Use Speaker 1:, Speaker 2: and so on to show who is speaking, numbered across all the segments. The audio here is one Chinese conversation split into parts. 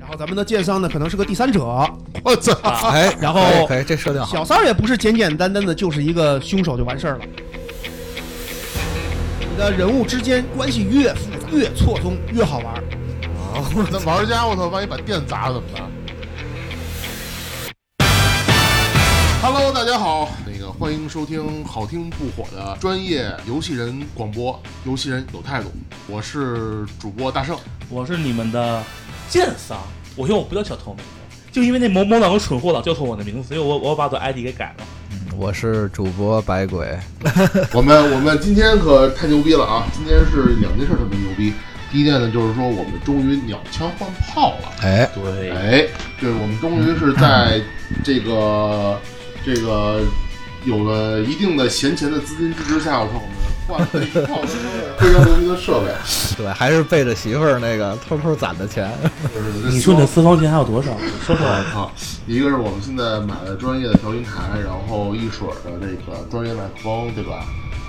Speaker 1: 然后咱们的剑商呢，可能是个第三者。
Speaker 2: 我操！
Speaker 1: 哎，然后
Speaker 3: 可以可以这设定好
Speaker 1: 小三儿也不是简简单单的就是一个凶手就完事儿了。你的人物之间关系越复杂、越错综、越好玩儿。
Speaker 2: 那玩家，我操，万一把店砸了怎么办？Hello，大家好，那个欢迎收听好听不火的专业游戏人广播，游戏人有态度，我是主播大圣。
Speaker 4: 我是你们的剑桑，我说我不叫小透明，就因为那某某两个蠢货老叫错我的名字，所以我我把我的 ID 给改了。
Speaker 3: 我是主播白鬼，
Speaker 2: 我们我们今天可太牛逼了啊！今天是两件事特别牛逼。第一件呢，就是说我们终于鸟枪换炮了。
Speaker 3: 哎，
Speaker 4: 对
Speaker 2: 哎，对，我们终于是在这个这个有了一定的闲钱的资金支持下，我说我们换了一套非常牛逼的设备。
Speaker 3: 对，还是背着媳妇儿那个偷偷攒的钱，
Speaker 2: 就是
Speaker 4: 你说你的私房钱还有多少？说出来
Speaker 2: 我。靠，一个是我们现在买了专业的调音台，然后一水儿的这呃个专业麦克风，对吧？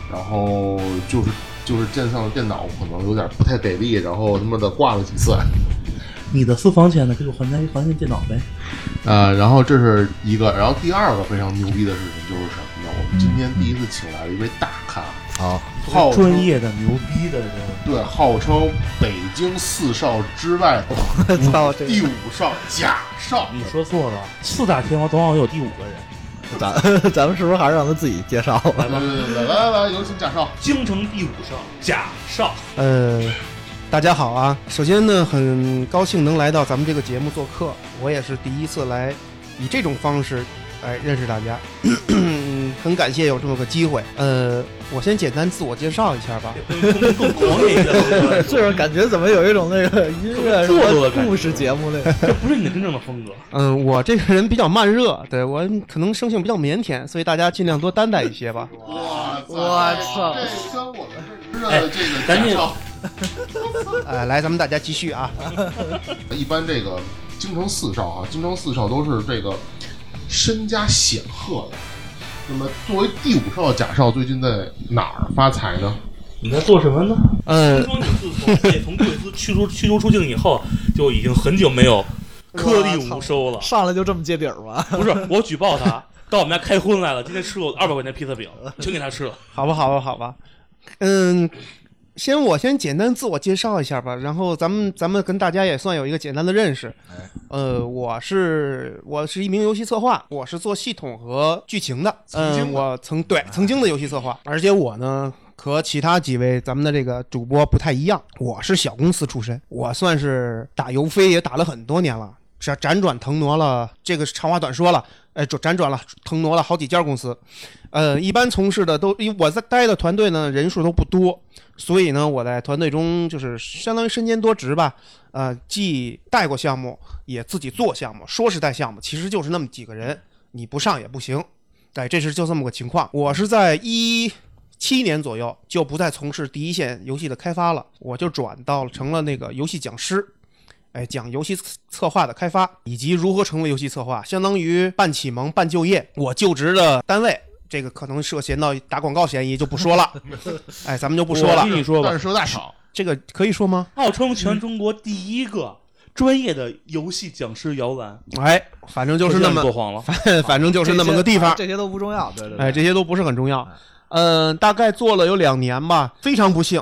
Speaker 2: 然后就是就是键上的电脑可能有点不太给力，然后他妈的挂了几次。
Speaker 4: 你的私房钱呢？给我还在还在电脑呗。
Speaker 2: 呃，然后这是一个，然后第二个非常牛逼的事情就是什么呢？我们今天第一次请来了一位大咖，
Speaker 3: 好，
Speaker 2: 号称
Speaker 4: 嗯专业的牛逼的人，
Speaker 2: 对，号称北京四少之外的
Speaker 3: 操，这
Speaker 2: 第五少贾少。
Speaker 4: 你说错了，四大天王总共有第五个人。
Speaker 3: 咱 咱们是不是还是让他自己介绍吧？
Speaker 2: 来来来来来，有请贾少。
Speaker 4: 京城第五少贾少，
Speaker 1: 呃，大家好啊！首先呢，很高兴能来到咱们这个节目做客，我也是第一次来以这种方式来认识大家， 嗯很感谢有这么个机会。呃，我先简单自我介绍一下吧。
Speaker 4: 更更狂野一点，
Speaker 3: 这种感觉怎么有一种那个音乐什
Speaker 4: 做作
Speaker 3: 么
Speaker 4: 的感觉
Speaker 3: 故事节目那 个？
Speaker 4: 这 不是你的真正的风格。
Speaker 1: 嗯，我这个人比较慢热， 对我可能生性比较腼腆，所以大家尽量多担待一些吧。
Speaker 2: 哇塞
Speaker 3: 我操
Speaker 2: 这跟我们知道的这个
Speaker 4: 哎赶
Speaker 2: 贾
Speaker 4: 紧
Speaker 2: 少，
Speaker 1: 呃，来，咱们大家继续啊。
Speaker 2: 一般这个京城四少啊，京城四少都是这个身家显赫的。那么，作为第五少的贾少，最近在哪儿发财呢？
Speaker 4: 你在做什么呢？
Speaker 1: 嗯
Speaker 4: 听，说你自从被从贵司驱逐驱逐出境以后，就已经很久没有颗粒无收了。
Speaker 3: 上来就这么揭底儿吗？
Speaker 4: 不是，我举报他到我们家开荤来了，今天吃了我二百块钱披萨饼，全给他吃了。
Speaker 1: 好吧，好吧，好吧。嗯，先我先简单自我介绍一下吧，然后咱们咱们跟大家也算有一个简单的认识。
Speaker 2: 哎
Speaker 1: 呃，我是我是一名游戏策划，我是做系统和剧情的。
Speaker 2: 曾经
Speaker 1: 嗯，
Speaker 2: 的哎
Speaker 1: 我曾对曾经的游戏策划，而且我呢。和其他几位咱们的这个主播不太一样，我是小公司出身，我算是打游飞也打了很多年了，辗辗转腾挪了，这个是长话短说了，呃，转辗转了腾挪了好几家公司，呃，一般从事的都，因为我在待的团队呢人数都不多，所以呢，我在团队中就是相当于身兼多职吧。呃，既带过项目，也自己做项目，说是带项目，其实就是那么几个人，你不上也不行。对，这是就这么个情况。我是在一七年左右就不再从事第一线游戏的开发了，我就转到了成了那个游戏讲师。哎，讲游戏策策划的开发以及如何成为游戏策划，相当于半启蒙半就业。我就职的单位，这个可能涉嫌到打广告嫌疑，就不说了。哎，咱们就不说了
Speaker 4: 我。跟你说
Speaker 2: 但
Speaker 4: 吧
Speaker 2: 是，说大厂，
Speaker 1: 这个可以说吗？
Speaker 4: 号称全中国第一个专业的游戏讲师摇篮，
Speaker 1: 哎，反正就是那
Speaker 4: 让你
Speaker 1: 么
Speaker 4: 做，黄了。
Speaker 1: 反正就是那么个地方。
Speaker 3: 这些都不重要，对对
Speaker 1: 哎，
Speaker 3: 对，
Speaker 1: 这些都不是很重要。嗯、大概做了有两年吧，非常不幸，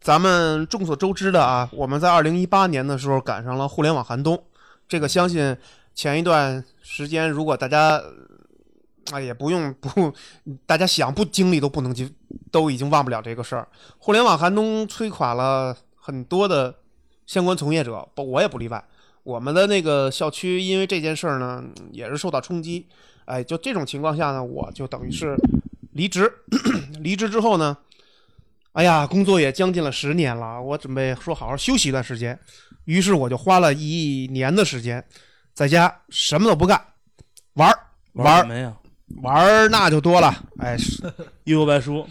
Speaker 1: 咱们众所周知的啊，我们在二零一八年的时候赶上了互联网寒冬，这个相信前一段时间如果大家。呃哎，也不用不，大家想不经历都不能经，都已经忘不了这个事儿。互联网寒冬摧垮了很多的相关从业者，不，我也不例外。我们的那个校区因为这件事儿呢，也是受到冲击，哎，就这种情况下呢，我就等于是离职。 离职之后呢，哎呀，工作也将近了十年了，我准备说好好休息一段时间。于是我就花了一年的时间，在家什么都不干，玩儿玩
Speaker 4: 什
Speaker 1: 儿
Speaker 4: 么呀？
Speaker 1: 玩儿，那就多了。哎，是
Speaker 4: 幽游白书，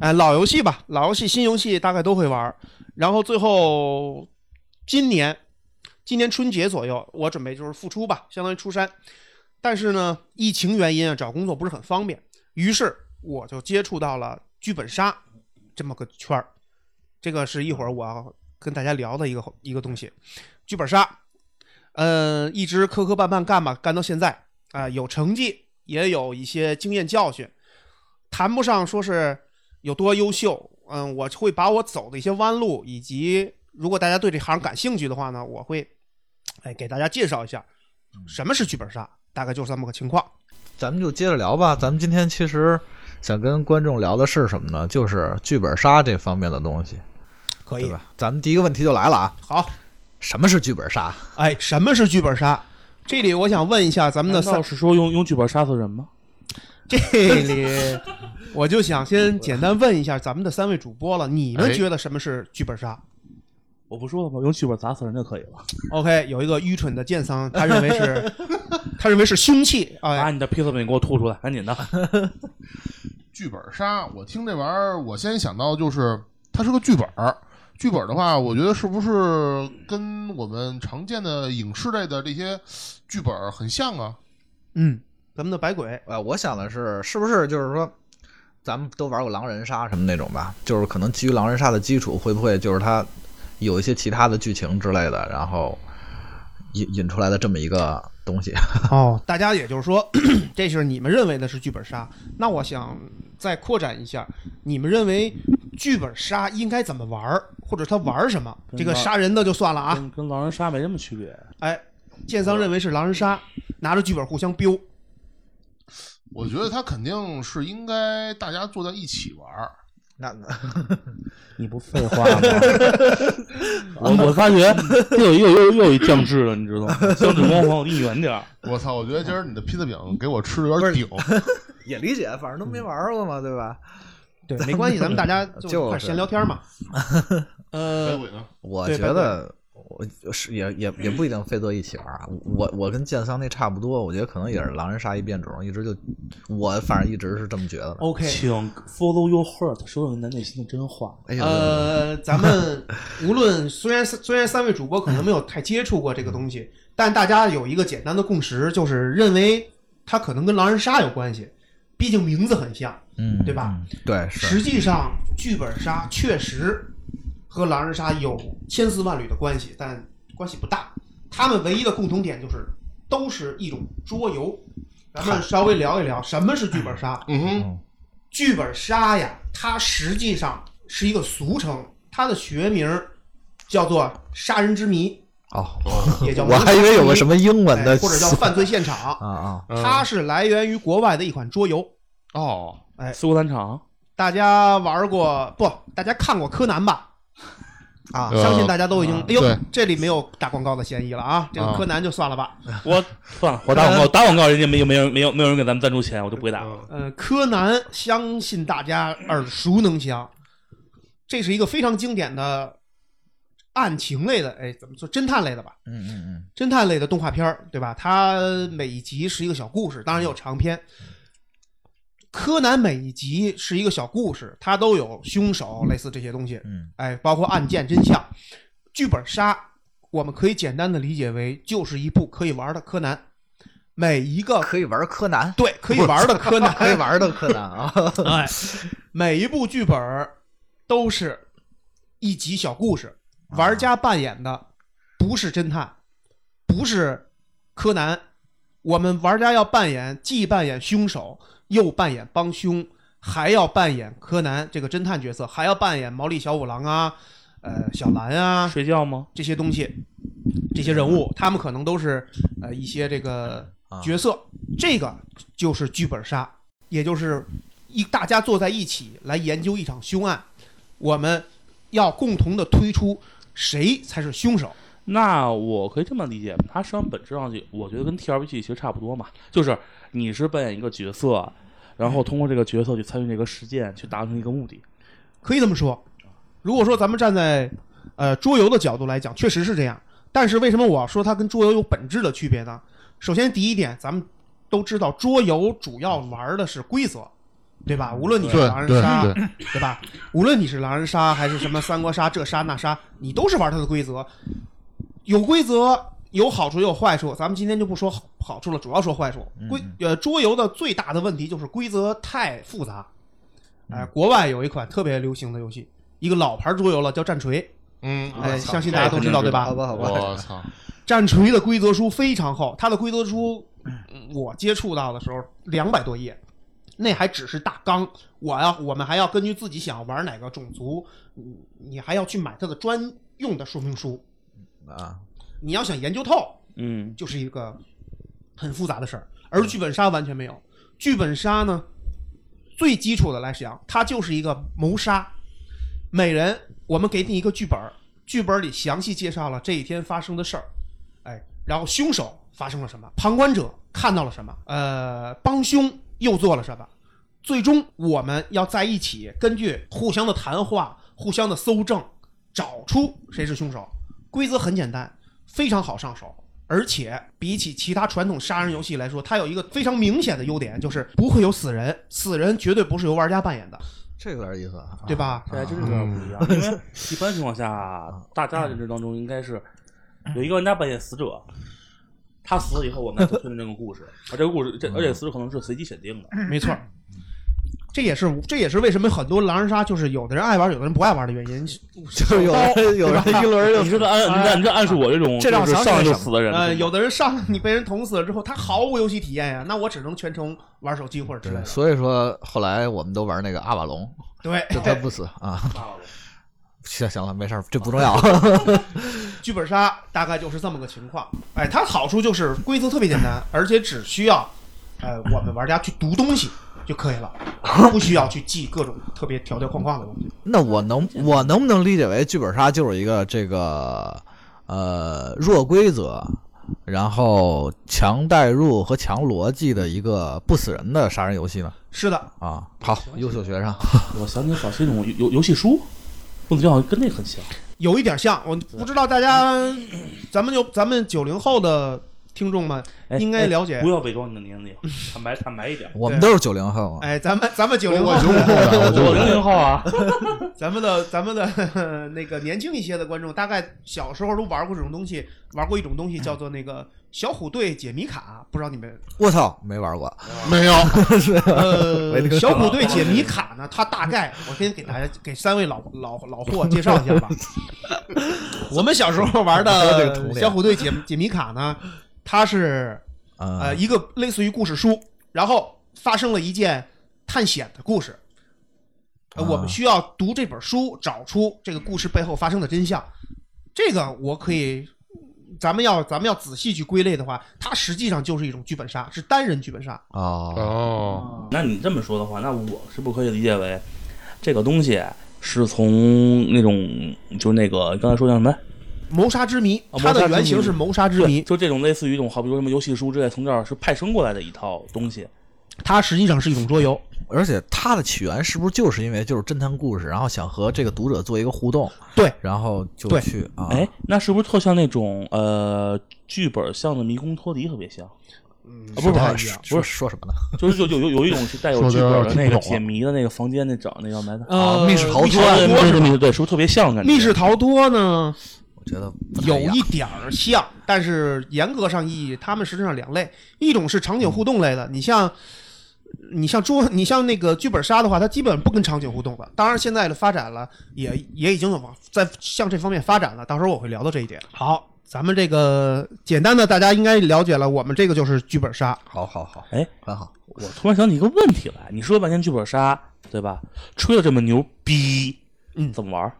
Speaker 1: 哎，老游戏吧，老游戏、新游戏大概都会玩儿。然后最后今年今年春节左右，我准备就是复出吧，相当于出山。但是呢，疫情原因啊，找工作不是很方便，于是我就接触到了剧本杀这么个圈儿。这个是一会儿我要跟大家聊的一个一个东西，剧本杀。嗯，一直磕磕绊绊干吧，干到现在啊、有成绩，也有一些经验教训，谈不上说是有多优秀。嗯，我会把我走的一些弯路，以及如果大家对这行感兴趣的话呢，我会哎给大家介绍一下什么是剧本杀，大概就是这么个情况。
Speaker 3: 咱们就接着聊吧。咱们今天其实想跟观众聊的是什么呢？就是剧本杀这方面的东西，
Speaker 1: 可
Speaker 3: 对吧？咱们第一个问题就来了啊，
Speaker 1: 好，
Speaker 3: 什么是剧本杀？
Speaker 1: 哎，什么是剧本杀？这里我想问一下咱们的
Speaker 4: 难
Speaker 1: 三
Speaker 4: 道是说用用剧本杀死人吗？
Speaker 1: 这里，我就想先简单问一下咱们的三位主播了，你们
Speaker 2: 哎
Speaker 1: 觉得什么是剧本杀
Speaker 4: 我不说了吗？用剧本砸死人就可以了。
Speaker 1: ？OK，有一个愚蠢的剑桑，他认为是，他认为是凶器。
Speaker 4: 把
Speaker 1: 哎，
Speaker 4: 你的披萨饼给我吐出来，赶紧的。
Speaker 2: 剧本杀，我听这玩意儿，我先想到就是它是个剧本儿。剧本的话，我觉得是不是跟我们常见的影视类的这些剧本儿很像啊？
Speaker 1: 嗯，咱们的百鬼，
Speaker 3: 呃，我想的是，是不是就是说，咱们都玩过狼人杀什么那种吧？就是可能基于狼人杀的基础，会不会就是它有一些其他的剧情之类的，然后引引出来的这么一个东西？
Speaker 1: 哦，大家也就是说， 这是你们认为的是剧本杀。那我想再扩展一下，你们认为剧本杀应该怎么玩儿，或者他玩儿什么？这个杀人的就算了啊。
Speaker 4: 跟跟狼人杀没什么 区别。
Speaker 1: 哎，剑桑认为是狼人杀，拿着剧本互相飙。
Speaker 2: 我觉得它肯定是应该大家坐在一起玩儿。
Speaker 3: 那
Speaker 4: 你不废话吗？我我发觉 又又又又一降智了，你知道吗？降智魔皇，我离你远点儿。
Speaker 2: 我操！我觉得今儿你的披萨饼给我吃的有点顶。
Speaker 3: 也理解，反正都没玩过嘛，哦对吧？
Speaker 1: 对，没关系，咱们大家
Speaker 3: 就
Speaker 1: 就开始
Speaker 3: 是
Speaker 1: 闲聊天 嘛。
Speaker 2: 百
Speaker 1: 呃，
Speaker 2: 鬼呢？
Speaker 3: 我
Speaker 1: 对
Speaker 3: 觉
Speaker 1: 白鬼
Speaker 3: 得我是也也也不一定非得一起玩啊。我我跟剑桑那差不多，我觉得可能也是狼人杀一变种，一直就我反正一直是这么觉得的。
Speaker 1: OK，
Speaker 4: 请 follow your heart，说出你的内心的真话。
Speaker 3: 哎呀，
Speaker 1: 呃，咱们无论虽然虽然三位主播可能没有太接触过这个东西，但大家有一个简单的共识，就是认为它可能跟狼人杀有关系，毕竟名字很像。
Speaker 3: 嗯，
Speaker 1: 对吧
Speaker 3: 嗯？对，是
Speaker 1: 实际上，剧本杀确实和狼人杀有千丝万缕的关系，但关系不大。他们唯一的共同点就是都是一种桌游。咱们稍微聊一聊什么是剧本杀。
Speaker 2: 嗯哼，
Speaker 1: 剧本杀呀，它实际上是一个俗称，它的学名儿叫做“杀人之 谜
Speaker 3: 哦，”，
Speaker 1: 也叫
Speaker 3: 我还以为有个什
Speaker 1: 么
Speaker 3: 么英文的
Speaker 1: 哎或者 叫犯罪现场。
Speaker 3: 啊啊，
Speaker 2: 嗯
Speaker 1: 它是来源于国外的一款桌游，
Speaker 2: 哦，
Speaker 4: 苏格兰场，
Speaker 1: 大家玩过不？大家看过柯南吧？啊，
Speaker 2: 呃
Speaker 1: 相信大家都已经，哎呦
Speaker 2: 对，
Speaker 1: 这里没有打广告的嫌疑了啊！这个
Speaker 2: 啊
Speaker 1: 柯南就算了吧。
Speaker 4: 我算了，我打广告，打广告人家没有没有没有没有人给咱们赞助钱，我就不会打了。
Speaker 1: 呃，柯南相信大家耳熟能详，这是一个非常经典的案情类的，哎，怎么说侦探类的吧？
Speaker 3: 嗯嗯嗯，
Speaker 1: 侦探类的动画片儿，对吧？它每一集是一个小故事，当然也有长篇。柯南每一集是一个小故事，它都有凶手类似这些东西，
Speaker 3: 嗯，
Speaker 1: 哎，包括案件真相、剧本杀，我们可以简单的理解为就是一部可以玩的柯南。每一个
Speaker 3: 可以玩柯南，
Speaker 1: 对可以玩的柯南，
Speaker 3: 可以玩的柯南 啊，
Speaker 1: 哎，每一部剧本儿都是一集小故事，玩家扮演的不是侦探，不是柯南，我们玩家要扮演既扮演凶手，又扮演帮凶，还要扮演柯南这个侦探角色，还要扮演毛利小五郎啊，呃，小兰啊
Speaker 4: 睡觉吗？
Speaker 1: 这些东西，这些人物，他们可能都是呃一些这个
Speaker 3: 啊
Speaker 1: 角色，这个就是剧本杀，也就是一大家坐在一起来研究一场凶案，我们要共同的推出谁才是凶手。
Speaker 4: 那我可以这么理解，它实际上本质上就我觉得跟 TRPG 其实差不多嘛，就是你是扮演一个角色，然后通过这个角色去参与这个事件，去达成一个目的。
Speaker 1: 可以这么说。如果说咱们站在呃桌游的角度来讲，确实是这样。但是为什么我说它跟桌游有本质的区别呢？首先第一点，咱们都知道桌游主要玩的是规则，对吧？无论你是
Speaker 2: 对
Speaker 1: 狼人
Speaker 2: 对
Speaker 1: 杀，
Speaker 2: 对
Speaker 1: 对吧？无论你是狼人杀还是什么三国杀、这杀那杀，你都是玩它的规则。有规则有好处也有坏处，咱们今天就不说好好处了，主要说坏处。规呃，桌游的最大的问题就是规则太复杂。哎、国外有一款特别流行的游戏，一个老牌桌游了，叫《战锤》。
Speaker 2: 嗯，
Speaker 1: 哎，
Speaker 2: 我操
Speaker 1: 相信大家都知道对吧？
Speaker 3: 好吧，好吧，
Speaker 2: 我操，
Speaker 1: 战锤的规则书非常厚，它的规则书嗯我接触到的时候两百多页，那还只是大纲。我要我们还要根据自己想玩哪个种族，嗯你还要去买它的专用的说明书。
Speaker 3: 啊，
Speaker 1: 你要想研究透，
Speaker 4: 嗯，
Speaker 1: 就是一个很复杂的事儿。而剧本杀完全没有，剧本杀呢，最基础的来讲，它就是一个谋杀。每人我们给你一个剧本儿，剧本里详细介绍了这一天发生的事儿，哎，然后凶手发生了什么，旁观者看到了什么，呃，帮凶又做了什么。最终我们要在一起，根据互相的谈话、互相的搜证，找出谁是凶手。规则很简单，非常好上手，而且比起其他传统杀人游戏来说，它有一个非常明显的优点，就是不会有死人，死人绝对不是由玩家扮演的，
Speaker 3: 这有点意思，啊
Speaker 1: 对？吧？
Speaker 4: 这还真是有点不一样，因为一般情况下，大家的认知当中应该是
Speaker 3: 嗯
Speaker 4: 有一个玩家扮演死者，他死了以后，我们来推论这个故事，而这个故事，这而且死者可能是随机选定的，
Speaker 3: 嗯
Speaker 1: 没错。这也是这也是为什么很多狼人杀就是有的人爱玩，有的人不爱玩的原因。
Speaker 3: 就是 有人有人一轮就
Speaker 4: 你这个暗，你这你这暗示我这种
Speaker 3: 这让
Speaker 4: 就
Speaker 3: 我
Speaker 4: 是上来
Speaker 3: 想起来
Speaker 4: 就
Speaker 3: 什么
Speaker 4: 死的人，
Speaker 1: 呃，有的人上来你被人捅死了之后，他毫无游戏体验呀，那我只能全程玩手机或者之类
Speaker 3: 对，
Speaker 1: 的。
Speaker 3: 所以说后来我们都玩那个阿瓦隆，
Speaker 1: 对，
Speaker 3: 就他不死啊。 行行了，没事儿，这不重 要。
Speaker 1: 剧本杀大概就是这么个情况。哎，它好处就是规则特别简单，而且只需要，呃，我们玩家去读东西就可 以了，不需要去记各种特别条条框框的东西。
Speaker 3: 那我能我能不能理解为剧本杀就是一个这个呃弱规则，然后强代入和强逻辑的一个不死人的杀人游戏呢？
Speaker 1: 是的，
Speaker 3: 啊，好，优秀学生，
Speaker 4: 我想起早期那种游游游戏书，不能叫跟那很像，
Speaker 1: 有一点像，我不知道大家，咱们就咱们九零后的听众们
Speaker 4: 哎
Speaker 1: 应该了解
Speaker 4: 哎不。要伪装你的年龄，坦白坦白一 点，
Speaker 3: 我们都是九零后啊。
Speaker 1: 哎，咱们咱们九
Speaker 2: 我
Speaker 1: 零后
Speaker 2: 我，九五后的，我九五
Speaker 4: 我
Speaker 2: 后
Speaker 4: 零零后 啊，
Speaker 1: 咱们的咱们的呵呵那个年轻一些的观众，大概小时候都玩过这种东西，玩过一种东西叫做那个小虎队解谜卡，不知道你们
Speaker 3: 我操，没玩过，
Speaker 2: 没有，
Speaker 1: 呃
Speaker 3: 没听，说
Speaker 1: 小虎队解谜卡呢，它大概我先给大家给三位老老老货介绍一下 吧。我们小时候玩
Speaker 3: 我这个童
Speaker 1: 的
Speaker 3: 年
Speaker 1: 小虎队解解谜卡呢，它是呃
Speaker 3: 嗯，
Speaker 1: 一个类似于故事书，然后发生了一件探险的故事。呃，
Speaker 3: 啊
Speaker 1: 我们需要读这本书，找出这个故事背后发生的真相。这个我可以，咱们要咱们要仔细去归类的话，它实际上就是一种剧本杀，是单人剧本杀。
Speaker 3: 哦，
Speaker 2: 哦，
Speaker 1: 啊
Speaker 4: 那你这么说的话，那我是不是可以理解为，这个东西是从那种就是那个刚才说叫什么？
Speaker 1: 谋杀之谜，
Speaker 4: 啊
Speaker 1: 它
Speaker 4: 谋杀
Speaker 1: 的
Speaker 4: 之
Speaker 1: 原型
Speaker 4: 谜
Speaker 1: 是谋杀之
Speaker 4: 对，
Speaker 1: 谜，
Speaker 4: 就这种类似于一种，好比说什么游戏书之类，从这儿是派生过来的一套东西。
Speaker 1: 它实际上是一种桌游。
Speaker 3: 而且它的起源是不是就是因为就是侦探故事，然后想和这个读者做一个互动，
Speaker 1: 对，
Speaker 3: 然后就
Speaker 1: 对
Speaker 3: 去啊，
Speaker 4: 哎，那是不是特像那种呃剧本像的迷宫脱离特 别像？
Speaker 1: 嗯
Speaker 4: 啊，不是不
Speaker 1: 太
Speaker 4: 是
Speaker 1: 一样。
Speaker 3: 说说什么呢？
Speaker 4: 就是有有有有一种是带有
Speaker 2: 说得
Speaker 4: 剧本
Speaker 2: 有
Speaker 4: 的
Speaker 2: 点
Speaker 4: 那个
Speaker 2: 听不懂啊
Speaker 4: 解谜的那个房间那找那叫什么来着？
Speaker 3: 啊密室逃
Speaker 1: 呃密室
Speaker 3: 脱
Speaker 1: 逃脱
Speaker 4: 对对
Speaker 1: 是吧
Speaker 4: 对对，是不是特别像感啊觉？
Speaker 1: 密室逃脱呢，
Speaker 3: 我觉得不太
Speaker 1: 有
Speaker 3: 样
Speaker 1: 一点儿像，但是严格上意义，它们实际上两类，一种是场景互动类
Speaker 4: 嗯
Speaker 1: 的，你像。你像桌，你像那个剧本杀的话，它基本不跟场景互动的。当然，现在的发展了，也也已经往在向这方面发展了。到时候我会聊到这一点。好，咱们这个简单的大家应该了解了，我们这个就是剧本杀。
Speaker 3: 好好好，
Speaker 4: 哎，
Speaker 3: 很好，
Speaker 4: 我突然想起一个问题来，你说了半天剧本杀，对吧？吹的这么牛逼，
Speaker 1: 嗯
Speaker 4: 怎么玩儿？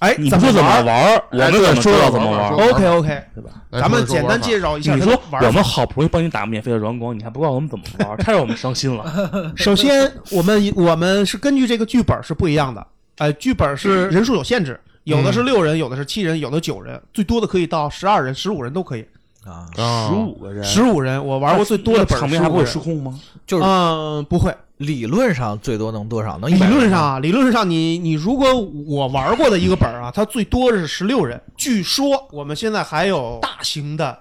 Speaker 1: 哎，
Speaker 4: 你
Speaker 1: 怎
Speaker 4: 不
Speaker 1: 么
Speaker 4: 怎么
Speaker 1: 玩
Speaker 4: 玩儿，我
Speaker 2: 哎
Speaker 4: 们
Speaker 2: 对
Speaker 4: 怎么知
Speaker 2: 说
Speaker 4: 道
Speaker 2: 到
Speaker 4: 怎么
Speaker 2: 玩
Speaker 4: 玩
Speaker 2: 法
Speaker 4: 儿，
Speaker 2: 说
Speaker 1: ？OK OK，
Speaker 4: 对吧？
Speaker 2: 来
Speaker 1: 咱们
Speaker 2: 说说
Speaker 1: 简
Speaker 2: 玩
Speaker 1: 单
Speaker 2: 法
Speaker 1: 介绍一下
Speaker 4: 你
Speaker 1: 它
Speaker 4: 说
Speaker 1: 的玩
Speaker 4: 我
Speaker 1: 法。
Speaker 4: 们好不容易帮你打免费的软广，你还不告诉我们怎么玩儿，太让我们伤心了。
Speaker 1: 首先，我们我们是根据这个剧本是不一样的，呃，剧本是人数有限制，有的是六人，有的是七人，有的九人，最多的可以到十二人、十五人都可以。
Speaker 3: 啊，
Speaker 2: 啊
Speaker 4: 十五个 人，
Speaker 1: 十五人，我玩过最多的本
Speaker 4: 场面还会
Speaker 1: 会
Speaker 4: 失控吗？
Speaker 3: 就是
Speaker 1: 嗯，不会。
Speaker 3: 理论上最多能多少？能
Speaker 1: 理
Speaker 3: 100
Speaker 1: 论上啊，理论上你你如果我玩过的一个本儿啊，它最多是十六人。据说我们现在还有大型的，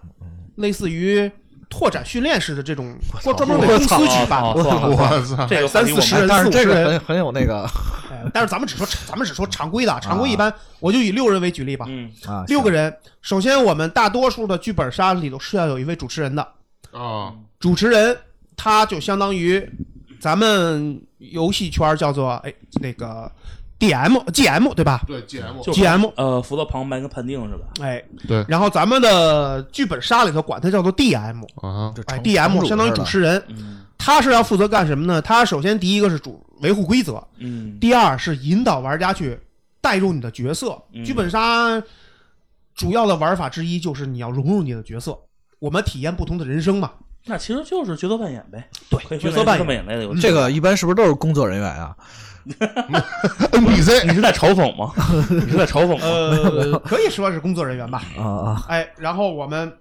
Speaker 1: 类似于拓展训练式的这种，
Speaker 3: 操
Speaker 1: 专门为公司举办
Speaker 4: 我
Speaker 1: 的。
Speaker 4: 操算了
Speaker 2: 哦我操，
Speaker 4: 这个
Speaker 1: 啊三四十
Speaker 3: 哎
Speaker 1: 人
Speaker 3: 但是这
Speaker 1: 40
Speaker 3: 个
Speaker 1: 人
Speaker 3: 很很有那个
Speaker 1: 哎 但是咱们只说咱们只说常规的啊，常规一般我就以六人为举例吧。
Speaker 4: 嗯，
Speaker 3: 啊，
Speaker 1: 六个人，首先我们大多数的剧本杀里头是要有一位主持人的，
Speaker 2: 啊，
Speaker 1: 主持人他就相当于咱们游戏圈叫做哎那个 D M G M 对吧
Speaker 2: 对 GM
Speaker 4: 就
Speaker 1: ？G M
Speaker 4: 呃，福特旁白跟判定是吧？
Speaker 1: 哎，
Speaker 2: 对
Speaker 1: 然后咱们的剧本杀里头管它叫做 D M，
Speaker 2: 啊，
Speaker 3: 就
Speaker 1: 哎
Speaker 3: 成
Speaker 1: ，D M
Speaker 3: 成
Speaker 1: 相当于
Speaker 3: 似
Speaker 1: 主
Speaker 3: 的
Speaker 1: 持人，
Speaker 4: 嗯
Speaker 1: 他是要负责干什么呢？他首先第一个是主维护规则，
Speaker 4: 嗯，
Speaker 1: 第二是引导玩家去带入你的角色。
Speaker 4: 嗯
Speaker 1: 剧本杀主要的玩法之一就是你要融入你的角色，我们体验不同的人生嘛。
Speaker 4: 那其实就是角色扮演呗，
Speaker 1: 对
Speaker 4: 可以
Speaker 1: 角色扮演。
Speaker 4: 演类的游戏。
Speaker 3: 这个一般是不是都是工作人员啊？
Speaker 4: 你是在嘲讽吗？你是在嘲 讽吗？
Speaker 1: 呃， 可以说是工作人员吧。
Speaker 3: 啊啊，
Speaker 1: 哎，然后我们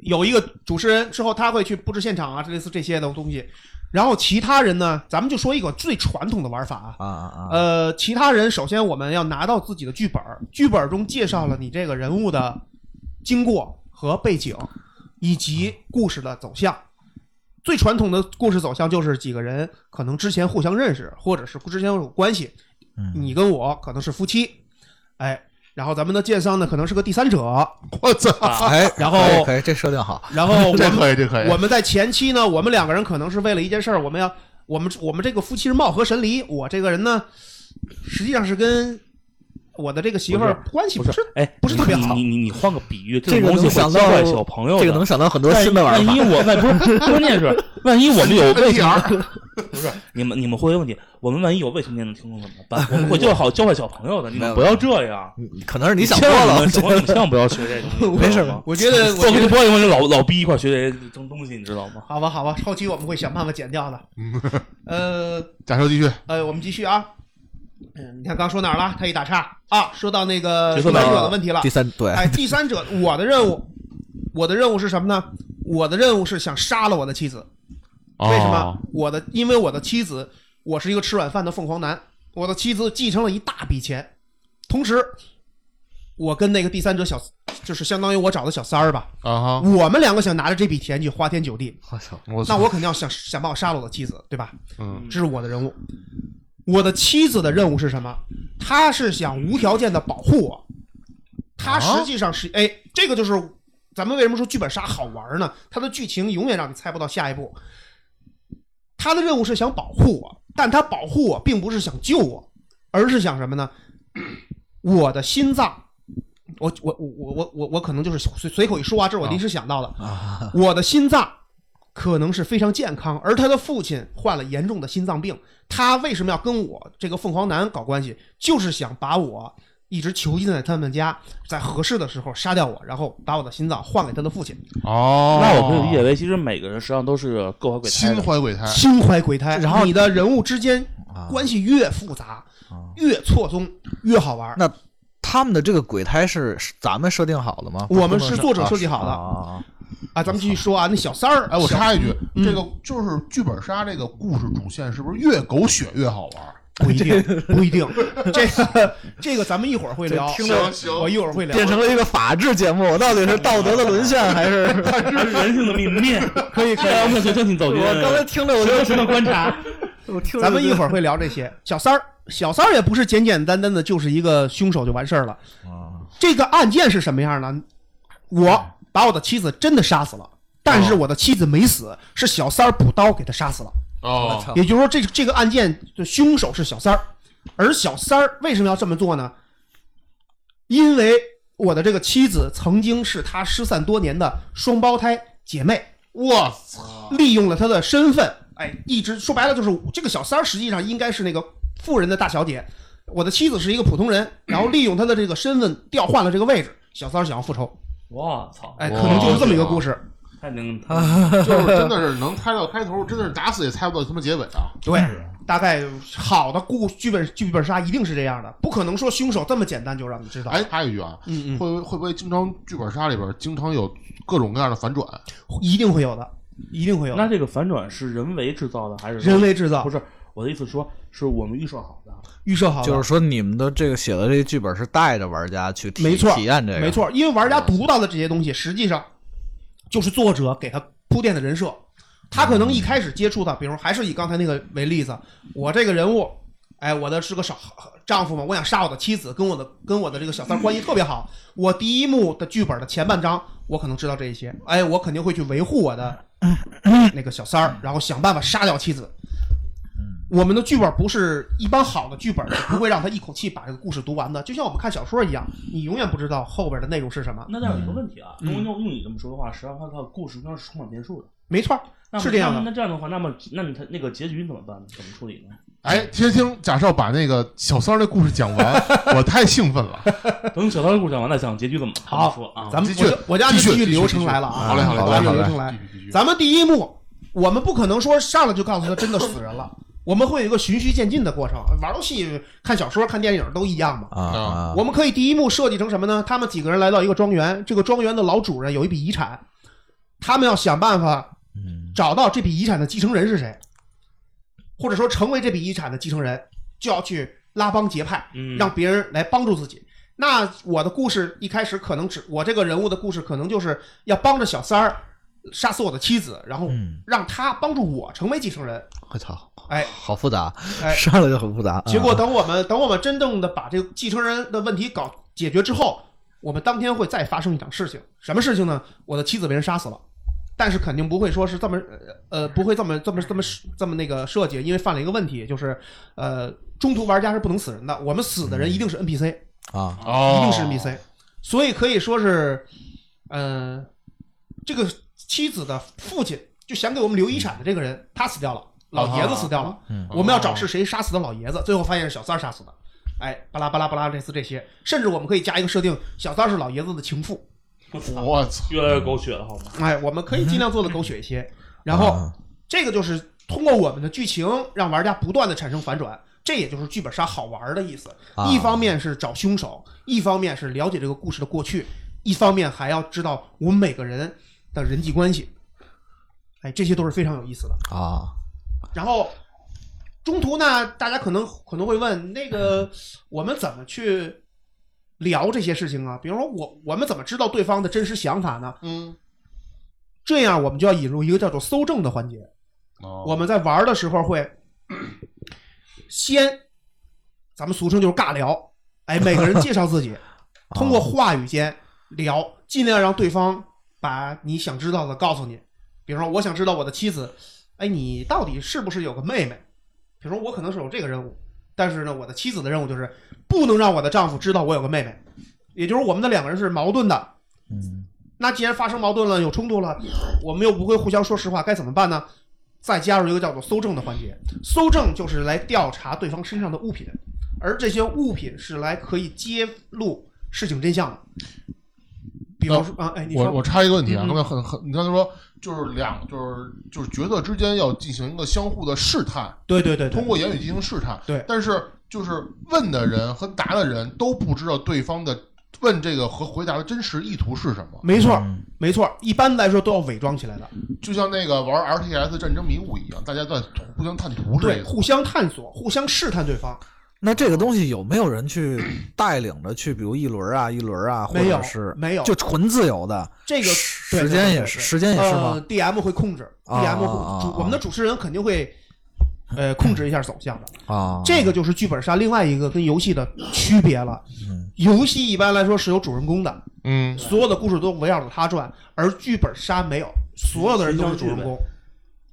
Speaker 1: 有一个主持人之后，他会去布置现场啊，类似这些的东西。然后其他人呢，咱们就说一个最传统的玩法啊。
Speaker 3: 啊啊啊！
Speaker 1: 呃，其他人首先我们要拿到自己的剧本儿，剧本儿中介绍了你这个人物的经过和背景，以及故事的走向。最传统的故事走向就是几个人可能之前互相认识，或者是之前有关系，
Speaker 3: 嗯，
Speaker 1: 你跟我可能是夫妻，哎，然后咱们的剑商呢可能是个第三者，
Speaker 2: 我操，
Speaker 4: 啊
Speaker 3: 哎，
Speaker 1: 然后
Speaker 3: 可以可以，这设定好，
Speaker 1: 然后我
Speaker 2: 这
Speaker 1: 们
Speaker 2: 可以，这可以
Speaker 1: 我，们在前期呢，我们两个人可能是为了一件事儿，我们要我们我们这个夫妻是貌合神离，我这个人呢，实际上是跟我的这个媳妇儿关系
Speaker 4: 不
Speaker 1: 不
Speaker 4: 是
Speaker 1: 是，
Speaker 4: 哎，
Speaker 1: 不是特别好
Speaker 4: 你你你你换个比喻，种
Speaker 3: 这
Speaker 4: 东
Speaker 3: 个
Speaker 4: 西
Speaker 3: 能
Speaker 4: 会
Speaker 3: 想
Speaker 4: 教坏
Speaker 3: 到
Speaker 4: 小朋友的。
Speaker 3: 这个能想到很多
Speaker 4: 万
Speaker 3: 新的玩法
Speaker 1: 哎
Speaker 4: 万一。我万不是关键是，万一我们有未成
Speaker 2: NTR
Speaker 4: 不是你们你们会问题，我们万一有未成年的听众怎么办？我们会教好教坏小朋友的，你
Speaker 3: 没
Speaker 4: 们
Speaker 3: 有
Speaker 4: 不要这样。
Speaker 3: 嗯可能是你想多
Speaker 4: 千万
Speaker 3: 了，
Speaker 4: 你 们小朋
Speaker 3: 我觉
Speaker 4: 友你们
Speaker 3: 得
Speaker 4: 千万不要学这个东 西，
Speaker 3: 没事
Speaker 4: 知道吗
Speaker 1: 我觉 得我觉
Speaker 4: 我跟你
Speaker 1: 得
Speaker 4: 不要因为老老逼一块学这争东西，你知道吗？
Speaker 1: 好吧好吧，后期我们会想办法剪掉的。呃
Speaker 2: 假设继续，
Speaker 1: 呃，我们继续啊。嗯，你看刚说哪儿了？他一打岔啊，说到那个
Speaker 4: 就
Speaker 1: 第
Speaker 4: 说
Speaker 1: 三
Speaker 4: 到
Speaker 1: 者的问题了
Speaker 3: 第。三对，
Speaker 1: 哎，第三者，我的任务，我的任务是什么呢？我的任务是想杀了我的妻子。为什么
Speaker 2: 哦？？
Speaker 1: 我的因为我的妻子，我是一个吃软饭的凤凰男，我的妻子继承了一大笔钱，同时，我跟那个第三者小，就是相当于我找的小三儿吧，
Speaker 2: 啊哈，
Speaker 1: 我们两个想拿着这笔钱去花天酒地，
Speaker 2: 我操，我
Speaker 1: 那
Speaker 2: 操，
Speaker 1: 我肯定要想想把我杀了我的妻子，对吧？
Speaker 2: 嗯，
Speaker 1: 这是我的任务。我的妻子的任务是什么？她是想无条件的保护我，她实际上是哎，这个就是咱们为什么说剧本杀好玩呢？它的剧情永远让你猜不到下一步。她的任务是想保护我，但她保护我并不是想救我，而是想什么呢？我的心脏，我我我我我我可能就是随随口一说啊，这是我临时想到的。
Speaker 3: 啊
Speaker 1: 我的心脏可能是非常健康，而他的父亲患了严重的心脏病。他为什么要跟我这个凤凰男搞关系？就是想把我一直囚禁在他们家，在合适的时候杀掉我，然后把我的心脏换给他的父亲。
Speaker 2: 哦，
Speaker 4: 那我可以理解为，其实每个人实际上都是各怀鬼胎
Speaker 2: 心
Speaker 4: 的。
Speaker 2: 怀鬼胎，
Speaker 1: 心怀鬼胎，
Speaker 3: 啊然后
Speaker 1: 你的人物之间
Speaker 3: 啊
Speaker 1: 关系越复杂、越错综、越好玩。
Speaker 3: 那他们的这个鬼胎是是咱们设定好的吗？
Speaker 1: 我们是作者设计好的
Speaker 3: 啊
Speaker 1: 啊，咱们继续说啊，那小三儿，
Speaker 2: 哎，我
Speaker 1: 小
Speaker 2: 插一句，
Speaker 1: 嗯
Speaker 2: 这个就是剧本杀这个故事主线，是不是越狗血越好玩？
Speaker 3: 哎
Speaker 1: 不一定， 不一定，这个这个咱们一会儿会聊，
Speaker 3: 这听
Speaker 2: 着行
Speaker 1: 我一会儿会聊，
Speaker 3: 变成了一个法制节 目，我到底是道德的沦陷还 是？
Speaker 4: 这是人性的泯 灭，
Speaker 1: 可以可
Speaker 4: 这
Speaker 1: 以。
Speaker 4: 样我想相信走进。
Speaker 3: 我刚才听着我就
Speaker 4: 什么观察？
Speaker 3: 我听着
Speaker 1: 咱们一
Speaker 3: 儿
Speaker 1: 会儿会聊这些。小三儿，小三儿也不是简简单单的就是一个凶手就完事儿了。这个案件是什么样呢？我把我的妻子真的杀死了，但是我的妻子没死，是小三儿补刀给他杀死了。
Speaker 3: 我
Speaker 2: 哦，
Speaker 3: 操
Speaker 1: 也就是说，这这个案件的凶手是小三儿，而小三儿为什么要这么做呢？因为我的这个妻子曾经是他失散多年的双胞胎姐妹。
Speaker 2: 我操，
Speaker 1: 利用了她的身份，哎，一直说白了就是这个小三儿实际上应该是那个富人的大小姐，我的妻子是一个普通人，然后利用她的这个身份调换了这个位置，小三儿想要复仇，
Speaker 4: 我操！
Speaker 1: 哎，可能就是这么一个故事。
Speaker 4: 太能
Speaker 3: 啊
Speaker 2: 就是真的是能猜到开头，真的是打死也猜不到他妈结尾啊！
Speaker 1: 对，
Speaker 3: 嗯
Speaker 1: 大概好的故剧本剧本杀一定是这样的，不可能说凶手这么简单就让你知道。
Speaker 2: 哎，，插一句啊，
Speaker 1: 嗯嗯，
Speaker 2: 会会不会经常剧本杀里边经常有各种各样的反转？
Speaker 1: 一定会有的，一定会有的
Speaker 4: 那这个反转是人为制造的还是
Speaker 1: 人为制造
Speaker 4: 不，是我的意思说，是我们预设好的。
Speaker 1: 预设好的，
Speaker 3: 就是说你们的这个写的这个剧本是带着玩家去 体
Speaker 1: 没错
Speaker 3: 体验这个，嗯
Speaker 1: 没。错，因为玩家读到的这些东西，实际上就是作者给他铺垫的人设。他可能一开始接触到，比如还是以刚才那个为例子，我这个人物，哎，我的是个少丈夫嘛，我想杀我的妻子，跟我的跟我的这个小三关系特别好。我第一幕的剧本的前半章，我可能知道这一些，哎，我肯定会去维护我的那个小三儿，然后想办法杀掉妻子。我们的剧本不是一般好的剧本是不会让他一口气把这个故事读完的，就像我们看小说一样，你永远不知道后边的内容是什么。
Speaker 4: 那但是有个问题啊，
Speaker 1: 嗯
Speaker 4: 如果用用你这么说的话，实际上它的故事应该是充满变数的。
Speaker 1: 没错儿，
Speaker 4: 那么
Speaker 1: 是这样
Speaker 4: 那
Speaker 1: 的
Speaker 4: 么。那这样的话，那么那你他那个结局怎么办呢？怎么处理呢？
Speaker 2: 哎，其实听贾少把那个小三儿的故事讲完，我太兴奋了。
Speaker 4: 等小三儿故事讲完了，讲结局怎么
Speaker 1: 好
Speaker 4: 怎么说啊？
Speaker 1: 咱们
Speaker 2: 继
Speaker 1: 我
Speaker 2: 续
Speaker 1: 就我就按照
Speaker 2: 继续
Speaker 1: 剧
Speaker 2: 继续
Speaker 1: 流程
Speaker 2: 继续
Speaker 1: 来了啊。
Speaker 2: 好嘞好嘞
Speaker 1: 我
Speaker 2: 好嘞
Speaker 1: 按照
Speaker 2: 好嘞
Speaker 1: 流程来
Speaker 2: 继。续继续
Speaker 1: 咱们第一幕，我们不可能说上来就告诉他真的死人了，我们会有一个循序渐进的过程。玩游戏、看小说、看电影都一样嘛。
Speaker 3: 啊啊
Speaker 1: 我们可以第一幕设计成什么呢？他们几个人来到一个庄园，这个庄园的老主人有一笔遗产，他们要想办法
Speaker 3: 嗯
Speaker 1: 找到这笔遗产的继承人是谁，或者说成为这笔遗产的继承人，就要去拉帮结派，
Speaker 4: 嗯，
Speaker 1: 让别人来帮助自己。那我的故事一开始可能只我这个人物的故事可能就是要帮着小三儿杀死我的妻子，然后
Speaker 3: 嗯，
Speaker 1: 让他帮助我成为继承人。
Speaker 3: 我操，
Speaker 1: 哎
Speaker 3: 好复杂，
Speaker 1: 哎
Speaker 3: 上来就很复杂。
Speaker 1: 结果
Speaker 3: 啊
Speaker 1: 等我们等我们真正的把这个继承人的问题搞解决之后，我们当天会再发生一场事情。什么事情呢？我的妻子被人杀死了，但是肯定不会说是这么呃呃不会这么这么这么这么那个设计，因为犯了一个问题，就是呃中途玩家是不能死人的，我们死的人一定是 NPC，、
Speaker 3: 啊，
Speaker 2: 哦，
Speaker 1: 一定是 NPC，所以可以说是，呃，这个妻子的父亲就想给我们留遗产的这个人，他死掉了，老爷子死掉了，
Speaker 3: 嗯
Speaker 1: 我们要找是谁杀死的老爷子，最后发现是小三儿杀死的，哎，巴拉巴拉巴拉，类似这些，甚至我们可以加一个设定，小三儿是老爷子的情妇，
Speaker 4: 我操
Speaker 2: 我操，
Speaker 4: 啊越来越狗血了，好吗？
Speaker 1: 哎，我们可以尽量做的狗血一些，然后
Speaker 3: 啊
Speaker 1: 这个就是通过我们的剧情让玩家不断的产生反转。这也就是剧本杀好玩的意思，
Speaker 3: 啊
Speaker 1: 一方面是找凶手，一方面是了解这个故事的过去，一方面还要知道我们每个人的人际关系。哎，这些都是非常有意思的。
Speaker 3: 啊，
Speaker 1: 然后中途呢，大家可能可能会问，那个我们怎么去聊这些事情啊？比如说我我们怎么知道对方的真实想法呢？
Speaker 2: 嗯，
Speaker 1: 这样我们就要引入一个叫做搜证的环节。我
Speaker 2: 我
Speaker 1: 们在玩的时候会先，咱们俗称就是尬聊，哎，每个人介绍自己，通过话语间聊，尽量让对方把你想知道的告诉你。比如说，我想知道我的妻子，哎，你到底是不是有个妹妹？比如说，我可能是有这个任务，但是呢，我的妻子的任务就是不能让我的丈夫知道我有个妹妹，也就是我们的两个人是矛盾的，
Speaker 3: 嗯
Speaker 1: 那既然发生矛盾了，有冲突了，我们又不会互相说实话，该怎么办呢？再加入一个叫做搜证的环节，搜证就是来调查对方身上的物品，而这些物品是来可以揭露事情真相的。比方
Speaker 3: 哦
Speaker 1: 说，啊，哎，你
Speaker 2: 我
Speaker 1: 说，
Speaker 2: 我插一个问题啊，
Speaker 1: 嗯嗯
Speaker 2: 刚才很很，你刚才说就是两就是就是角色之间要进行一个相互的试探，
Speaker 1: 对对对，对
Speaker 2: 通过言语进行试探。
Speaker 1: 对
Speaker 2: 但是就是问的人和答的人都不知道对方的问这个和回答的真实意图是什么。
Speaker 1: 没错
Speaker 3: 嗯
Speaker 1: 没错，一般来说都要伪装起来的，
Speaker 2: 就像那个玩 RTS 战争迷雾一样，大家在互相探图似
Speaker 1: 对，
Speaker 2: 的。
Speaker 1: 互相探索，互相试探对方，
Speaker 3: 那这个东西有没有人去带领着去，比如一轮啊一轮啊，或
Speaker 1: 没有
Speaker 3: 者是
Speaker 1: 没有
Speaker 3: 就纯自由的，
Speaker 1: 这个对
Speaker 3: 时
Speaker 1: 对对
Speaker 3: 间也
Speaker 1: 对
Speaker 3: 是
Speaker 1: 对
Speaker 3: 时间也是吗
Speaker 1: 呃？，DM 会控制
Speaker 3: 啊
Speaker 1: ，DM 会
Speaker 3: 啊啊
Speaker 1: 主
Speaker 3: 啊
Speaker 1: 我们的主持人肯定会呃控制一下走向的。
Speaker 3: 啊，
Speaker 1: 这个就是剧本杀另外一个跟游戏的区别了。 游戏一般来说是有主人公的，
Speaker 2: 嗯，
Speaker 1: 所有的故事都围绕着他转，而剧本杀没有，所有的人都是主人公，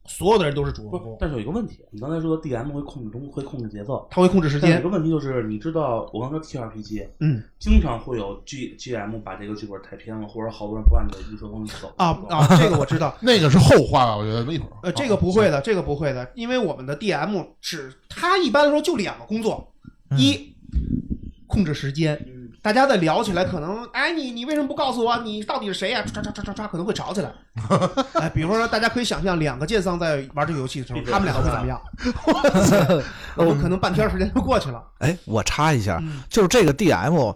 Speaker 1: 所有的人都是主人
Speaker 4: 不，
Speaker 1: 公，
Speaker 4: 但是有一个问题，你刚才说 DM 会控制中会控制节奏，
Speaker 1: 他会控制时
Speaker 4: 但有一
Speaker 1: 间
Speaker 4: 个。问题就是，你知道我刚才说 TRPG，
Speaker 1: 嗯
Speaker 4: 经常会有 G GM 把这个剧本太偏了，或者好多人不按你的预设方式走
Speaker 1: 啊啊，这个我知道。
Speaker 2: 那个是后话吧，我觉得一会儿。
Speaker 1: 呃，这个不会的，这个不会的，因为我们的 DM 只他一般来说就两个工作，一控制时间，
Speaker 4: 嗯
Speaker 1: 大家在聊起来，可能哎，你你为什么不告诉我？你到底是谁呀、啊唰唰唰唰唰，可能会吵起 来。哎，比如说，大家可以想象两个剑桑在玩这个游戏的时候，他们两个会怎么样？ 我们可能半天时间就过去了。
Speaker 3: 哎，我插一下，
Speaker 1: 嗯
Speaker 3: 就是这个 DM，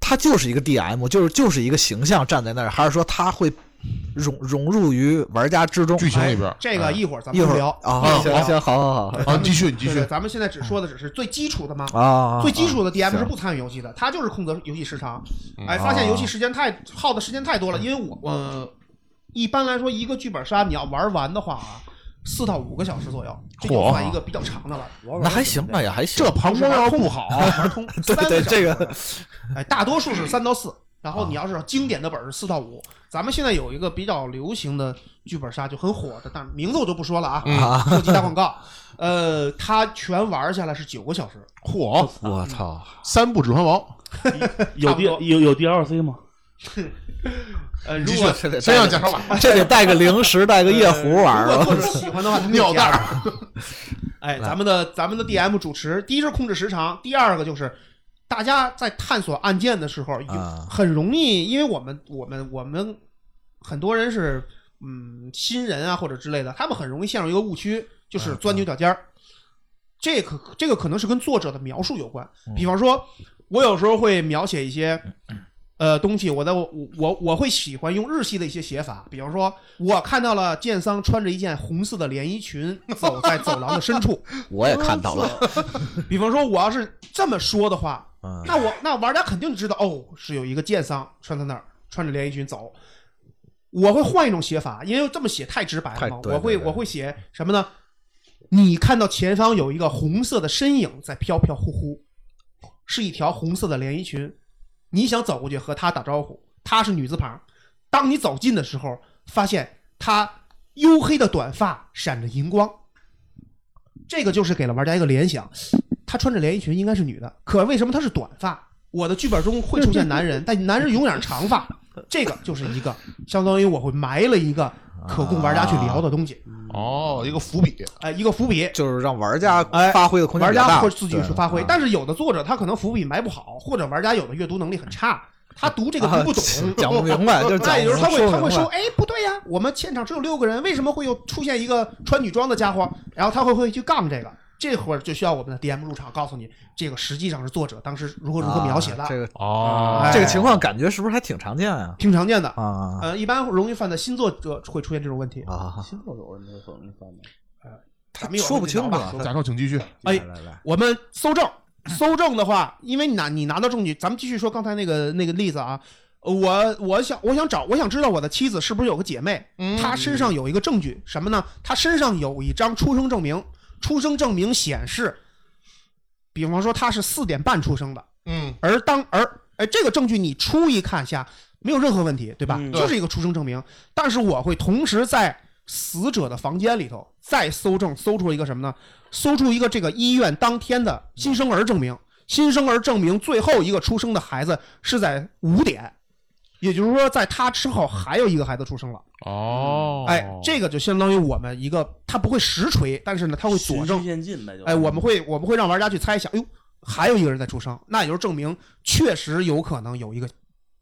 Speaker 3: 他就是一个 DM，就是就是一个形象站在那儿，还是说他会融融入于玩家之中？
Speaker 2: 剧情里边
Speaker 1: 哎这个一会儿咱
Speaker 3: 一
Speaker 1: 们
Speaker 3: 会
Speaker 1: 会
Speaker 3: 儿
Speaker 1: 聊
Speaker 3: 啊，行行，好好好
Speaker 2: 啊，继续，你继
Speaker 1: 哎对
Speaker 2: 续
Speaker 1: 对，。咱们现在只说的只是最基础的嘛。
Speaker 3: 啊啊，
Speaker 1: 最基础的 DM
Speaker 3: 行啊
Speaker 1: 是不参与游戏的，他就是控制游戏时长。
Speaker 2: 嗯
Speaker 1: 哎，发现游戏时间太耗的时间太多了，因为我我、一般来说一个剧本杀你要玩完的话啊，四到五个小时左右，这就
Speaker 3: 嚯
Speaker 1: 算一个比较长的了。玩完
Speaker 3: 啊那还行，
Speaker 1: 准备
Speaker 3: 那也还行。啊
Speaker 2: 这旁观要不好，
Speaker 1: 玩通
Speaker 3: 对对，这
Speaker 1: 个
Speaker 3: 个
Speaker 1: 哎，大多数是三到四，然
Speaker 3: 啊
Speaker 1: 后你要是经典的本儿是四到五，咱们现在有一个比较流行的剧本杀就很火的，但名字我就不说了
Speaker 3: 嗯
Speaker 1: 啊，不及打广告。呃，它全玩下来是九个小时，
Speaker 2: 嚯，
Speaker 3: 我操！
Speaker 2: 三部《指环王》，
Speaker 4: 有
Speaker 1: 差不
Speaker 4: D
Speaker 1: 多
Speaker 4: 有有 DLC 吗？
Speaker 1: 呃，如
Speaker 2: 继续
Speaker 1: 果
Speaker 3: 这得
Speaker 2: 真让
Speaker 3: 带
Speaker 2: 贾少把
Speaker 3: 这得带个零食，带个夜壶玩
Speaker 1: 呃如
Speaker 3: 了
Speaker 1: 果。作者喜欢的话，他 可以
Speaker 2: 尿
Speaker 1: 加
Speaker 2: 袋
Speaker 1: 入。
Speaker 2: 儿，
Speaker 1: 哎，咱们的咱们的 DM 主持，第一是控制时长，第二个就是大家在探索案件的时候，有
Speaker 3: 啊
Speaker 1: 很容易，因为我们我们我们很多人是嗯新人啊或者之类的，他们很容易陷入一个误区，就是钻牛角尖儿。这可这个可能是跟作者的描述有关，比方说，我有时候会描写一些。呃，东西我在我我我会喜欢用日系的一些写法，比方说，我看到了剑桑穿着一件红色的连衣裙走在走廊的深处，
Speaker 3: 我也看到了，
Speaker 1: 比方说，我要是这么说的话，
Speaker 3: 嗯
Speaker 1: 那我那玩家肯定知道，哦，是有一个剑桑穿在那儿，穿着连衣裙走。我会换一种写法，因为这么写太直白了
Speaker 3: 太
Speaker 1: 嘛。
Speaker 3: 对
Speaker 1: 我会
Speaker 3: 对对
Speaker 1: 我会写什么呢？你看到前方有一个红色的身影在飘飘忽忽，是一条红色的连衣裙。你想走过去和她打招呼，她是女字旁。当你走近的时候，发现她黝黑的短发闪着银光，这个就是给了玩家一个联想，她穿着连衣裙应该是女的，可为什么她是短发？我的剧本中会出现男 人，但男人永远是长发，这个就是一个相当于我会埋了一个可供玩家去聊的东西，
Speaker 2: 哦，一个伏笔，
Speaker 1: 哎、一个伏笔，
Speaker 3: 就是让玩家
Speaker 1: 哎
Speaker 3: 发挥的空间
Speaker 1: 玩
Speaker 3: 比较
Speaker 1: 家
Speaker 3: 大
Speaker 1: 会自己去发挥
Speaker 3: 对。
Speaker 1: 但是有的作者他可能伏笔埋不好，或者玩家有的阅读能力很差，他读这个
Speaker 3: 啊
Speaker 1: 读不懂，
Speaker 3: 讲不明白，就是讲
Speaker 1: 那也就是他会他
Speaker 3: 不
Speaker 1: 会
Speaker 3: 明
Speaker 1: 说，
Speaker 3: 白
Speaker 1: 哎，不对呀，我们现场只有六个人，为什么会有出现一个穿女装的家伙？然后他会会去杠这个，这会儿就需要我们的 DM 入场，告诉你这个实际上是作者当时如何如何描写的，
Speaker 3: 啊这个
Speaker 2: 哦
Speaker 1: 哎
Speaker 3: 这个情况，感觉是不是还挺常见啊？
Speaker 1: 挺常见的。
Speaker 3: 啊
Speaker 1: 呃，一般容易犯的新作者会出现这种问题，
Speaker 3: 啊！
Speaker 4: 新作有人没有没翻的，
Speaker 1: 咱们一会儿
Speaker 3: 说不清
Speaker 1: 聊
Speaker 3: 楚
Speaker 1: 吧
Speaker 3: 啊。
Speaker 2: 贾少请继续。
Speaker 1: 哎
Speaker 3: 来来来，
Speaker 1: 我们搜证，搜证的话，因为你拿你拿到证据，咱们继续说刚才那个那个例子啊。呃我我想我想找我想知道我的妻子是不是有个姐妹，她身上有一个证据什么呢？她身上有一张出生证明，出生证明显示，比方说她是四点半出生的，
Speaker 2: 嗯，
Speaker 1: 而当而哎这个证据你初一看下没有任何问题，对吧？
Speaker 4: 嗯
Speaker 1: 就是一个出生证明，但是我会同时在死者的房间里头再搜证，搜出一个什么呢？搜出一个这个医院当天的新生儿证明，新生儿证明最后一个出生的孩子是在五点。也就是说，在他之后还有一个孩子出生了，
Speaker 2: 哦
Speaker 1: 哎，这个就相当于我们一个，他不会实锤，但是呢，他会佐
Speaker 4: 循
Speaker 1: 证
Speaker 4: 序渐进呗，就
Speaker 1: 哎，我们会我们会让玩家去猜想，哎呦，还有一个人在出生，那也就是证明确实有可能有一个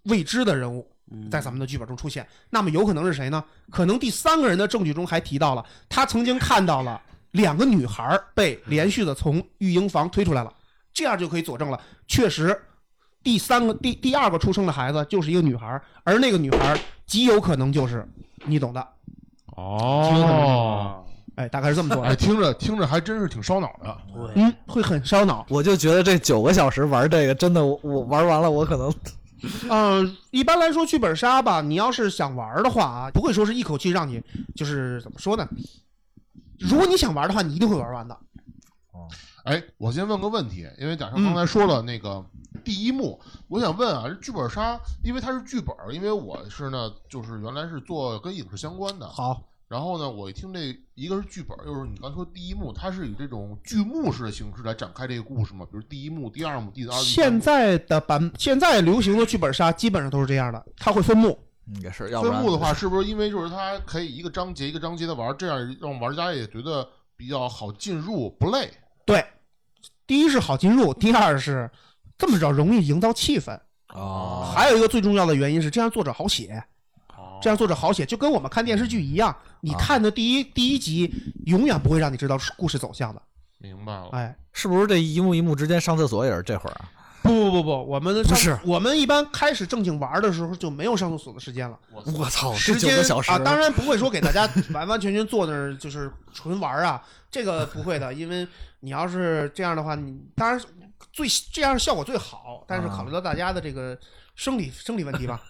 Speaker 1: 未知的人物
Speaker 4: 嗯
Speaker 1: 在咱们的剧本中出现。那么有可能是谁呢？可能第三个人的证据中还提到了，他曾经看到了两个女孩被连续的从育婴房推出来了，这样就可以佐证了，确实。第三个第第二个出生的孩子就是一个女孩，而那个女孩极有可能就是你懂的，
Speaker 2: 哦，
Speaker 4: 啊，
Speaker 1: 哎，大概是这么说
Speaker 2: 哎，
Speaker 1: 的，
Speaker 2: 听着听着还真是挺烧脑的。
Speaker 4: 对，
Speaker 1: 嗯，会很烧脑，
Speaker 3: 我就觉得这九个小时玩这个，真的我我玩完了，我可能
Speaker 1: 嗯，一般来说剧本杀吧，你要是想玩的话啊，不会说是一口气让你就是怎么说呢？如果你想玩的话，你一定会玩完的。
Speaker 2: 哎，我先问个问题，因为贾少
Speaker 1: 嗯
Speaker 2: 刚才说了那个第一幕，我想问啊，这剧本杀，因为它是剧本，因为我是呢，就是原来是做跟影视相关的，
Speaker 1: 好，
Speaker 2: 然后呢，我一听这一个是剧本，又是你刚说第一幕，它是以这种剧目式的形式来展开这个故事嘛？比如第一幕、第二幕、第二幕。第三
Speaker 1: 现
Speaker 2: 幕
Speaker 1: 在的版现在流行的剧本杀基本上都是这样的，它会分幕。
Speaker 3: 嗯也是，要不
Speaker 2: 分
Speaker 3: 然
Speaker 2: 幕的话，是不是因为就是它可以一个章节一个章节的玩，这样让玩家也觉得比较好进入，不累？
Speaker 1: 对，第一是好进入，第二是这么着容易营造气氛，
Speaker 3: 哦，
Speaker 1: 还有一个最重要的原因是这样作者好写。这样作者好写，就跟我们看电视剧一样，你
Speaker 3: 啊
Speaker 1: 看的第一、第一集永远不会让你知道故事走向的。
Speaker 2: 明白
Speaker 3: 哦
Speaker 2: 了。
Speaker 1: 哎，
Speaker 3: 是不是这一幕一幕之间上厕所也是这会儿啊？
Speaker 1: 不不不不，我们上
Speaker 3: 不是
Speaker 1: 我们一般开始正经玩的时候就没有上厕所的时间了，
Speaker 3: 我操，这
Speaker 1: 时
Speaker 3: 九
Speaker 1: 间
Speaker 3: 个小时
Speaker 1: 啊，当然不会说给大家 完完全全坐那儿就是纯玩啊，这个不会的，因为你要是这样的话，你当然最这样效果最好，但是
Speaker 3: 啊
Speaker 1: 考虑到大家的这个生理生理问题 吧，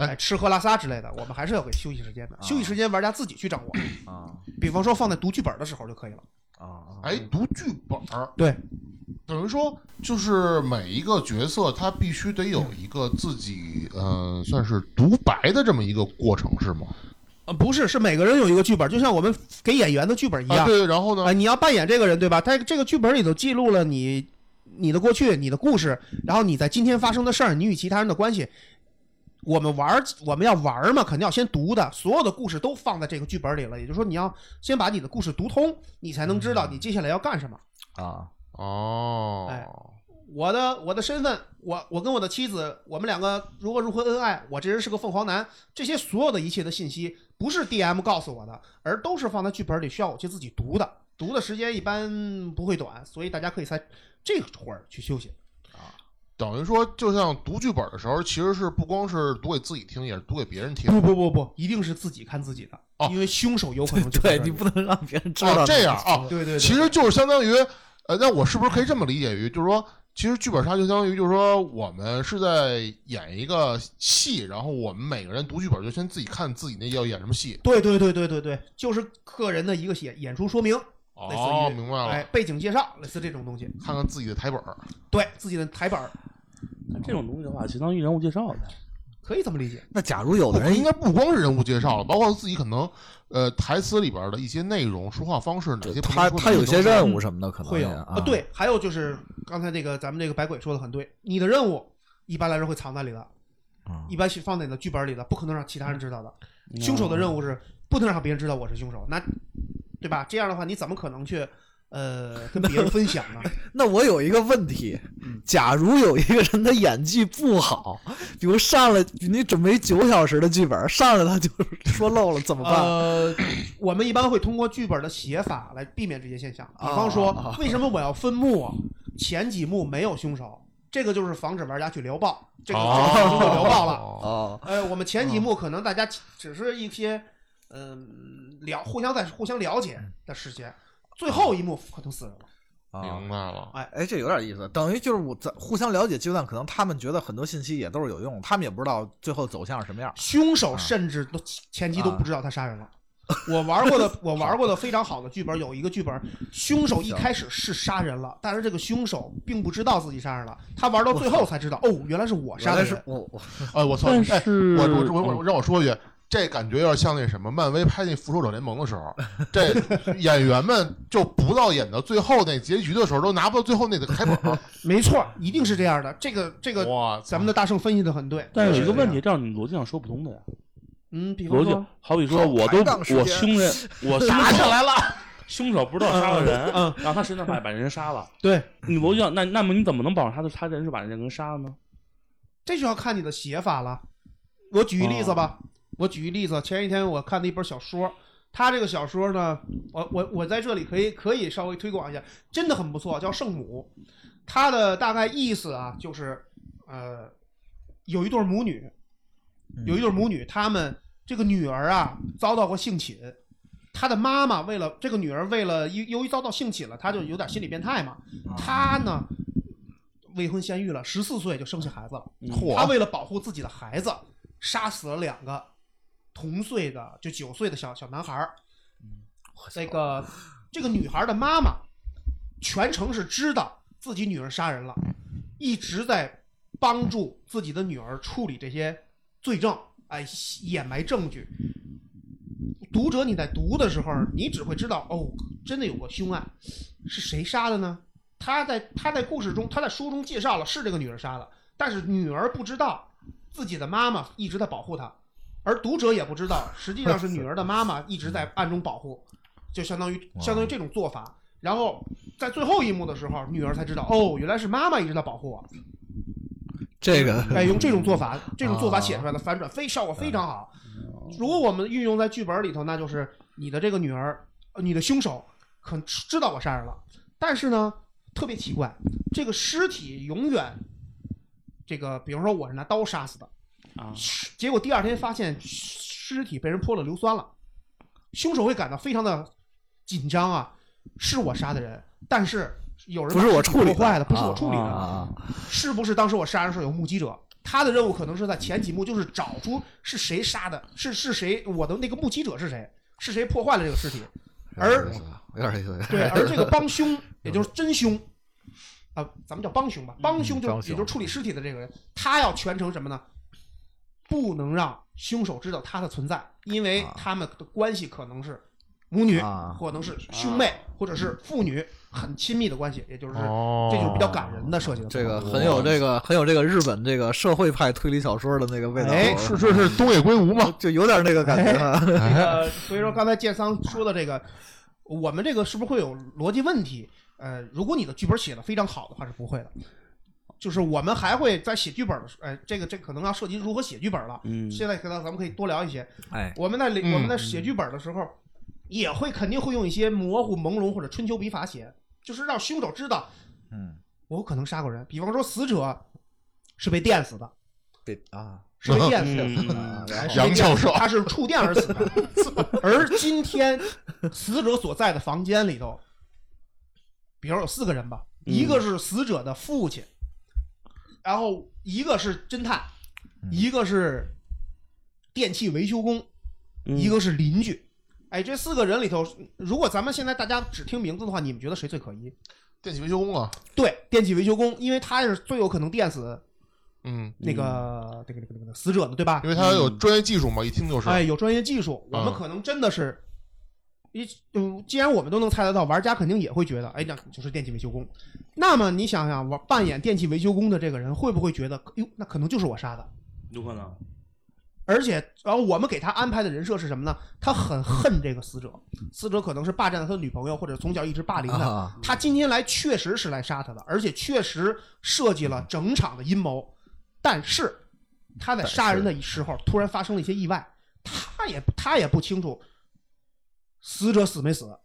Speaker 1: 哎，吃喝拉撒之类的，我们还是要给休息时间的，休息时间玩家自己去掌握，
Speaker 3: 啊
Speaker 1: 比方说放在读剧本的时候就可以了。
Speaker 3: 啊啊
Speaker 2: 哎哎，读剧本儿
Speaker 1: 对，
Speaker 2: 等于说，就是每一个角色他必须得有一个自己，呃，算是独白的这么一个过程，是吗？
Speaker 1: 呃，不是，是每个人有一个剧本，就像我们给演员的剧本一
Speaker 2: 啊，
Speaker 1: 样。
Speaker 2: 对，然后
Speaker 1: 啊、
Speaker 2: 呢？
Speaker 1: 你要扮演这个人，对吧？他这个剧本里头记录了你你的过去、你的故事，然后你在今天发生的事儿，你与其他人的关系。我们玩儿，我们要玩儿嘛，肯定要先读的，所有的故事都放在这个剧本里了。也就是说，你要先把你的故事读通，你才能知道你接下来要干什么。
Speaker 3: 啊，
Speaker 2: 哦，
Speaker 1: 哎我的我的身份，我我跟我的妻子，我们两个如何如何恩爱，我这人是个凤凰男，这些所有的一切的信息，不是 DM 告诉我的，而都是放在剧本里需要我去自己读的，读的时间一般不会短，所以大家可以在这会儿去休息。
Speaker 2: 等于说，就像读剧本的时候，其实是不光是读给自己听，也是读给别人听。
Speaker 1: 不不不不，一定是自己看自己的，
Speaker 2: 哦
Speaker 1: 因为凶手有可能就在
Speaker 3: 对
Speaker 1: 这
Speaker 3: 你
Speaker 1: 里
Speaker 3: 不能让别人知
Speaker 2: 哦
Speaker 3: 道，
Speaker 2: 这样啊，
Speaker 1: 对对对，
Speaker 2: 其实就是相当于，呃，那我是不是可以这么理解于，就是说，其实剧本杀就相当于，就是说，我们是在演一个戏，然后我们每个人读剧本就先自己看自己那要演什么戏。
Speaker 1: 对对对对对对，就是个人的一个演演出说明，类似于
Speaker 2: 哦，明白了，
Speaker 1: 哎，背景介绍，类似这种东西，
Speaker 2: 看看自己的台本儿。
Speaker 1: 对自己的台本儿
Speaker 4: 这种东西的话，相当于人物介绍的。
Speaker 1: 可以这么理解。
Speaker 3: 那假如有
Speaker 2: 不可
Speaker 3: 的
Speaker 2: 能
Speaker 3: 人
Speaker 2: 应该不光是人物介绍了，包括自己可能，呃，台词里边的一些内容、说话方式，哪些不能
Speaker 3: 他
Speaker 2: 说
Speaker 3: 他有些
Speaker 2: 哪
Speaker 3: 任务什么的可能
Speaker 1: 会有
Speaker 3: 也
Speaker 1: 啊、
Speaker 3: 啊，
Speaker 1: 对，还有就是刚才这个咱们这个白鬼说的很对，你的任务一般来说会藏在里的，
Speaker 3: 啊
Speaker 1: 一般是放在你的剧本里的，不可能让其他人知道的。
Speaker 3: 嗯
Speaker 1: 凶手的任务是不能让别人知道我是凶手，那对吧？这样的话，你怎么可能去 呃跟别人分享呢？
Speaker 3: 那我有一个问题，
Speaker 1: 嗯
Speaker 3: 假如有一个人的演技不好，比如上来你准备九小时的剧本，上来他 就说漏了，怎么办？
Speaker 1: 呃，我们一般会通过剧本的写法来避免这些现象。比
Speaker 3: 啊
Speaker 1: 方
Speaker 3: 啊
Speaker 1: 说
Speaker 3: 啊，
Speaker 1: 为什么我要分幕啊？前几幕没有凶手，这个就是防止玩家去聊爆，这个就是
Speaker 2: 哦
Speaker 1: 防止凶手聊爆了。
Speaker 3: 哦，
Speaker 1: 呃，我们前几幕可能大家只只是一些，嗯、了互相在互相了解
Speaker 3: 嗯
Speaker 1: 的时间，最后一幕可能死人了。
Speaker 3: 啊
Speaker 2: 哦明白了，
Speaker 3: 哎，这有点意思，等于就是我在互相了解阶段，可能他们觉得很多信息也都是有用，他们也不知道最后走向是什么样。
Speaker 1: 凶
Speaker 3: 啊
Speaker 1: 手甚至都前期都不知道他杀人了。 我玩过的，我玩过的非常好的剧本，有一个剧本，凶手一开始是杀人了，但是这个凶手并不知道自己杀人了，他玩到最后才知道，哦，原来是我杀
Speaker 3: 原
Speaker 1: 的
Speaker 3: 来是
Speaker 1: 人。
Speaker 3: 我我
Speaker 2: 哎，我操！
Speaker 4: 但
Speaker 2: 哎，
Speaker 4: 是嗯
Speaker 2: 我我我我让我说一句，这感觉有点像那什么，漫威拍那《复仇者联盟》的时候，这演员们就不到演到最后那结局的时候，都拿不到最后那个台本儿。
Speaker 1: 没错，一定是这样的。这个这个，
Speaker 2: 哇，
Speaker 1: 咱们的大圣分析的很对。
Speaker 4: 但是有一个
Speaker 1: 这
Speaker 4: 问题，
Speaker 1: 样，
Speaker 4: 这样你逻辑上说不通的呀。
Speaker 1: 嗯，比方
Speaker 4: 逻辑
Speaker 1: 说，
Speaker 4: 好比说，我都
Speaker 3: 抬杠时间
Speaker 4: 我凶 人，我凶
Speaker 2: 拿上
Speaker 4: 手，
Speaker 2: 来了，
Speaker 4: 凶手不知道杀了人，
Speaker 1: 嗯
Speaker 4: 然后他实际上把把人杀了。
Speaker 1: 对，
Speaker 4: 你逻辑上，那那么你怎么能保证他的他人是把人给杀了呢？
Speaker 1: 这就要看你的写法了。我举一例子吧，我举一例子，前一天我看的一本小说，它这个小说呢，我我我在这里可以可以稍微推广一下，真的很不错，叫《圣母》，它的大概意思啊，就是呃，有一对母女，有一对母女，她们这个女儿啊遭到过性侵。她的妈妈为了这个女儿，为了由由于遭到性侵了，她就有点心理变态嘛。她呢，未婚先育了，十四岁就生下孩子了。嗯他
Speaker 2: 嚯！
Speaker 1: 为了保护自己的孩子，杀死了两个同岁的就九岁的小小男孩儿。这个这个女孩的妈妈全程是知道自己女儿杀人了，一直在帮助自己的女儿处理这些罪证，哎，掩埋证据。读者你在读的时候，你只会知道哦，真的有个凶案，是谁杀的呢？他在他在故事中，他在书中介绍了是这个女儿杀的，但是女儿不知道自己的妈妈一直在保护她，而读者也不知道，实际上是女儿的妈妈一直在暗中保护，就相当于相当于这种做法。然后在最后一幕的时候，女儿才知道哦，原来是妈妈一直在保护我。
Speaker 3: 这 个
Speaker 1: 哎，用这种做法，这种做法写出
Speaker 3: 啊
Speaker 1: 来的反转非效果非常好。
Speaker 3: 嗯
Speaker 1: 如果我们运用在剧本里头，那就是你的这个女儿，呃你的凶手可能知道我杀人了，但是呢，特别奇怪，这个尸体永远，这个比如说我是拿刀杀死的，
Speaker 4: 啊，
Speaker 1: 结果第二天发现尸体被人泼了硫酸了，凶手会感到非常的紧张啊，是我杀的人，但是有人
Speaker 3: 不是我处理
Speaker 1: 把尸体破坏的，
Speaker 3: 的
Speaker 1: 不是我处理的，
Speaker 3: 啊，
Speaker 1: 是不是当时我杀人时候有目击者？他的任务可能是在前几幕就是找出是谁杀的，是是谁我的那个目击者是谁，是谁破坏了这个
Speaker 3: 嗯
Speaker 1: 尸体，而
Speaker 3: 有点意思，
Speaker 1: 对，而这个帮凶，也就是真凶，啊、咱们叫帮凶吧，帮凶就
Speaker 3: 嗯帮
Speaker 1: 是
Speaker 3: 凶
Speaker 1: 也就是处理尸体的这个人，他要全程什么呢？不能让凶手知道他的存在，因为
Speaker 3: 啊
Speaker 1: 他们的关系可能是母女，
Speaker 3: 啊
Speaker 1: 或能是兄妹，或者是父女，很亲密的关系，也就是、
Speaker 2: 哦
Speaker 1: 这就是比较感人的设计的。哦
Speaker 3: 这个很有这个很有这个日本这个社会派推理小说的那个味道，
Speaker 1: 哎
Speaker 2: 是是是东野圭吾嘛？
Speaker 3: 就有点那个感觉啊。
Speaker 1: 呃，所以说刚才建桑说的这个，我们这个是不是会有逻辑问题？呃，如果你的剧本写的非常好的话是不会的，就是我们还会在写剧本的时候，呃，这个这个可能要涉及如何写剧本了。
Speaker 4: 嗯
Speaker 1: 现在可能咱们可以多聊一些。
Speaker 3: 哎，
Speaker 1: 我们在里我们在写剧本的时候，也会肯定会用一些模糊、朦胧或者春秋笔法写，就是让凶手知道
Speaker 3: 嗯，
Speaker 1: 我可能杀过人。比方说，死者是被电死的，
Speaker 3: 对啊，
Speaker 1: 是被电死的。
Speaker 4: 嗯，
Speaker 1: 哎是被
Speaker 2: 杨
Speaker 1: 电
Speaker 2: 教授
Speaker 1: 他是触电而死的。而今天死者所在的房间里头，比如有四个人吧，一
Speaker 2: 嗯
Speaker 1: 个是死者的父亲，然后一个是侦探，
Speaker 2: 嗯
Speaker 1: 一个是电器维修工，
Speaker 2: 嗯
Speaker 1: 一个是邻居。哎，这四个人里头，如果咱们现在大家只听名字的话，你们觉得谁最可疑？
Speaker 2: 电气维修工啊，
Speaker 1: 对，电器维修工，因为他是最有可能电死
Speaker 2: 嗯，
Speaker 1: 那个、这个这个这个死者的，对吧
Speaker 2: 因？为他有专业技术嘛，一听就是。
Speaker 1: 哎，有专业技术，我们
Speaker 2: 嗯
Speaker 1: 可能真的是，一嗯，既然我们都能猜得到，玩家肯定也会觉得，哎，那就是电器维修工。那么你想想，玩扮演电器维修工的这个人会不会觉得，哟，那可能就是我杀的？
Speaker 4: 有可能，
Speaker 1: 而且，然后我们给他安排的人设是什么呢？他很恨这个死者，死者可能是霸占了他的女朋友，或者从小一直霸凌他。
Speaker 3: 啊
Speaker 1: 他今天来确实是来杀他的，而且确实设计了整场的阴谋。但是他在杀人的时候突然发生了一些意外，他也他也不清楚死者死没死，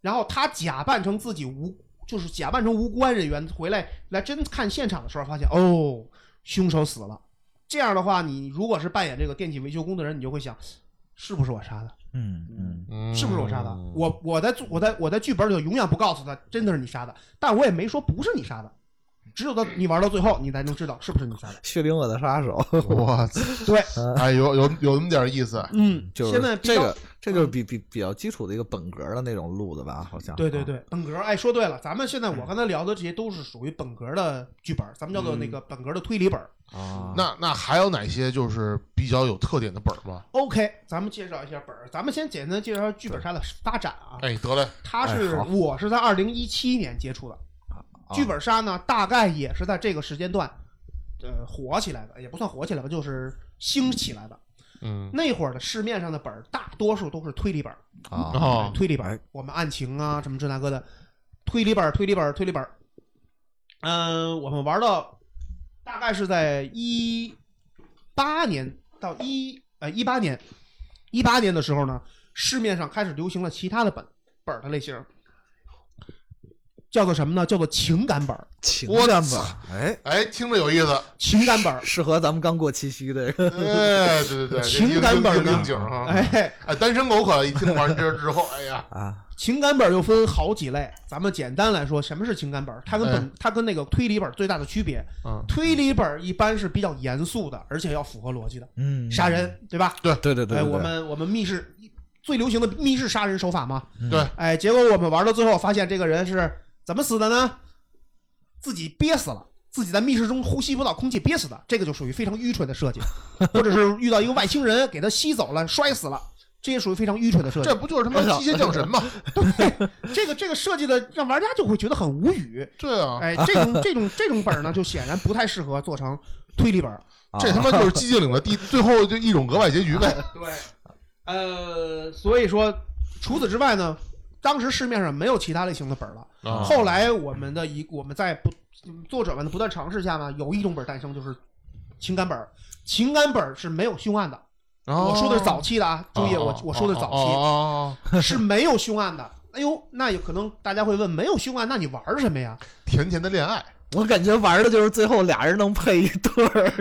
Speaker 1: 然后他假扮成自己无，就是假扮成无关人员回来来真看现场的时候，发现哦，凶手死了。这样的话，你如果是扮演这个电器维修工的人，你就会想，是不是我杀的？
Speaker 3: 嗯嗯，
Speaker 2: 嗯
Speaker 1: 是不是我杀的？我我在我在我在剧本里头永远不告诉他真的是你杀的，但我也没说不是你杀的，只有到你玩到最后，你才能知道是不是你杀的。
Speaker 3: 血淋我的 杀手，
Speaker 2: 我操！
Speaker 1: 对，
Speaker 2: 哎，有有有那么点意思。
Speaker 1: 嗯，
Speaker 3: 就是
Speaker 1: 现在比较
Speaker 3: 这个，这就是比比比较基础的一个本格的那种路子吧，好像。
Speaker 1: 对对
Speaker 3: 啊，
Speaker 1: 对，本格，哎，说对了，咱们现在我刚才聊的这些都是属于本格的剧本，咱们叫
Speaker 3: 嗯
Speaker 1: 做那个本格的推理本。
Speaker 3: 啊，
Speaker 2: 那那还有哪些就是比较有特点的本儿吗？
Speaker 1: OK，咱们介绍一下本儿，咱们先简单介绍一下剧本杀的发展啊。
Speaker 2: 哎，得嘞，
Speaker 1: 它是
Speaker 3: 哎好
Speaker 1: 我是在二零一七年接触的，
Speaker 3: 啊
Speaker 1: 剧本杀呢，大概也是在这个时间段，呃，火起来的，也不算火起来吧，就是兴起来的。
Speaker 2: 嗯，
Speaker 1: 那会儿的市面上的本儿，大多数都是推理本儿，
Speaker 3: 啊，
Speaker 2: 哦，
Speaker 1: 推理本
Speaker 3: 哎
Speaker 1: 儿，我们案情啊，什么这那个的，推理本儿，推理本儿，推理本儿。嗯、我们玩到大概是在一八年到一呃一八年，一八年的时候呢，市面上开始流行了其他的本本儿的类型，叫做什么呢？叫做情感本儿，
Speaker 3: 情
Speaker 2: 我
Speaker 3: 感本
Speaker 2: 操，
Speaker 3: 哎，
Speaker 2: 哎，听着有意思。
Speaker 1: 情感 本儿。
Speaker 3: 适合咱们刚过七夕的人。
Speaker 2: 哎，对对对，
Speaker 1: 情感本儿呢
Speaker 2: 应景啊。
Speaker 1: 哎，
Speaker 2: 哎，单身狗可一听完这之后，哎 呀，
Speaker 3: 啊，
Speaker 1: 情感本儿又分好几类，咱们简单来说，什么是情感本儿？它跟本、
Speaker 3: 嗯
Speaker 1: 它跟那个推理本儿最大的区别，
Speaker 2: 嗯
Speaker 1: 推理本儿一般是比较严肃的，而且要符合逻辑的，
Speaker 3: 嗯，
Speaker 1: 杀人对吧？
Speaker 3: 对对对对，
Speaker 1: 哎，
Speaker 3: 对
Speaker 1: 我们我们密室最流行的密室杀人手法嘛，
Speaker 3: 嗯
Speaker 2: 对，
Speaker 1: 哎，结果我们玩到最后发现这个人是怎么死的呢？自己憋死了。自己在密室中呼吸不到空气，憋死的，这个就属于非常愚蠢的 设计，或者是遇到一个外星人给他吸走了，摔死了，这也属于非常愚蠢的设计。
Speaker 2: 这不就是他妈机械降神吗？
Speaker 1: 这个这个设计的让玩家就会觉得很无语。
Speaker 2: 对啊，
Speaker 1: 哎，这种这种这种本儿呢，就显然不太适合做成推理本儿。
Speaker 3: 啊
Speaker 2: 这他妈就是寂静岭的第最后就一种额外结局 呗。
Speaker 1: 对，呃，所以说除此之外呢，当时市面上没有其他类型的本儿了。
Speaker 2: 啊
Speaker 1: 后来我们的一我们在不作者们的不断尝试下呢，有一种本儿诞生，就是情感本儿。情感本儿是没有凶案的，
Speaker 3: 哦
Speaker 1: 我说的是早期的啊，注意我、我说的是早期。
Speaker 2: 哦，
Speaker 1: 是没有凶案的。哎呦，那有可能大家会问，没有凶案，那你玩儿什么呀？
Speaker 2: 甜甜的恋爱，
Speaker 3: 我感觉玩的就是最后俩人能配一对儿。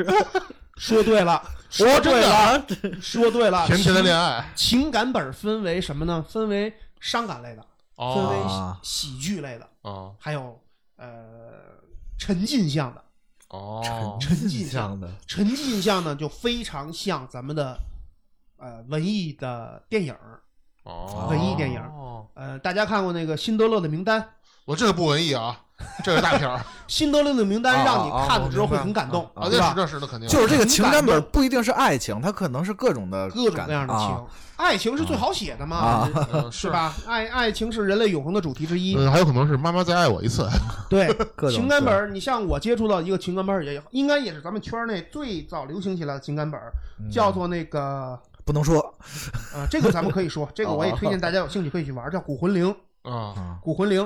Speaker 1: 说对了，说
Speaker 2: 我
Speaker 1: 对
Speaker 2: 真的
Speaker 1: 了，
Speaker 2: 啊
Speaker 1: 说对了。
Speaker 2: 甜甜的恋
Speaker 1: 爱，
Speaker 2: 爱，
Speaker 1: 情感本儿分为什么呢？分为伤感类的， 分为
Speaker 2: 哦
Speaker 1: 喜喜剧类的，
Speaker 2: 哦
Speaker 1: 还有呃沉浸向的。
Speaker 2: 哦，
Speaker 1: 沉浸
Speaker 3: 印
Speaker 1: 向
Speaker 3: 象的
Speaker 1: 沉浸向呢，就非常像咱们的呃文艺的电影儿。
Speaker 2: 哦
Speaker 1: 文艺电影
Speaker 2: 哦
Speaker 1: 呃，大家看过那个《辛德勒的名单》？
Speaker 2: 我这个不文艺啊，这是 大片儿
Speaker 1: 辛德勒的名单让你
Speaker 3: 啊啊啊
Speaker 1: 看了之后会
Speaker 3: 我
Speaker 1: 很
Speaker 3: 明
Speaker 1: 感动，
Speaker 2: 啊，那
Speaker 1: 对
Speaker 2: 是
Speaker 1: 吧？
Speaker 2: 那是那肯定
Speaker 3: 就是这个情感
Speaker 1: 很感
Speaker 3: 本不一定是爱情，它可能是各种的
Speaker 1: 各种各样的
Speaker 3: 情。
Speaker 1: 情
Speaker 3: 啊，
Speaker 1: 爱情是最好写的嘛
Speaker 3: 啊，
Speaker 2: 嗯是
Speaker 1: 是？吧？爱爱情是人类永恒的主题之一。
Speaker 2: 嗯，还有可能是妈妈再爱我一 次，
Speaker 1: 对，
Speaker 3: 各种
Speaker 1: 情感本儿，你像我接触到一个情感本儿，也应该也是咱们圈儿内最早流行起来的情感本儿，叫做那个
Speaker 3: 不能说
Speaker 1: 呃，这个咱们可以说，这个我也推荐大家有兴趣可以去玩，叫《古魂灵》。
Speaker 2: 啊
Speaker 1: 《古魂灵》，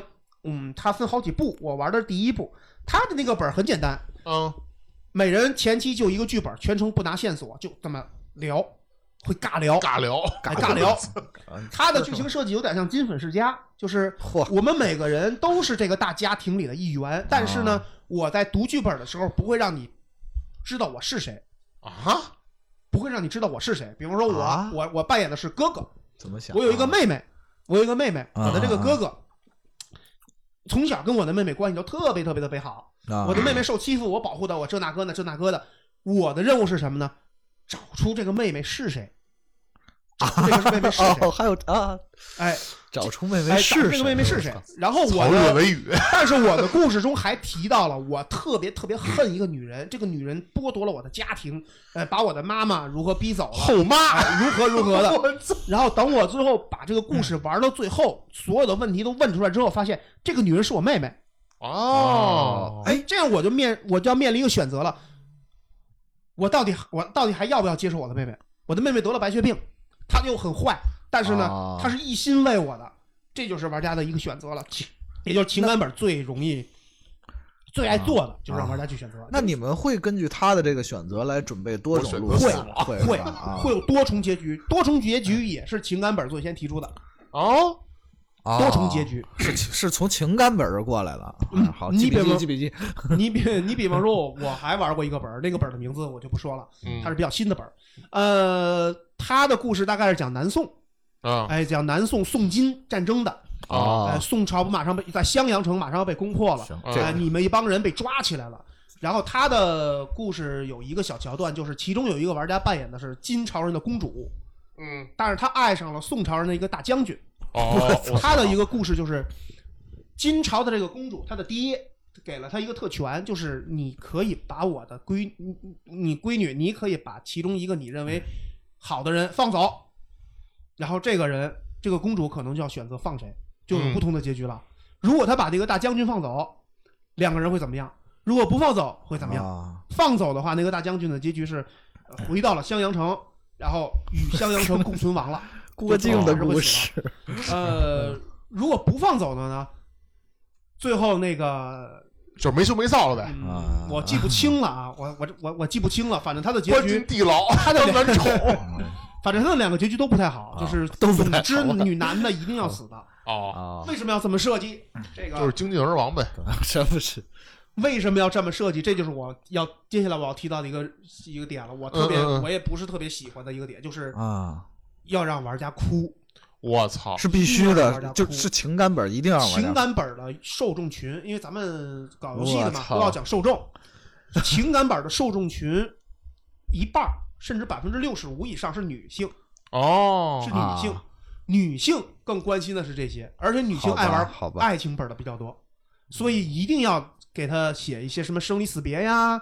Speaker 1: 嗯，它分好几部，我玩的是第一部，它的那个本儿很简单，
Speaker 2: 嗯，
Speaker 1: 每人前期就一个剧本，全程不拿线索，就这么聊，会尬聊，
Speaker 2: 尬聊，
Speaker 1: 哎尬聊。它的剧情设计有点像《金粉世家》，就是
Speaker 3: 嚯
Speaker 1: 我们每个人都是这个大家庭里的一员，但是
Speaker 3: 啊
Speaker 1: 呢，我在读剧本的时候不会让你知道我是谁，
Speaker 2: 啊，
Speaker 1: 不会让你知道我是谁。比方说我，
Speaker 3: 啊
Speaker 1: 我我扮演的是哥哥，
Speaker 3: 怎么想？
Speaker 1: 我有一个妹妹，我有一个妹妹，
Speaker 3: 啊
Speaker 1: 我的这个哥哥。从小跟我的妹妹关系都特别特别特别好，
Speaker 3: 啊，
Speaker 1: 我的妹妹受欺负，我保护的我这那哥呢这那哥的，我的任务是什么呢？找出这个妹妹是谁，找出这个妹妹是
Speaker 3: 哦，
Speaker 1: 谁？
Speaker 3: 还有啊，
Speaker 1: 哎，
Speaker 3: 找出妹妹
Speaker 1: 哎，找出
Speaker 3: 是
Speaker 1: 这
Speaker 3: 谁
Speaker 1: 个妹妹是谁？然后我
Speaker 2: 曹
Speaker 1: 的
Speaker 2: 日为语，
Speaker 1: 但是我的故事中还提到了，我特别特别恨一个女人，这个女人剥夺了我的家庭，呃，把我的妈妈如何逼走了，
Speaker 2: 后妈，
Speaker 1: 哎如何如何的。
Speaker 2: 我操，
Speaker 1: 然后等我最后把这个故事玩到最后，所有的问题都问出来之后，发现这个女人是我妹妹。
Speaker 2: 哦，
Speaker 1: 哎，这样我就面我就要面临一个选择了，我到底我到底还要不要接受我的妹妹？我的妹妹得了白血病，她又很坏，但是呢
Speaker 3: 哦，
Speaker 1: 她是一心为我的，这就是玩家的一个选择了，情也就是情感本最容易。最爱做的就是让玩家去选择，
Speaker 3: 啊那你们会根据他的这个选择来准备多种路
Speaker 2: 我选
Speaker 3: 线
Speaker 2: 择死？
Speaker 3: 会
Speaker 1: 会
Speaker 3: 吧啊
Speaker 1: 会有多重结局，多重结局也是情感本最先提出的，
Speaker 2: 哦，
Speaker 3: 啊
Speaker 1: 多重结局。嗯
Speaker 3: 是是从情感本儿过来的。啊好，
Speaker 1: 你
Speaker 3: 记笔
Speaker 1: 别
Speaker 3: 记，
Speaker 1: 忘
Speaker 3: 记笔记。
Speaker 1: 你比你比方说我，我还玩过一个本儿，那个本儿的名字我就不说了，
Speaker 2: 嗯
Speaker 1: 它是比较新的本儿。呃，它的故事大概是讲南宋，
Speaker 2: 啊
Speaker 1: 哎，讲南宋宋金战争的。
Speaker 2: 啊，
Speaker 1: 哎，宋朝不马上被在襄阳城马上要被攻破了
Speaker 3: 行，
Speaker 1: 哎、
Speaker 2: 这
Speaker 1: 你们一帮人被抓起来了。然后他的故事有一个小桥段，就是其中有一个玩家扮演的是金朝人的公主，
Speaker 2: 嗯，
Speaker 1: 但是他爱上了宋朝人的一个大将军。
Speaker 2: 哦，我
Speaker 1: 他的一个故事就是，金朝的这个公主，她的爹给了她一个特权，就是你可以把我的闺你你你闺女，你可以把其中一个你认为好的人放走，然后这个人这个公主可能就要选择放谁，就有不同的结局了。如果她把这个大将军放走，两个人会怎么样？如果不放走会怎么样？
Speaker 3: 啊？
Speaker 1: 放走的话，那个大将军的结局是呃回到了襄阳城，然后与襄阳城共存亡了。
Speaker 3: 郭靖的故事
Speaker 1: 呃，如果不放走的呢，最后那个、
Speaker 2: 就是没羞没�臊了呗，
Speaker 1: 嗯
Speaker 3: 啊
Speaker 1: 我记不清了啊，我我我我记不清了，反正他的结
Speaker 2: 关
Speaker 1: 局
Speaker 2: 进，地牢，
Speaker 1: 他的
Speaker 2: 当
Speaker 1: 两
Speaker 2: 男 丑，
Speaker 1: 反正他的两个结局都不太好，
Speaker 3: 啊
Speaker 1: 就是
Speaker 3: 都不太
Speaker 1: 总之
Speaker 3: 好了
Speaker 1: 女男的一定要死的，
Speaker 2: 哦，
Speaker 3: 啊，
Speaker 1: 为什么要这么设计？这个
Speaker 2: 就是精尽而亡呗，
Speaker 3: 真不是
Speaker 1: 为什么要这么设计？这就是我要接下来我要提到的一个一个点了，我特别、
Speaker 2: 嗯嗯嗯
Speaker 1: 我也不是特别喜欢的一个点，就是
Speaker 3: 啊，
Speaker 1: 要让玩家哭。
Speaker 2: 我操，
Speaker 3: 是必须
Speaker 1: 一定要玩家
Speaker 3: 的，
Speaker 1: 哭
Speaker 3: 就是情感本儿一定要玩家
Speaker 1: 情感本儿的受众群，因为咱们搞游戏的
Speaker 3: 我
Speaker 1: 嘛，
Speaker 3: 操
Speaker 1: 都要讲受众。情感本儿的受众群一半儿甚至百分之六十五以上是女性，
Speaker 2: 哦
Speaker 1: 是，女性
Speaker 3: 啊，
Speaker 1: 女性更关心的是这些，而且女性
Speaker 3: 好吧
Speaker 1: 爱玩
Speaker 3: 好吧
Speaker 1: 爱情本儿的比较多，所以一定要给她写一些什么生离死别呀，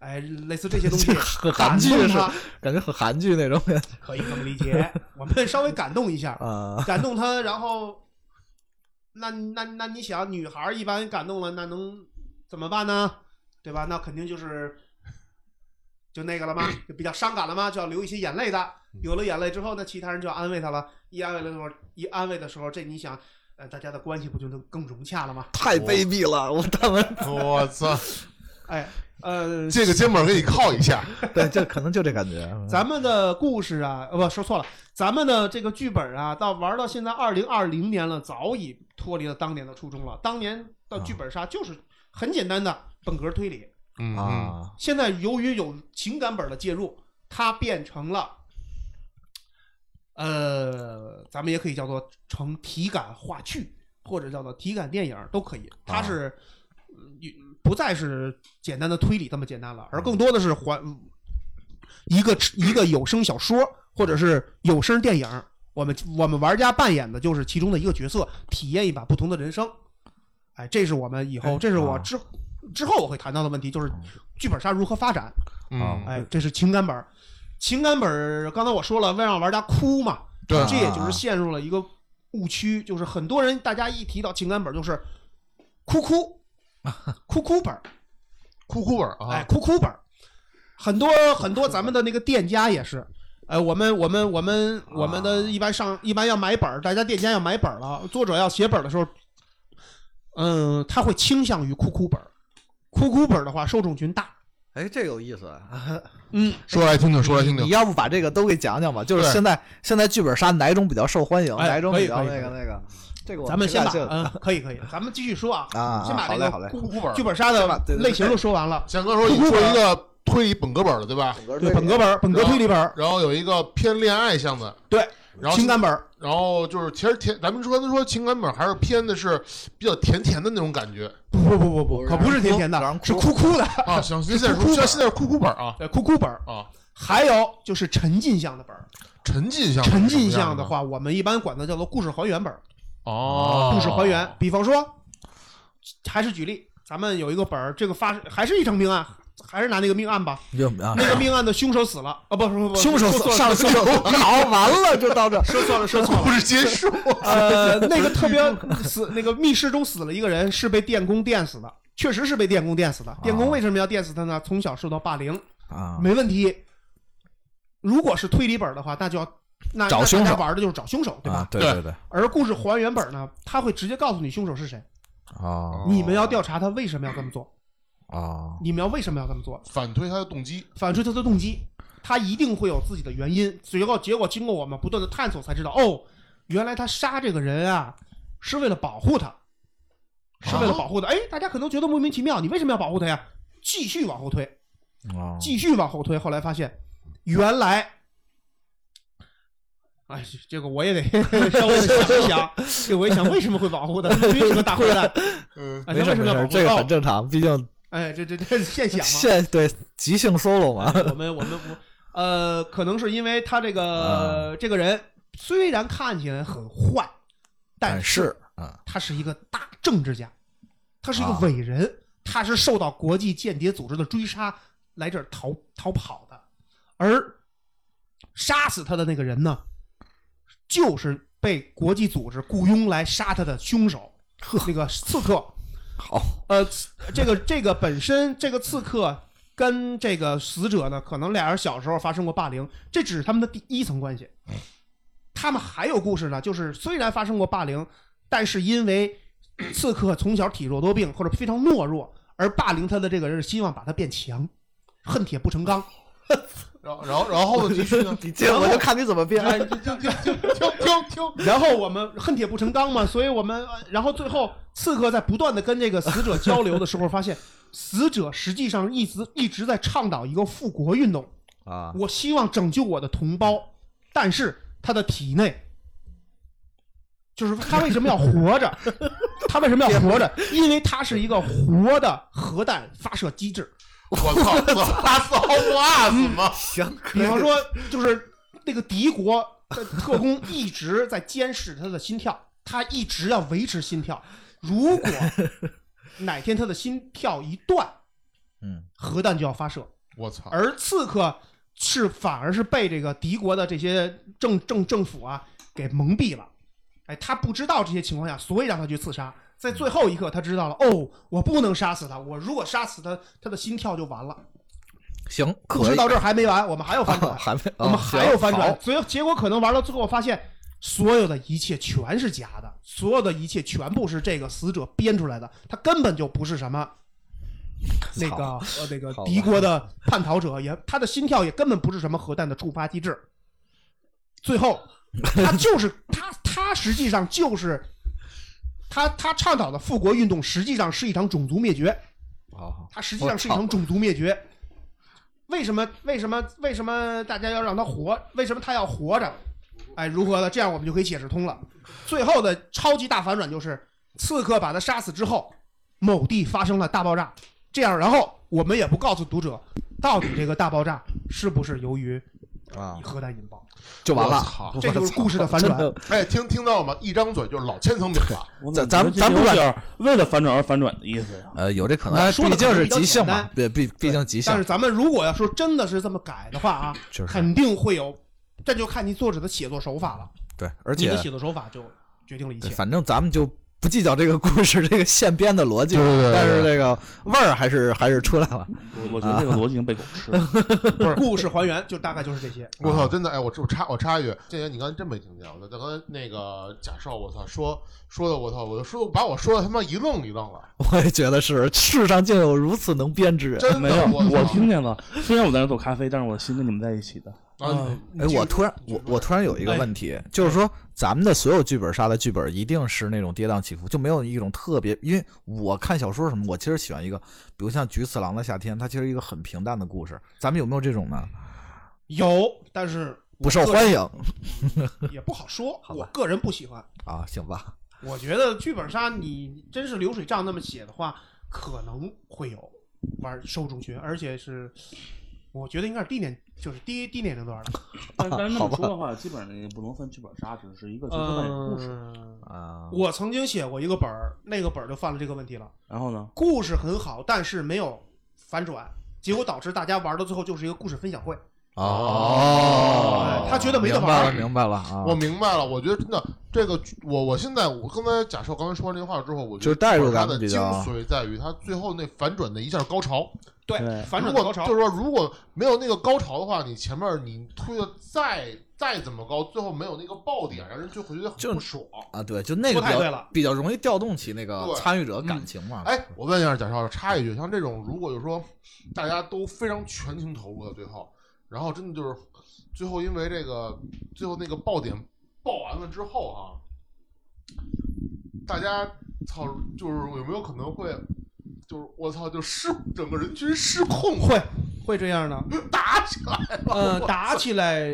Speaker 1: 哎，类似这些东西
Speaker 3: 这和，
Speaker 1: 感
Speaker 3: 韩剧
Speaker 1: 动
Speaker 3: 是
Speaker 1: 她，
Speaker 3: 感觉很韩剧那种
Speaker 1: 可以这么理解。我们稍微感动一下，
Speaker 3: 啊。
Speaker 1: 感动她，然后，那那那你想，女孩儿一般感动了，那能怎么办呢？对吧？那肯定就是就那个了吗？就比较伤感了吗？就要流一些眼泪的。有了眼泪之后呢，其他人就要安慰她了。一安慰的时候，一安慰的时候，这你想，呃，大家的关系不就能更融洽了吗？
Speaker 3: 太卑鄙了，我他们
Speaker 2: 我操，
Speaker 1: 哎，呃，
Speaker 2: 这个肩膀给你靠一下，
Speaker 3: 对，就可能就这感觉。
Speaker 1: 咱们的故事啊，呃，不说错了，咱们的这个剧本啊，到玩到现在二零二零年了，早已脱离了当年的初衷了。当年的剧本杀就是很简单的本格推理，
Speaker 2: 嗯嗯
Speaker 3: 啊，
Speaker 1: 现在由于有情感本的介入，它变成了，呃，咱们也可以叫做成体感话剧，或者叫做体感电影都可以。它是、嗯不再是简单的推理这么简单了，而更多的是还一个一个有声小说或者是有声电影。我们我们玩家扮演的就是其中的一个角色，体验一把不同的人生。哎，这是我们以后，这是我之之后我会谈到的问题，就是剧本杀如何发展。
Speaker 2: 嗯，
Speaker 1: 哎，这是情感本儿，情感本儿刚才我说了，为让玩家哭嘛，
Speaker 2: 对啊
Speaker 1: 这也就是陷入了一个误区，就是很多人大家一提到情感本儿就是哭 哭哭哭本儿，
Speaker 2: 哭哭本儿啊，
Speaker 1: 哎，哭哭本儿，很多很多咱们的那个店家也是。哎，我们我们我们我们
Speaker 2: 啊
Speaker 1: 的一般上一般要买本儿，大家店家要买本儿了，作者要写本儿的时候，嗯，他会倾向于哭哭本儿，哭哭本儿的话受众群大，
Speaker 3: 哎，这有意思。
Speaker 1: 嗯，
Speaker 2: 说来听听，说来听
Speaker 3: 你
Speaker 2: 听。
Speaker 3: 要不把这个都给讲讲吧？就是
Speaker 2: 对
Speaker 3: 现在现在剧本杀哪种比较受欢迎，
Speaker 1: 哎
Speaker 3: 哪种
Speaker 1: 可以
Speaker 3: 比较
Speaker 1: 可以
Speaker 3: 那个
Speaker 1: 可
Speaker 3: 那个？这个我
Speaker 1: 咱们
Speaker 3: 挺
Speaker 1: 先
Speaker 3: 感
Speaker 1: 把
Speaker 3: 兴趣的
Speaker 1: 嗯，可以可以，咱们继续说啊，
Speaker 3: 啊，
Speaker 1: 先把
Speaker 3: 好
Speaker 1: 这
Speaker 3: 嘞好嘞
Speaker 1: 个。
Speaker 2: 哭哭本儿
Speaker 1: 剧，本杀的
Speaker 3: 对对对
Speaker 1: 类型都说完了，
Speaker 2: 翔哥说你做一个推理本格本儿的，对吧？
Speaker 1: 对本格本儿、本格推理本儿，
Speaker 2: 然后有一个偏恋爱向的，
Speaker 1: 对，
Speaker 2: 然后
Speaker 1: 情感本儿，
Speaker 2: 然后就是其实甜，咱们说刚才说情感本还是偏的是比较甜甜的那种感 觉
Speaker 1: 不不不不不，
Speaker 3: 不
Speaker 1: 可不是甜甜
Speaker 3: 让
Speaker 1: 的
Speaker 3: 人，哭
Speaker 1: 是哭哭的，
Speaker 2: 啊。行，现在
Speaker 1: 哭哭本
Speaker 2: 说
Speaker 1: 儿
Speaker 2: 现在是哭哭本啊
Speaker 1: 对，哭哭本儿，
Speaker 2: 啊，
Speaker 1: 还有就是沉浸向的本儿，
Speaker 2: 沉浸向
Speaker 1: 沉浸向
Speaker 2: 的
Speaker 1: 的话，我们一般管它叫做故事还原本儿，
Speaker 2: 哦，
Speaker 1: 故事还原，比方说，还是举例，咱们有一个本儿，这个发还是一场命案，还是拿那个命案吧，
Speaker 3: 就啊
Speaker 1: 那个命案的凶手死了，啊不不不，不
Speaker 3: 凶手
Speaker 1: 说错了
Speaker 3: 上
Speaker 1: 说
Speaker 3: 手搞完了，就到这。
Speaker 1: 说错了说错了
Speaker 2: 故。事结 束，
Speaker 1: 呃，那个特 别死，那个密室中死了一个人，是被电工电死的，确实是被电工电死的。电工为什么要电死他呢？从小受到霸凌，
Speaker 3: 啊，
Speaker 1: 没问题。如果是推理本的话，那就要那
Speaker 3: 找
Speaker 1: 那大
Speaker 3: 凶手
Speaker 1: 家玩的就是找凶手，对吧？
Speaker 3: 啊，对
Speaker 2: 对
Speaker 3: 对对，
Speaker 1: 而故事还原本呢，他会直接告诉你凶手是谁，
Speaker 3: 啊
Speaker 1: 你们要调查他为什么要这么做，
Speaker 3: 啊，
Speaker 1: 你们要为什么要这么做，
Speaker 2: 反推他的动机，
Speaker 1: 反推他的动机，他一定会有自己的原因。最后结果经过我们不断的探索才知道，哦，原来他杀这个人啊，是为了保护他，是
Speaker 3: 啊
Speaker 1: 为了保护他。哎，大家可能觉得莫名其妙，你为什么要保护他呀？继续往后推，
Speaker 3: 啊
Speaker 1: 继续往后推，后来发现，原来。哎，这这个我也得 稍微地想一想，这个我也想为什么会保 护他，因为是个大坏蛋，
Speaker 2: 嗯，
Speaker 1: 哎，
Speaker 3: 没
Speaker 1: 他
Speaker 3: 事
Speaker 1: 为什么
Speaker 3: 没
Speaker 1: 要保
Speaker 3: 事，
Speaker 1: 护
Speaker 3: 这个
Speaker 1: 他
Speaker 3: 很正常，毕竟
Speaker 1: 哎，这这这现想啊 嘛，
Speaker 3: 现对即兴 solo 嘛。
Speaker 1: 我们我们我呃，可能是因为他这个、这个人虽然看起来很坏，但
Speaker 3: 是啊，
Speaker 1: 他是一个大政治家，他是一个
Speaker 3: 啊
Speaker 1: 伟人，他是受到国际间谍组织的追杀来这儿逃逃跑的，而杀死他的那个人呢，就是被国际组织雇佣来杀他的凶手，那个刺客。
Speaker 3: 好，
Speaker 1: 呃，刺这个这个本身这个刺客跟这个死者呢，可能俩人小时候发生过霸凌，这只是他们的第一层关系。
Speaker 3: 嗯
Speaker 1: 他们还有故事呢，就是虽然发生过霸凌，但是因为刺客从小体弱多病或者非常懦弱，而霸凌他的这个人是希望把他变强，恨铁不成钢。
Speaker 2: 然后然后然后呢，继续呢，
Speaker 3: 你这我就看你怎么变。
Speaker 2: 哎，听听听听听听，
Speaker 1: 然后我们恨铁不成钢嘛，所以我们，呃然后最后刺客在不断的跟这个死者交流的时候，发现死者实际上一直一直在倡导一个复国运动，
Speaker 3: 啊
Speaker 1: 我希望拯救我的同胞，但是他的体内，就是他为什么要活着？他为什么要活着？因为他是一个活的核弹发射机制。
Speaker 2: 我操，拉骚袜子吗？
Speaker 3: 行，
Speaker 1: 比方说，就是那个敌国的特工一直在监视他的心跳，他一直要维持心跳。如 果哪天他的心跳一断，
Speaker 3: 嗯，
Speaker 1: 核弹就要发射。
Speaker 2: 我操，
Speaker 1: 而刺客是反而是被这个敌国的这些政政政府啊给蒙蔽了，哎，他不知道这些情况下，所以让他去刺杀。在最后一刻，他知道了，哦，我不能杀死他，我如果杀死他，他的心跳就完了。
Speaker 3: 行，
Speaker 1: 故
Speaker 3: 可
Speaker 1: 事
Speaker 3: 以。啊
Speaker 1: 到这儿还没完，我们还有翻 转，
Speaker 3: 还没，
Speaker 1: 我们还有翻
Speaker 3: 啊
Speaker 1: 转，，所以结果可能玩到最后，发现所有的一切全是假的，所有的一切全部是这个死者编出来的，他根本就不是什么 那个
Speaker 3: 好
Speaker 1: 呃那个
Speaker 3: 好吧
Speaker 1: 敌国的叛逃者，也他的心跳也根本不是什么核弹的触发机制。最后，他就是他，他实际上就是他他倡导的复国运动，实际上是一场种族灭绝。
Speaker 3: 好好
Speaker 1: 它实际上是一场种族灭绝。为什么？为什么？为什么大家要让他活？为什么他要活着？哎，如何的？这样我们就可以解释通了。最后的超级大反转就是，刺客把他杀死之后，某地发生了大爆炸。这样，然后我们也不告诉读者，到底这个大爆炸是不是由于
Speaker 3: 啊
Speaker 1: 一核弹引爆，
Speaker 3: 就完了
Speaker 2: 我操。
Speaker 1: 这就是故事的反转
Speaker 3: 真。的
Speaker 2: 哎，听听到了吗？一张嘴就是老千层饼 了。
Speaker 4: 我
Speaker 3: 咱
Speaker 4: 怎么觉得
Speaker 3: 咱咱
Speaker 4: 这
Speaker 3: 不
Speaker 4: 有
Speaker 3: 管
Speaker 4: 点儿啊为了反转而反转的意思呀。
Speaker 3: 呃，有这可
Speaker 1: 那
Speaker 3: 能，
Speaker 1: 说的
Speaker 3: 毕竟
Speaker 1: 可能
Speaker 3: 是
Speaker 1: 比较
Speaker 3: 即兴
Speaker 1: 简
Speaker 3: 嘛
Speaker 1: 单，
Speaker 3: 对，毕毕竟即兴
Speaker 1: 但是。咱们如果要说真的是这么改的话啊，
Speaker 3: 就是
Speaker 1: 肯定会有，这就看你作者的写作手法了。
Speaker 3: 对，而
Speaker 1: 你
Speaker 3: 且
Speaker 1: 的写作手法就决定了一
Speaker 3: 对
Speaker 1: 切。
Speaker 3: 反正咱们就不计较这个故事这个现编的逻辑，
Speaker 2: 对对对对
Speaker 3: 但是这个味儿还是还是出来了。
Speaker 4: 我我觉得这个逻辑已经被狗吃 了。
Speaker 1: 故事还原就大概就是这 些。
Speaker 2: 我操，真的哎，我我插我插一句，建言你刚才真没听见，我在刚才那个假设，我操说说的我操，我说把我说的他妈一愣一愣了，
Speaker 3: 我也觉得是，世上竟有如此能编之人。
Speaker 2: 真
Speaker 4: 没
Speaker 2: 的
Speaker 4: 有，
Speaker 2: 我操
Speaker 4: 我听见了。虽然我在那做咖啡，但是我的心跟你们在一起的。
Speaker 2: 啊！你
Speaker 3: 哎，
Speaker 2: 继续
Speaker 3: 我突然
Speaker 2: 你继
Speaker 3: 我
Speaker 2: 续
Speaker 3: 我突然有一个问题，就是说咱们的所有剧本杀的剧本一定是那种跌宕起伏，就没有一种特别。因为我看小说什么，我其实喜欢一个，比如像《菊次郎的夏天》，它其实一个很平淡的故事。咱们有没有这种呢？
Speaker 1: 有，但是
Speaker 3: 不受欢迎
Speaker 1: 也不好 说。我个人不喜欢，
Speaker 3: 啊，行吧，
Speaker 1: 我觉得剧本杀你真是流水账那么写的话，可能会有玩受众群，而且是我觉得应该是低年，就是低低年龄段的。
Speaker 4: 但但是那
Speaker 3: 好
Speaker 4: 么
Speaker 3: 吧
Speaker 4: 说的话，基本上也不能算剧本杀，只是一个角色扮演故事。
Speaker 1: 嗯，
Speaker 3: 啊，
Speaker 1: 我曾经写过一个本儿，那个本儿就犯了这个问题了。
Speaker 4: 然后呢，
Speaker 1: 故事很好，但是没有反转，结果导致大家玩到最后就是一个故事分享会。
Speaker 3: 哦
Speaker 2: 哦
Speaker 1: 哎，他觉得没得
Speaker 3: 啊明白
Speaker 1: 玩
Speaker 3: 了，
Speaker 1: 儿
Speaker 3: 明白了啊，
Speaker 2: 我明白了，我觉得真的这个，我我现在我刚才假设我刚才说完这话之后，我觉得
Speaker 3: 就是代入
Speaker 2: 它
Speaker 3: 感
Speaker 2: 的
Speaker 3: 比
Speaker 2: 精
Speaker 3: 较
Speaker 2: 髓在于它最后那反转的一下高潮，
Speaker 1: 对
Speaker 4: 对
Speaker 1: 反转
Speaker 2: 如
Speaker 1: 高
Speaker 2: 果
Speaker 1: 潮
Speaker 2: 就。是说如果没有那个高潮的话，你前面你推的再再怎么高，最后没有那个爆点，让人就会觉得
Speaker 3: 就
Speaker 2: 很不爽。
Speaker 3: 啊，对，嗯就那
Speaker 1: 说
Speaker 3: 个比
Speaker 1: 太对
Speaker 3: 较
Speaker 1: 了
Speaker 3: 比较容易调动起那个
Speaker 2: 对
Speaker 3: 参与者感情嘛。
Speaker 2: 哎，我问一下贾少，插一句，像这种如果就是说大家都非常全情投入到最后，然后真的就是最后因为这个最后那个爆点爆完了之后啊，大家操，就是有没有可能会就是我操，就失整个人群失控
Speaker 1: 会会这样的，
Speaker 3: 嗯
Speaker 2: 打起来了？
Speaker 1: 呃，打起来，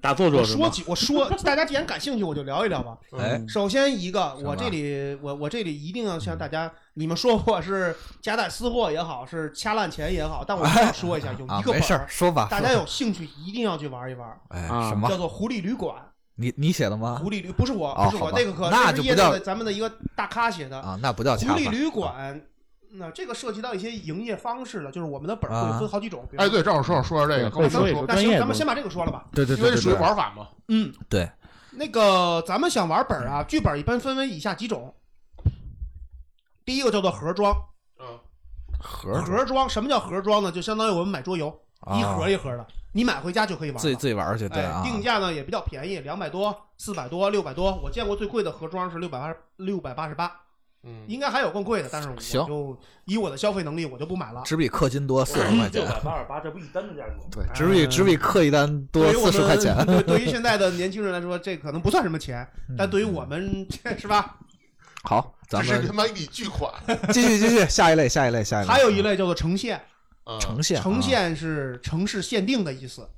Speaker 4: 打作者
Speaker 1: 我
Speaker 4: 是
Speaker 1: 说
Speaker 4: 吗？
Speaker 1: 几，我说，大家既然感兴趣，我就聊一聊吧。
Speaker 3: 哎，
Speaker 1: 首先一个，
Speaker 3: 行吧
Speaker 1: 我这里我我这里一定要向大家，你们说我是夹带私货也好，是掐烂钱也好，但我一定要说一下，有
Speaker 3: 啊
Speaker 1: 一，个
Speaker 3: 没
Speaker 1: 本
Speaker 3: 事儿，
Speaker 1: 儿，
Speaker 3: 说吧。
Speaker 1: 大
Speaker 3: 说
Speaker 1: 家
Speaker 3: 吧
Speaker 1: 有兴趣一定要去玩一玩，
Speaker 3: 哎
Speaker 4: 啊
Speaker 3: 什么
Speaker 1: 叫？做《狐狸旅馆
Speaker 3: 你你写的》。吗？
Speaker 1: 狐狸旅不是我，
Speaker 3: 哦
Speaker 1: 不是
Speaker 3: 好
Speaker 1: 我，
Speaker 3: 吧
Speaker 1: 那个可
Speaker 3: 那
Speaker 1: 是
Speaker 3: 就不
Speaker 1: 业内
Speaker 3: 叫
Speaker 1: 的咱们的一个大咖写的。
Speaker 3: 啊，那不叫
Speaker 1: 狐
Speaker 3: 恰
Speaker 1: 狸
Speaker 3: 饭
Speaker 1: 旅
Speaker 3: 啊
Speaker 1: 馆，那这个涉及到一些营业方式了，就是我们的本
Speaker 3: 啊
Speaker 1: 儿会分好几种，比如
Speaker 2: 哎，对，正好说说说这个，刚才
Speaker 4: 对所
Speaker 2: 说
Speaker 4: 以
Speaker 2: 说，
Speaker 4: 说
Speaker 1: 那
Speaker 4: 专
Speaker 1: 行，
Speaker 4: 业
Speaker 1: 咱们
Speaker 4: 的
Speaker 1: 先把这个说了吧。
Speaker 3: 对对
Speaker 2: 因为
Speaker 3: 对
Speaker 2: 这
Speaker 3: 对
Speaker 2: 属于
Speaker 3: 对，
Speaker 2: 玩法嘛。
Speaker 1: 嗯，
Speaker 3: 对，
Speaker 1: 那个咱们想玩本儿啊，剧本一般分为以下几种。第一个叫做盒装，
Speaker 2: 嗯，
Speaker 3: 盒儿
Speaker 1: 盒装什么叫盒装呢？就相当于我们买桌游，
Speaker 3: 啊
Speaker 1: 一盒一盒的，你买回家就可以玩了。
Speaker 3: 自己自己玩儿去，对
Speaker 1: 哎
Speaker 3: 啊，，
Speaker 1: 定价呢也比较便宜，两百多、四百多、六百多。我见过最贵的盒装是六百八六百八十八，
Speaker 2: 嗯，
Speaker 1: 应该还有更贵的，但是我
Speaker 3: 行
Speaker 1: 就以我的消费能力，我就不买了。
Speaker 3: 只比氪金多四十
Speaker 1: 嗯
Speaker 3: 块
Speaker 4: 六
Speaker 3: 钱，
Speaker 4: 百八十八，这不一单的价格 吗。
Speaker 3: 对，只比只比氪一单多
Speaker 1: 对于我
Speaker 3: 四
Speaker 1: 们。
Speaker 3: 十块 钱
Speaker 1: 对，对于现在的年轻人来说，这可能不算什么钱，但对于我们
Speaker 3: 嗯
Speaker 1: 是吧？
Speaker 3: 好，
Speaker 2: 这
Speaker 3: 咱
Speaker 2: 是他
Speaker 3: 们
Speaker 2: 妈一笔巨款。
Speaker 3: 继续继续，下一类下一类下一类，
Speaker 1: 还有一类叫做呈现，
Speaker 2: 嗯，
Speaker 3: 呈现
Speaker 1: 城
Speaker 3: 啊，
Speaker 1: 县是城市限定的意思，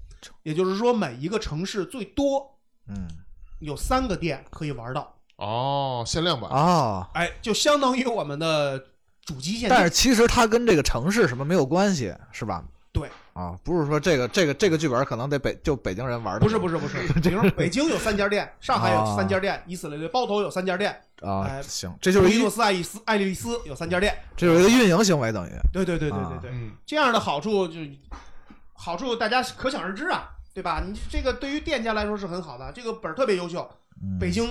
Speaker 1: 也就是说每一个城市最多
Speaker 3: 嗯
Speaker 1: 有三个店可以玩到，
Speaker 2: 哦，限量版。
Speaker 3: 哦，
Speaker 1: 哎，就相当于我们的主机限定。
Speaker 3: 但是其实它跟这个城市什么没有关系，是吧？
Speaker 1: 对，
Speaker 3: 啊，不是说这个这个这个剧本可能得北就北京人玩的，
Speaker 1: 不是不是不 是，比如说北京有三家店，上海有三家店，以此类推，包头有三家店，
Speaker 3: 是啊，
Speaker 1: 哎
Speaker 3: 行，这啊就是
Speaker 1: 维
Speaker 3: 一
Speaker 1: 诺斯爱丽丝爱丽丝有三家店。
Speaker 3: 这就是一个运营行为，等于
Speaker 1: 对对对对
Speaker 3: 啊
Speaker 1: 对对，
Speaker 2: 嗯，
Speaker 1: 这样的好处就好处大家可想而知啊，对吧？你这个对于店家来说是很好的，这个本儿特别优秀，
Speaker 3: 嗯
Speaker 1: 北京。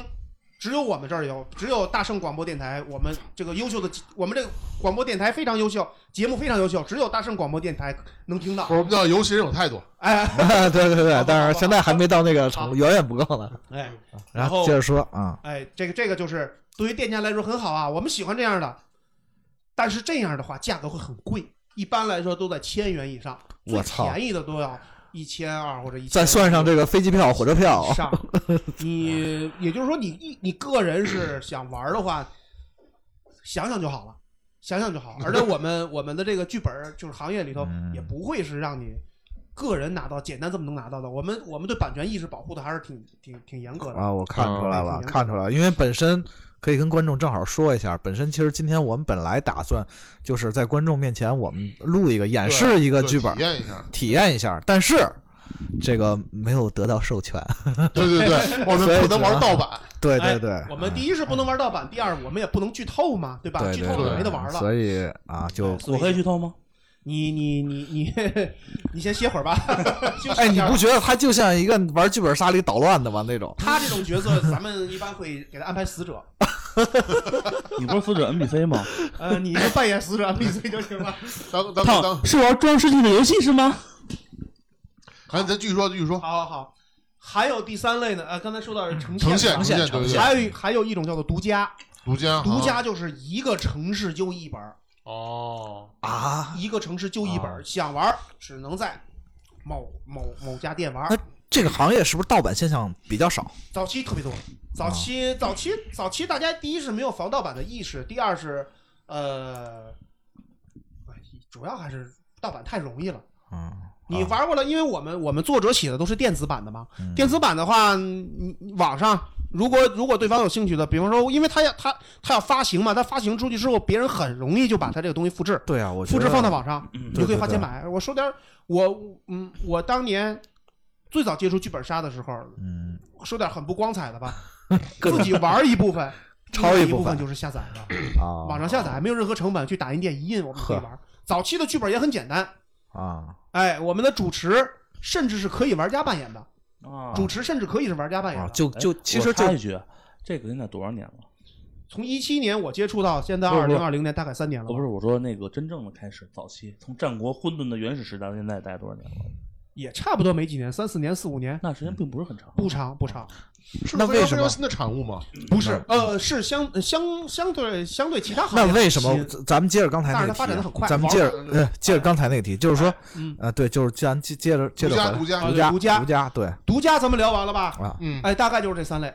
Speaker 1: 只有我们这儿有，只有大圣广播电台，我们这个优秀的，我们这个广播电台非常优秀，节目非常优秀，只有大圣广播电台能听
Speaker 2: 不
Speaker 1: 到。
Speaker 2: 是，我们叫尤其这种态度。
Speaker 1: 哎
Speaker 3: 对 对对
Speaker 1: 好，
Speaker 3: 但是现在还没到那个程
Speaker 1: 好
Speaker 3: 度，远远不够呢。
Speaker 1: 哎
Speaker 3: 然
Speaker 1: 然
Speaker 3: 后
Speaker 1: 后
Speaker 3: 接着说啊，
Speaker 1: 哎，这个这个就是对于店家来说很好啊，我们喜欢这样的，但是这样的话价格会很贵，一般来说都在千元以上，
Speaker 3: 我操
Speaker 1: 最便宜的都要一千二或者一
Speaker 3: 再算上这个飞机票、火车票，
Speaker 1: 上，你也就是说你一你个人是想玩的话，想想就好了，想想就好。而且我 们我们的这个剧本就是行业里头
Speaker 3: 嗯
Speaker 1: 也不会是让你个人拿到简单这么能拿到的。我们我们对版权意识保护的还是挺挺挺严格的。
Speaker 3: 啊，我看出来了，
Speaker 1: 嗯
Speaker 3: 看出来了，因为本身可以跟观众正好说一下，本身其实今天我们本来打算就是在观众面前我们录一个演示一个剧本
Speaker 2: 体，验一下。
Speaker 3: 体验一下，但是这个没有得到授权。
Speaker 2: 对对 对，我
Speaker 3: 所以
Speaker 2: 们不能玩
Speaker 3: 只能
Speaker 2: 盗版，
Speaker 3: 对
Speaker 1: 哎
Speaker 3: 对对，
Speaker 1: 我们第一是不能玩盗版，第二我们也不能剧透嘛，对吧？
Speaker 3: 对
Speaker 1: 剧
Speaker 3: 对
Speaker 1: 透了
Speaker 3: 对，
Speaker 1: 没得玩了。
Speaker 3: 所以啊，就
Speaker 1: 所
Speaker 4: 我可以剧透吗？
Speaker 1: 你你你你你先歇会儿吧。 休息
Speaker 3: 哎，
Speaker 1: 一
Speaker 3: 你
Speaker 1: 下
Speaker 3: 不觉得他就像一个玩剧本杀里捣乱的吗？那种
Speaker 1: 他这种角色，咱们一般会给他安排死者。
Speaker 4: 你不是死者 NPC 吗？
Speaker 1: 呃，你就扮演死者 NPC 就行了。
Speaker 2: 当当当
Speaker 4: 胖，是玩装尸体的游戏是吗？
Speaker 2: 好，咱继续说，继续说，
Speaker 1: 好好好，还有第三类呢，呃，刚才说到是呈现
Speaker 2: 呈现
Speaker 1: 嘛，
Speaker 2: 呈现，
Speaker 3: 现
Speaker 2: 对对
Speaker 3: 呈
Speaker 2: 对
Speaker 3: 现，
Speaker 1: 还有一还有一种叫做独家，
Speaker 2: 独家
Speaker 1: 独
Speaker 2: 啊
Speaker 1: 家就是一个城市就一本儿，
Speaker 2: 哦，
Speaker 3: 啊，
Speaker 1: 一个城市就一本儿，想玩儿只能在某某某家店玩儿
Speaker 3: 那。这个行业是不是盗版现象比较少？
Speaker 1: 早期特别多，
Speaker 3: 啊
Speaker 1: 早期、早期早期大家第一是没有防盗版的意识，第二是呃，哎主要还是盗版太容易了。
Speaker 3: 嗯，
Speaker 1: 你玩过了，因为我们我们作者写的都是电子版的嘛。
Speaker 3: 嗯
Speaker 1: 电子版的话，你你网上如果如果对方有兴趣的，比方说，因为他要他他要发行嘛，他发行出去之后，别人很容易就把他这个东西复制，
Speaker 3: 对啊，我觉
Speaker 1: 复制
Speaker 3: 得
Speaker 1: 放到网上，
Speaker 4: 嗯
Speaker 1: 你就可以花钱
Speaker 3: 对对
Speaker 1: 买。我说点儿我嗯，我当年最早接触剧本杀的时候，
Speaker 3: 嗯，
Speaker 1: 说点很不光彩的吧，
Speaker 3: 各种
Speaker 1: 自己玩一部分，
Speaker 3: 抄
Speaker 1: 另
Speaker 3: 一
Speaker 1: 一
Speaker 3: 部分
Speaker 1: 就是下载了，
Speaker 3: 啊，
Speaker 1: 网上下载没有任何成本，去打印店一印，我们可以玩。早期的剧本也很简单，
Speaker 3: 啊，
Speaker 1: 哎，我们的主持甚至是可以玩家扮演的，
Speaker 4: 啊
Speaker 1: 主持甚至可以是玩家扮演
Speaker 3: 啊
Speaker 1: 的。
Speaker 3: 就就
Speaker 4: 哎
Speaker 3: 其实
Speaker 4: 我
Speaker 3: 就
Speaker 4: 插一句，这个应该多少年了？
Speaker 1: 从一七年我接触到现在
Speaker 4: 不是
Speaker 1: 二
Speaker 4: 不
Speaker 1: 零
Speaker 4: 是
Speaker 1: 二零年，大概三年了
Speaker 4: 哦，
Speaker 1: 吧，
Speaker 4: 不是，我说那个真正的开始，早期从战国混沌的原始时代到现在，大概多少年了？
Speaker 1: 也差不多没几年，三四年、四五年，
Speaker 4: 那时间并不是很长。
Speaker 1: 不长不长，
Speaker 2: 是
Speaker 3: 那
Speaker 2: 非
Speaker 3: 为
Speaker 2: 常
Speaker 3: 什
Speaker 2: 非常
Speaker 3: 么
Speaker 2: 新的产物嘛？
Speaker 1: 不是，呃，是相相相对相对其他行业
Speaker 3: 那为什么
Speaker 1: 新
Speaker 3: 咱咱们接着刚才那
Speaker 1: 但是它
Speaker 3: 个
Speaker 1: 发展得很
Speaker 3: 题
Speaker 1: 快
Speaker 3: 啊，咱们接着
Speaker 2: 网
Speaker 3: 呃接着刚才那个题，就是说
Speaker 1: 嗯
Speaker 3: 呃对，就是咱接接着接
Speaker 2: 独
Speaker 3: 着
Speaker 2: 家
Speaker 3: 回
Speaker 2: 独家
Speaker 1: 啊
Speaker 3: 独
Speaker 1: 对独
Speaker 3: 家
Speaker 1: 家
Speaker 3: 独家对
Speaker 1: 独家咱们聊完了吧？
Speaker 3: 啊
Speaker 2: 嗯，
Speaker 1: 哎，大概就是这三类，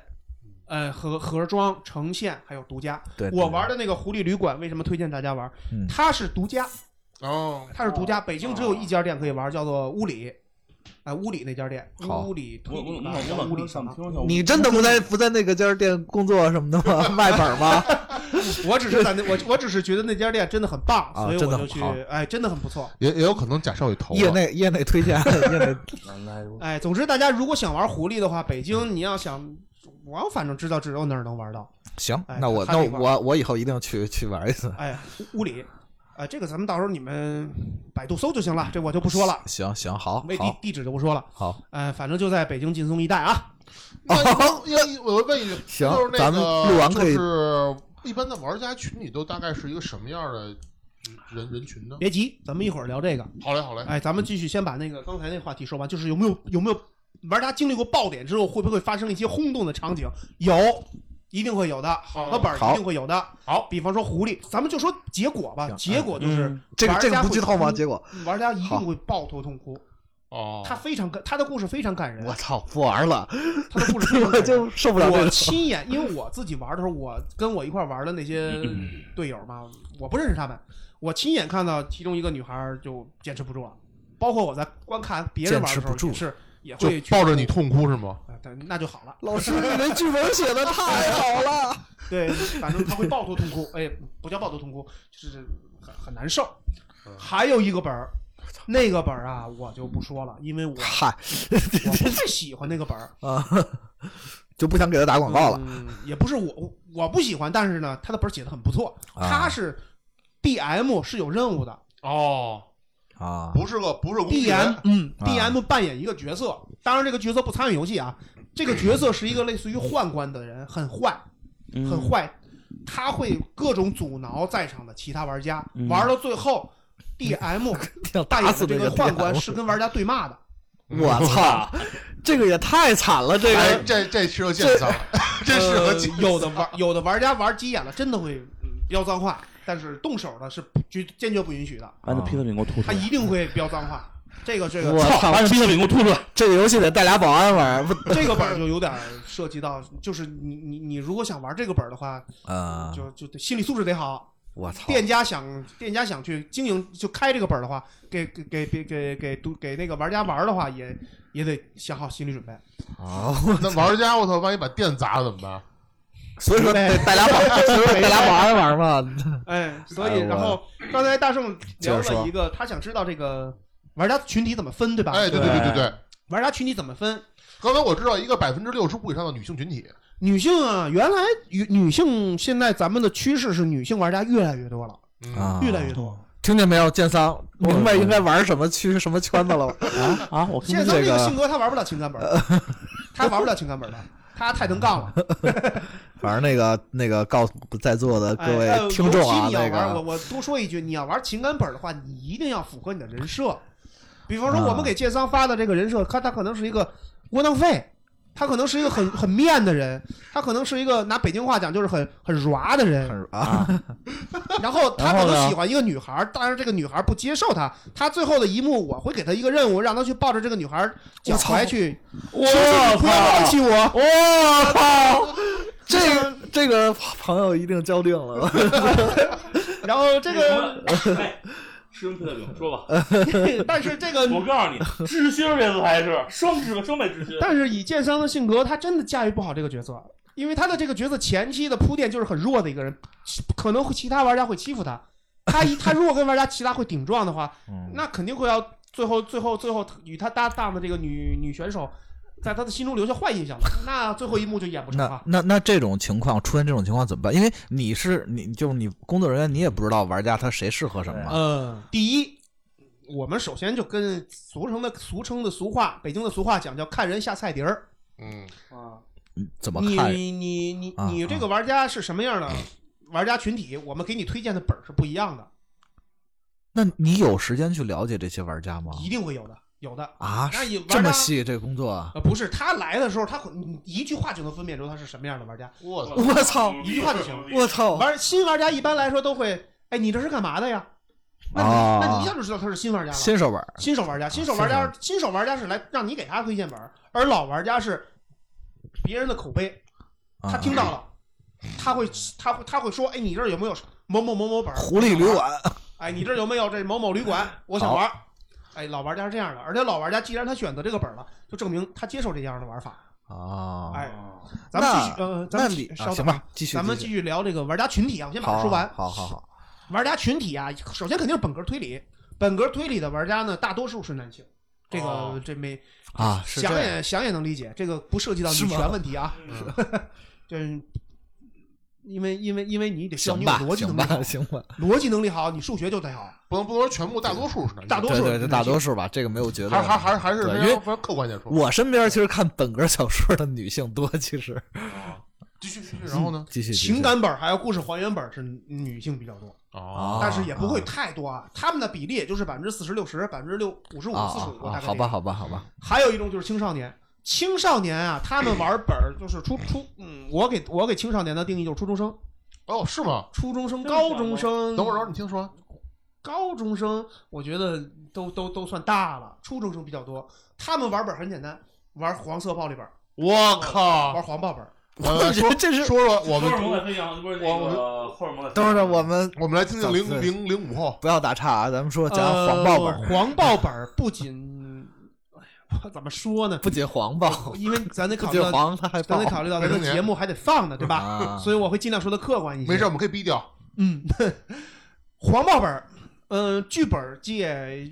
Speaker 1: 呃，盒盒装、呈现还有独家。
Speaker 3: 对，
Speaker 1: 我玩的那个狐狸旅馆为什么推荐大家玩？
Speaker 3: 嗯
Speaker 1: 它是独家，
Speaker 3: 哎
Speaker 2: 哦，
Speaker 1: 它是独家，北京只有一家店可以玩，叫做屋里，哎，屋里那家店，
Speaker 3: 好
Speaker 1: 屋里推
Speaker 4: 我我
Speaker 1: 理
Speaker 4: 我
Speaker 1: 吧，
Speaker 4: 我
Speaker 1: 叫
Speaker 4: 老
Speaker 1: 屋里什
Speaker 4: 上
Speaker 1: 么？
Speaker 4: 听
Speaker 3: 你真的不在不在那个家店工作什么 的吗？卖 本吗？
Speaker 1: 我只是在那，我我只是觉得那家店真的很棒，
Speaker 3: 啊
Speaker 1: 所以
Speaker 3: 真
Speaker 1: 我就
Speaker 3: 的很
Speaker 1: 去
Speaker 3: 好，
Speaker 1: 哎，真的很不错。
Speaker 2: 也也有可啊能假少给投
Speaker 3: 业
Speaker 2: 了，
Speaker 3: 内业内推荐，业内
Speaker 4: 原来如此
Speaker 1: 哎，总之大家如果想玩狐狸的话，北京你要想，我反正知道只有那儿能玩到。
Speaker 3: 行
Speaker 1: 哎，
Speaker 3: 那我
Speaker 1: 看
Speaker 3: 那
Speaker 1: 这块儿
Speaker 3: 我我以后一定去去玩一次。
Speaker 1: 哎，屋里，哎，这个咱们到时候你们百度搜就行了，这我就不说了，
Speaker 3: 行行，好
Speaker 1: 没，地
Speaker 3: 好，
Speaker 1: 地址就不说了。
Speaker 3: 好，
Speaker 1: 呃，反正就在北京劲松一带啊。
Speaker 2: 那那那我问一句，
Speaker 3: 行
Speaker 2: 就是那个
Speaker 3: 咱们录完可以
Speaker 2: 就是一般的玩家群体都大概是一个什么样的人人群呢？
Speaker 1: 别急，咱们一会儿聊这个。
Speaker 2: 好嘞，好嘞，
Speaker 1: 哎，咱们继续先把那个刚才那话题说完，就是有没有有没有玩家经历过爆点之后，会不会发生一些轰动的场景？有，一定会有的。好的本儿
Speaker 3: 好
Speaker 1: 一定会有的。
Speaker 2: 好，
Speaker 1: 比方说狐狸，咱们就说结果吧。
Speaker 3: 行
Speaker 1: 结果就是
Speaker 4: 嗯
Speaker 3: 这个
Speaker 1: 玩
Speaker 3: 这
Speaker 1: 家
Speaker 3: 个不
Speaker 1: 会
Speaker 3: 剧透吗？
Speaker 1: 哭
Speaker 3: 结果
Speaker 1: 玩家一
Speaker 3: 好
Speaker 1: 定会抱头痛哭。
Speaker 2: 哦，
Speaker 1: 他非常感，他的故事非常感人
Speaker 3: 我。操，不 玩了，
Speaker 1: 他的故事非常
Speaker 3: 我
Speaker 1: 感人。
Speaker 3: 就受不了这
Speaker 1: 我
Speaker 3: 个。
Speaker 1: 亲眼，因为我自己玩的时候，我跟我一块玩的那些
Speaker 3: 嗯
Speaker 1: 队友嘛，我不认识他们，我亲眼看到其中一个女孩就坚持不住了，包括我在观看别人玩的时
Speaker 3: 坚持不
Speaker 1: 候
Speaker 3: 住
Speaker 1: 也是，也
Speaker 2: 就
Speaker 1: 会去
Speaker 2: 抱着你痛哭是吗？
Speaker 1: 啊，对，那就好了。
Speaker 3: 老师，你那剧本写的太好 了。
Speaker 1: 对，反正他会抱头痛哭，哎，不叫抱头痛哭，就是很很难受。
Speaker 3: 嗯
Speaker 1: 还有一个本儿，那个本儿啊，我就不说了，因为我我
Speaker 3: 嗨，
Speaker 1: 不太喜欢那个本儿。
Speaker 3: 啊，就不想给他打广告了。
Speaker 1: 嗯，也不是我我我不喜欢，但是呢，他的本儿写的很不错，
Speaker 3: 啊
Speaker 1: 他是 DM 是有任务的
Speaker 2: 哦，
Speaker 1: 嗯
Speaker 3: 啊
Speaker 2: 不是个不是工具人
Speaker 1: ，DM 嗯
Speaker 3: 啊
Speaker 1: ，DM 扮演一个角色，当然这个角色不参与游戏啊，这个角色是一个类似于宦官的人，很坏，很
Speaker 4: 嗯
Speaker 1: 坏，他会各种阻挠在场的其他玩家，
Speaker 4: 嗯
Speaker 1: 玩到最后，DM
Speaker 3: 要
Speaker 1: 扮
Speaker 3: 打
Speaker 1: 演的
Speaker 3: 死
Speaker 1: 这
Speaker 3: 那个
Speaker 1: 宦官
Speaker 3: 店
Speaker 1: 是跟玩家对骂的，
Speaker 3: 我操，这个也太惨了，这
Speaker 2: 哎
Speaker 3: 个，
Speaker 2: 这这适合建造， 这适合
Speaker 1: 呃
Speaker 2: 建造
Speaker 1: 有的玩有的玩家玩急眼了，真的会嗯飙脏话，但是动手的是绝坚决不允许的。
Speaker 4: 把你的披萨饼给我吐出
Speaker 1: 他
Speaker 4: 来！
Speaker 1: 一定会飙脏话。这个这
Speaker 3: 我
Speaker 1: 个
Speaker 4: 操，把你的披萨饼给我吐出来！
Speaker 3: 这个游戏得带俩保安玩。不
Speaker 1: 这个本儿就有点涉及到，就是你你你如果想玩这个本儿的话，
Speaker 3: 啊，
Speaker 1: 就就得心理素质得好。
Speaker 3: 我操
Speaker 1: 店家想店家想去经营就开这个本儿的话，给给给给给给读给那个玩家玩儿的话，也也得想好心理 准备。
Speaker 3: 啊！
Speaker 2: 那玩家，我操，万一把店砸了怎么办？
Speaker 3: 所以说得带俩保，所以说带俩保安玩嘛。
Speaker 1: 哎，所
Speaker 3: 哎
Speaker 1: 以
Speaker 3: 我
Speaker 1: 然后刚才大圣
Speaker 3: 接
Speaker 1: 聊
Speaker 3: 着说
Speaker 1: 了一个，他想知道这个玩家群体怎么分，对吧？
Speaker 2: 哎，对对对对
Speaker 1: 玩家群体怎么分？
Speaker 2: 刚才我知道一个百分之六十五以上的女性群体，
Speaker 1: 女性啊，原来女女性现在咱们的趋势是女性玩家越来越多了，
Speaker 3: 啊，
Speaker 1: 越来越多。
Speaker 3: 听见没有，剑三明白应该玩什么区什么圈 子了吧？
Speaker 4: 啊啊！我
Speaker 1: 现在这个性格他玩不了情感本儿，他玩不了情感本儿的，他太能杠了。
Speaker 3: 反正那个那个告诉在座的
Speaker 1: 哎
Speaker 3: 各
Speaker 1: 呃
Speaker 3: 位
Speaker 1: 尤
Speaker 3: 听众啊，
Speaker 1: 其你要
Speaker 3: 那
Speaker 1: 玩，我
Speaker 3: 个
Speaker 1: 我多说一句，你要玩情感本儿的话，你一定要符合你的人设。比方说，
Speaker 3: 啊
Speaker 1: 我们给建商发的这个人设，他他可能是一个窝囊废，他可能是一个很很面的人，他可能是一个拿北京话讲就是很很软的人，
Speaker 3: 很啊，
Speaker 1: 然后他
Speaker 3: 然
Speaker 1: 可
Speaker 3: 后呢
Speaker 1: 能喜欢一个女孩儿，但是这个女孩儿不接受他。他最后的一幕，我会给他一个任务，让他去抱着这个女孩儿脚踝去，
Speaker 4: 我
Speaker 1: 求求你不要放弃我。
Speaker 3: 我操！这 个啊这个朋友一定交定了，
Speaker 1: 然后这个，
Speaker 4: 哎，吃人配的饼，说吧。
Speaker 1: 但是这个
Speaker 4: 我告诉你，知心儿这次还是双知吧，双倍知心。
Speaker 1: 但是以剑商的性格，他真的驾驭不好这个角色，因为他的这个角色前期的铺垫就是很弱的一个人，其可能会其他玩家会欺负他。他一他如果跟玩家其他会顶撞的话，那肯定会要最后最后最后与他搭档的这个女女选手，在他的心中留下坏印象嘛。那最后一幕就演不成
Speaker 3: 那
Speaker 1: 了。
Speaker 3: 那那这种情况出现这种情况怎么办？因为你是你就是你工作人员，你也不知道玩家他谁适合什么。
Speaker 1: 嗯，第一，我们首先就跟俗称的俗称的俗话，北京的俗话讲叫看人下菜碟儿。
Speaker 2: 嗯，
Speaker 4: 啊，
Speaker 3: 怎么
Speaker 1: 你
Speaker 3: 看？
Speaker 1: 你你
Speaker 3: 啊
Speaker 1: 你这个玩家是什么样的玩家群体？我们给你推荐的本儿是不一样的，
Speaker 3: 啊那你有时间去了解这些玩家吗？
Speaker 1: 一定会有的，有的。
Speaker 3: 啊，
Speaker 1: 那你玩家
Speaker 3: 这么细这工作啊？
Speaker 1: 呃，不是他来的时候，他会你一句话就能分辨出他是什么样的玩家。
Speaker 2: 我操，
Speaker 3: 我操
Speaker 4: 嗯
Speaker 1: 一句话就行
Speaker 3: 我操！
Speaker 1: 玩新玩家一般来说都会，哎，你这是干嘛的呀？那你、
Speaker 3: 哦
Speaker 1: 那你一下就知道他是新玩家了。
Speaker 3: 新啊手玩儿
Speaker 1: 新手玩家，新手玩家，新手玩家是来让你给他推荐本儿，而老玩家是别人的口碑，
Speaker 3: 啊
Speaker 1: 他听到了，他会他会他会说，哎，你这儿有没有某某某某本儿？
Speaker 3: 狐狸旅馆，
Speaker 1: 哎，你这儿有没有这某某旅 馆？我想玩儿。哎，老玩家是这样的，而且老玩家既然他选择这个本儿了，就证明他接受这样的玩法。
Speaker 3: 啊，
Speaker 1: 哎，
Speaker 4: 啊
Speaker 1: 咱们继续，呃，咱
Speaker 3: 那
Speaker 1: 们
Speaker 3: 你
Speaker 1: 继续
Speaker 3: 啊，
Speaker 1: 稍
Speaker 3: 行
Speaker 1: 等，
Speaker 3: 吧，继续，
Speaker 1: 咱们继续聊这个玩家群体啊。我先把
Speaker 3: 好
Speaker 1: 它说完。
Speaker 3: 好好好，
Speaker 1: 玩家群体啊，首先肯定是本格推理，本格推理的玩家呢，大多数是男性。这个、
Speaker 4: 哦
Speaker 1: 这没
Speaker 3: 啊，是
Speaker 1: 想
Speaker 3: 这样
Speaker 1: 也想也能理解，这个不涉及到女
Speaker 3: 是吗
Speaker 1: 权问题啊。 对，因为因为因为你得需要你
Speaker 3: 行
Speaker 1: 有
Speaker 3: 吧，
Speaker 1: 逻辑
Speaker 3: 行
Speaker 1: 能力好
Speaker 3: 吧，，行吧，
Speaker 1: 逻辑能力好，你数学就得好。
Speaker 2: 不能不能说全部，大多数是男性
Speaker 1: 大多
Speaker 3: 对
Speaker 1: 数
Speaker 3: 对
Speaker 1: 是
Speaker 3: 对，
Speaker 1: 男
Speaker 3: 大
Speaker 1: 性
Speaker 3: 多数吧，这个没有绝对
Speaker 2: 还
Speaker 3: 的，
Speaker 2: 还还还是
Speaker 3: 对
Speaker 2: 非
Speaker 3: 因为
Speaker 2: 常非常客观点说，
Speaker 3: 我身边其实看本格小说的女性多，其实
Speaker 2: 继续继续，然后呢？
Speaker 3: 继续继续
Speaker 1: 情感本儿还有故事还原本儿是女性比较多，
Speaker 2: 哦
Speaker 3: 啊，
Speaker 1: 但是也不会太多啊。他们的比例也就是百分之四十六十、百分之六五十五、
Speaker 3: 啊
Speaker 1: 四十五，
Speaker 3: 啊，
Speaker 1: 大概
Speaker 3: 好
Speaker 1: 这
Speaker 3: 吧
Speaker 1: 样。
Speaker 3: 好吧好吧，
Speaker 1: 还有一种就是青少年，青少年啊，他们玩本儿就是初初，嗯，我给我给青少年的定义就是初中生、
Speaker 2: 哦，是吗？
Speaker 1: 初中生、
Speaker 4: 真的假的
Speaker 1: 高中生。
Speaker 2: 等会儿，等会儿你听说，
Speaker 1: 高中生我觉得都都都算大了，初中生比较多。他们玩本儿很简单，玩黄色暴力本儿，
Speaker 2: 我靠！
Speaker 1: 玩黄暴本儿。
Speaker 2: 我来说
Speaker 3: 这这是
Speaker 2: 说说我
Speaker 4: 荷
Speaker 2: 们
Speaker 4: 尔蒙在飞扬，不是那个荷尔蒙在飞扬。
Speaker 3: 等会儿呢我们
Speaker 2: 我们来听听零
Speaker 3: 对
Speaker 2: 零零五后，
Speaker 3: 不要打岔啊，咱们说讲黄豹本
Speaker 1: 呃
Speaker 3: 儿，
Speaker 1: 黄豹本儿不仅，哎呀，我怎么说呢？
Speaker 3: 不仅黄豹，
Speaker 1: 因为咱得
Speaker 3: 不
Speaker 1: 考虑到，
Speaker 3: 仅黄，他还
Speaker 1: 咱
Speaker 3: 豹
Speaker 1: 得，考虑到咱
Speaker 2: 未
Speaker 1: 的
Speaker 2: 成年
Speaker 1: 节目还得放呢，对吧？
Speaker 3: 啊
Speaker 1: 所以我会尽量说的客观一些。
Speaker 2: 没事，我，们可以逼掉。
Speaker 1: 嗯，黄豹本儿，嗯、剧本儿界，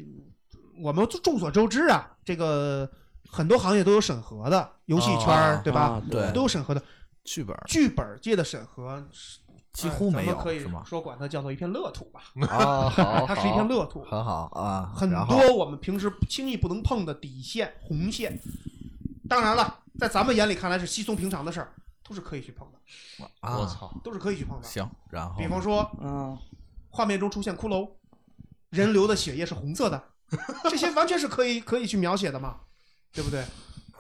Speaker 1: 我们众所周知啊，这个很多行业都有审核的，游戏圈儿、
Speaker 3: 哦
Speaker 1: 对吧？
Speaker 4: 啊
Speaker 3: 对
Speaker 1: 都有审核的，
Speaker 3: 剧本儿
Speaker 1: 剧本儿界的审核
Speaker 3: 几乎
Speaker 1: 哎
Speaker 3: 没
Speaker 1: 哎咱们可
Speaker 3: 有，
Speaker 1: 以
Speaker 3: 是吗？
Speaker 1: 说管它叫做一片乐土吧，
Speaker 3: 啊，好，
Speaker 1: 它是一
Speaker 3: 好
Speaker 1: 片乐土。
Speaker 3: 很好啊，
Speaker 1: 很
Speaker 3: 然后
Speaker 1: 多我们平时轻易不能碰的底线、红线。当然了，在咱们眼里看来是稀松平常的事儿，都是可以去碰的，
Speaker 2: 我
Speaker 3: 啊，
Speaker 2: 操！
Speaker 1: 都是可以去碰的。
Speaker 3: 行，然后
Speaker 1: 比方说，
Speaker 4: 嗯，
Speaker 1: 画面中出现骷髅，人流的血液是红色的， 这些完全是可以可以去描写的嘛，对不对？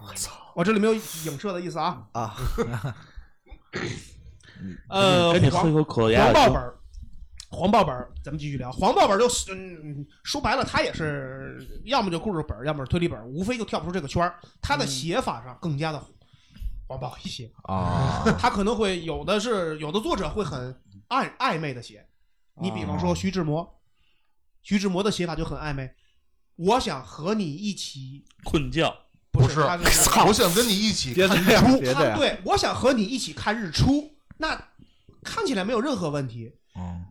Speaker 3: 我操
Speaker 1: 我这里没有影射的意思啊。
Speaker 3: 啊，
Speaker 1: 呃，
Speaker 4: 嗯赶紧喝
Speaker 1: 黄
Speaker 4: 一口可乐呀
Speaker 1: 黄豹本儿，黄豹本儿，咱们继续聊。黄豹本儿就是，嗯，说白了，它也是要么就故事本儿，要么是推理本儿，无非就跳不出这个圈儿。它的写法上更加的黄暴一 些，
Speaker 3: 啊，
Speaker 1: 它可能会有的是有的作者会很暧暧昧的写。你比方说徐志摩，徐志摩的写法就很暧昧。我想和你一起，
Speaker 4: 困觉。
Speaker 1: 不
Speaker 2: 不是
Speaker 1: 他是
Speaker 2: 我想跟你一起
Speaker 3: 别
Speaker 2: 看
Speaker 3: 这样，别这
Speaker 1: 他
Speaker 3: 样，
Speaker 1: 对我想和你一起看日出，那看起来没有任何问题。
Speaker 3: 嗯，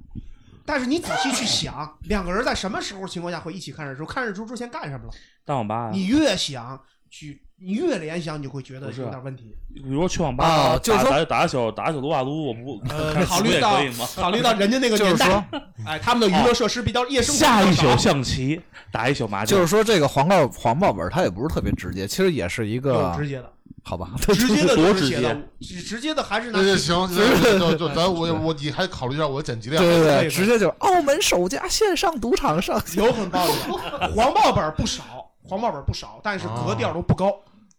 Speaker 1: 但是你仔细去想，
Speaker 4: 啊
Speaker 1: 两个人在什么时候情况下会一起看日出？看日出之前干什么了？
Speaker 4: 当网吧呀
Speaker 1: 你越想，去，你越联想，你就会觉得
Speaker 4: 不是
Speaker 1: 有点问题。
Speaker 4: 比如说去网吧
Speaker 3: 啊
Speaker 4: 打
Speaker 3: 就是说
Speaker 4: 打打小打小撸啊撸，我不
Speaker 1: 呃，考虑到
Speaker 4: 可以吗？
Speaker 1: 考虑到人家那个
Speaker 3: 就是
Speaker 1: 年代
Speaker 3: 说，哦
Speaker 1: 哎，他们的娱乐设施比较夜生活
Speaker 4: 下一
Speaker 1: 比较
Speaker 4: 宿
Speaker 1: 少
Speaker 4: 象棋，打一宿麻
Speaker 3: 就
Speaker 4: 将
Speaker 3: 是，说这个黄告黄报本它也不是特别直接，其实也是一
Speaker 1: 有
Speaker 3: 个
Speaker 1: 直接的，
Speaker 3: 好吧，
Speaker 1: 直接的
Speaker 4: 多
Speaker 1: 直接
Speaker 4: 直
Speaker 1: 的，直直接的还是拿
Speaker 2: 那就行，行就就咱我我你还考虑一下我的剪辑
Speaker 3: 对
Speaker 2: 量。
Speaker 3: 对
Speaker 1: 可以
Speaker 3: 对，
Speaker 1: 的
Speaker 3: 直接就是澳门首家线上赌场上线
Speaker 1: 有很道理。 黄报本儿不少，黄报本儿不少，但是格调都不高，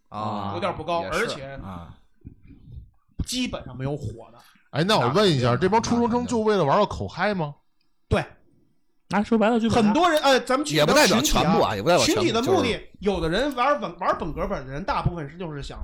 Speaker 3: 啊
Speaker 1: 有点不高
Speaker 3: 也是
Speaker 1: 而且
Speaker 3: 啊，
Speaker 1: 基本上没有火的。
Speaker 2: 哎，那我问一下，这帮初中生就为了玩个口嗨吗？
Speaker 1: 对，
Speaker 4: 那说白了就把它
Speaker 1: 很多人哎，咱们
Speaker 3: 也不代表
Speaker 1: 群体
Speaker 3: 全部
Speaker 1: 啊
Speaker 3: 啊，也不代表全
Speaker 1: 群
Speaker 3: 部
Speaker 1: 体的
Speaker 3: 就是
Speaker 1: 目的，有的人玩本玩本格本的人，大部分是就是想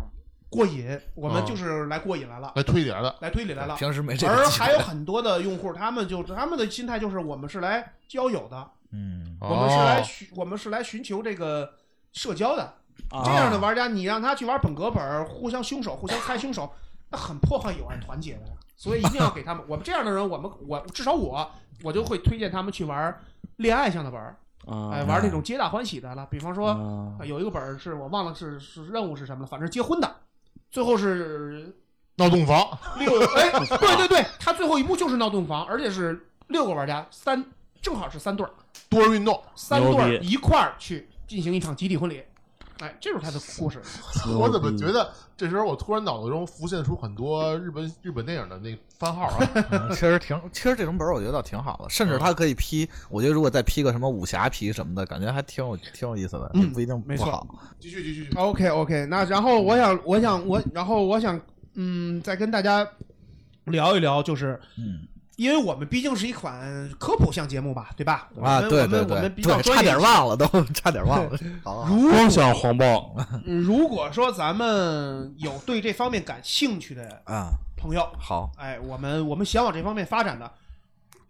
Speaker 1: 过瘾，我们
Speaker 2: 嗯
Speaker 1: 就是来过瘾来了，
Speaker 2: 来推点的，
Speaker 1: 来推理来了。
Speaker 3: 平时没这个
Speaker 1: 而
Speaker 3: 机会，
Speaker 1: 还有很多的用户，他们就他们的心态就是我们是来交友的，
Speaker 3: 嗯，
Speaker 1: 我们是来
Speaker 2: 哦
Speaker 1: 寻我们是来寻求这个社交的。
Speaker 3: 哦
Speaker 4: 啊
Speaker 1: 这样的玩家，你让他去玩本格本儿，互相凶手，互相猜凶手，那很破坏友爱团结的。所以一定要给他们，我们这样的人，我们我至少我我就会推荐他们去玩恋爱向的本儿，
Speaker 4: 啊
Speaker 1: 哎，玩那
Speaker 3: 哦
Speaker 1: 种皆大欢喜的了。比方说
Speaker 4: 啊
Speaker 1: 有一个本儿是我忘了是是任务是什么了，反正结婚的，最后 是
Speaker 2: 闹洞房，
Speaker 1: 六哎，对对对，他最后一幕就是闹洞房，而且是六个玩家，三正好是三对儿，
Speaker 2: 多人运动，
Speaker 1: 三对儿
Speaker 4: 牛逼
Speaker 1: 一块儿去进行一场集体婚礼。哎，这就是他的故事。
Speaker 2: 我怎么觉得这时候我突然脑子中浮现出很多日本日本电影的那番号啊？
Speaker 3: 嗯其实挺，其实这种本儿我觉得倒挺好的，甚
Speaker 1: 嗯
Speaker 3: 至它可以批，我觉得如果再批个什么武侠皮什么的，感觉还挺有挺有意思的，
Speaker 1: 嗯
Speaker 3: 也不一定
Speaker 1: 没
Speaker 3: 不
Speaker 1: 错
Speaker 3: 好。啊
Speaker 2: 继续继续，
Speaker 1: OK OK，那然后我想，我想我，然后我想，嗯，再跟大家聊一聊，就是
Speaker 3: 嗯
Speaker 1: 因为我们毕竟是一款科普向节目吧，对吧？
Speaker 3: 啊，
Speaker 1: 我们
Speaker 3: 对
Speaker 1: 我
Speaker 3: 对
Speaker 1: 们我
Speaker 3: 对
Speaker 1: 们比较
Speaker 3: 对，差点
Speaker 1: 了。
Speaker 3: 忘了，都差点忘 了。好好好
Speaker 4: 光想黄暴，
Speaker 1: 嗯如果说咱们有对这方面感兴趣的
Speaker 3: 啊，
Speaker 1: 朋友，
Speaker 3: 好，
Speaker 1: 哎，我们我们想往这方面发展的，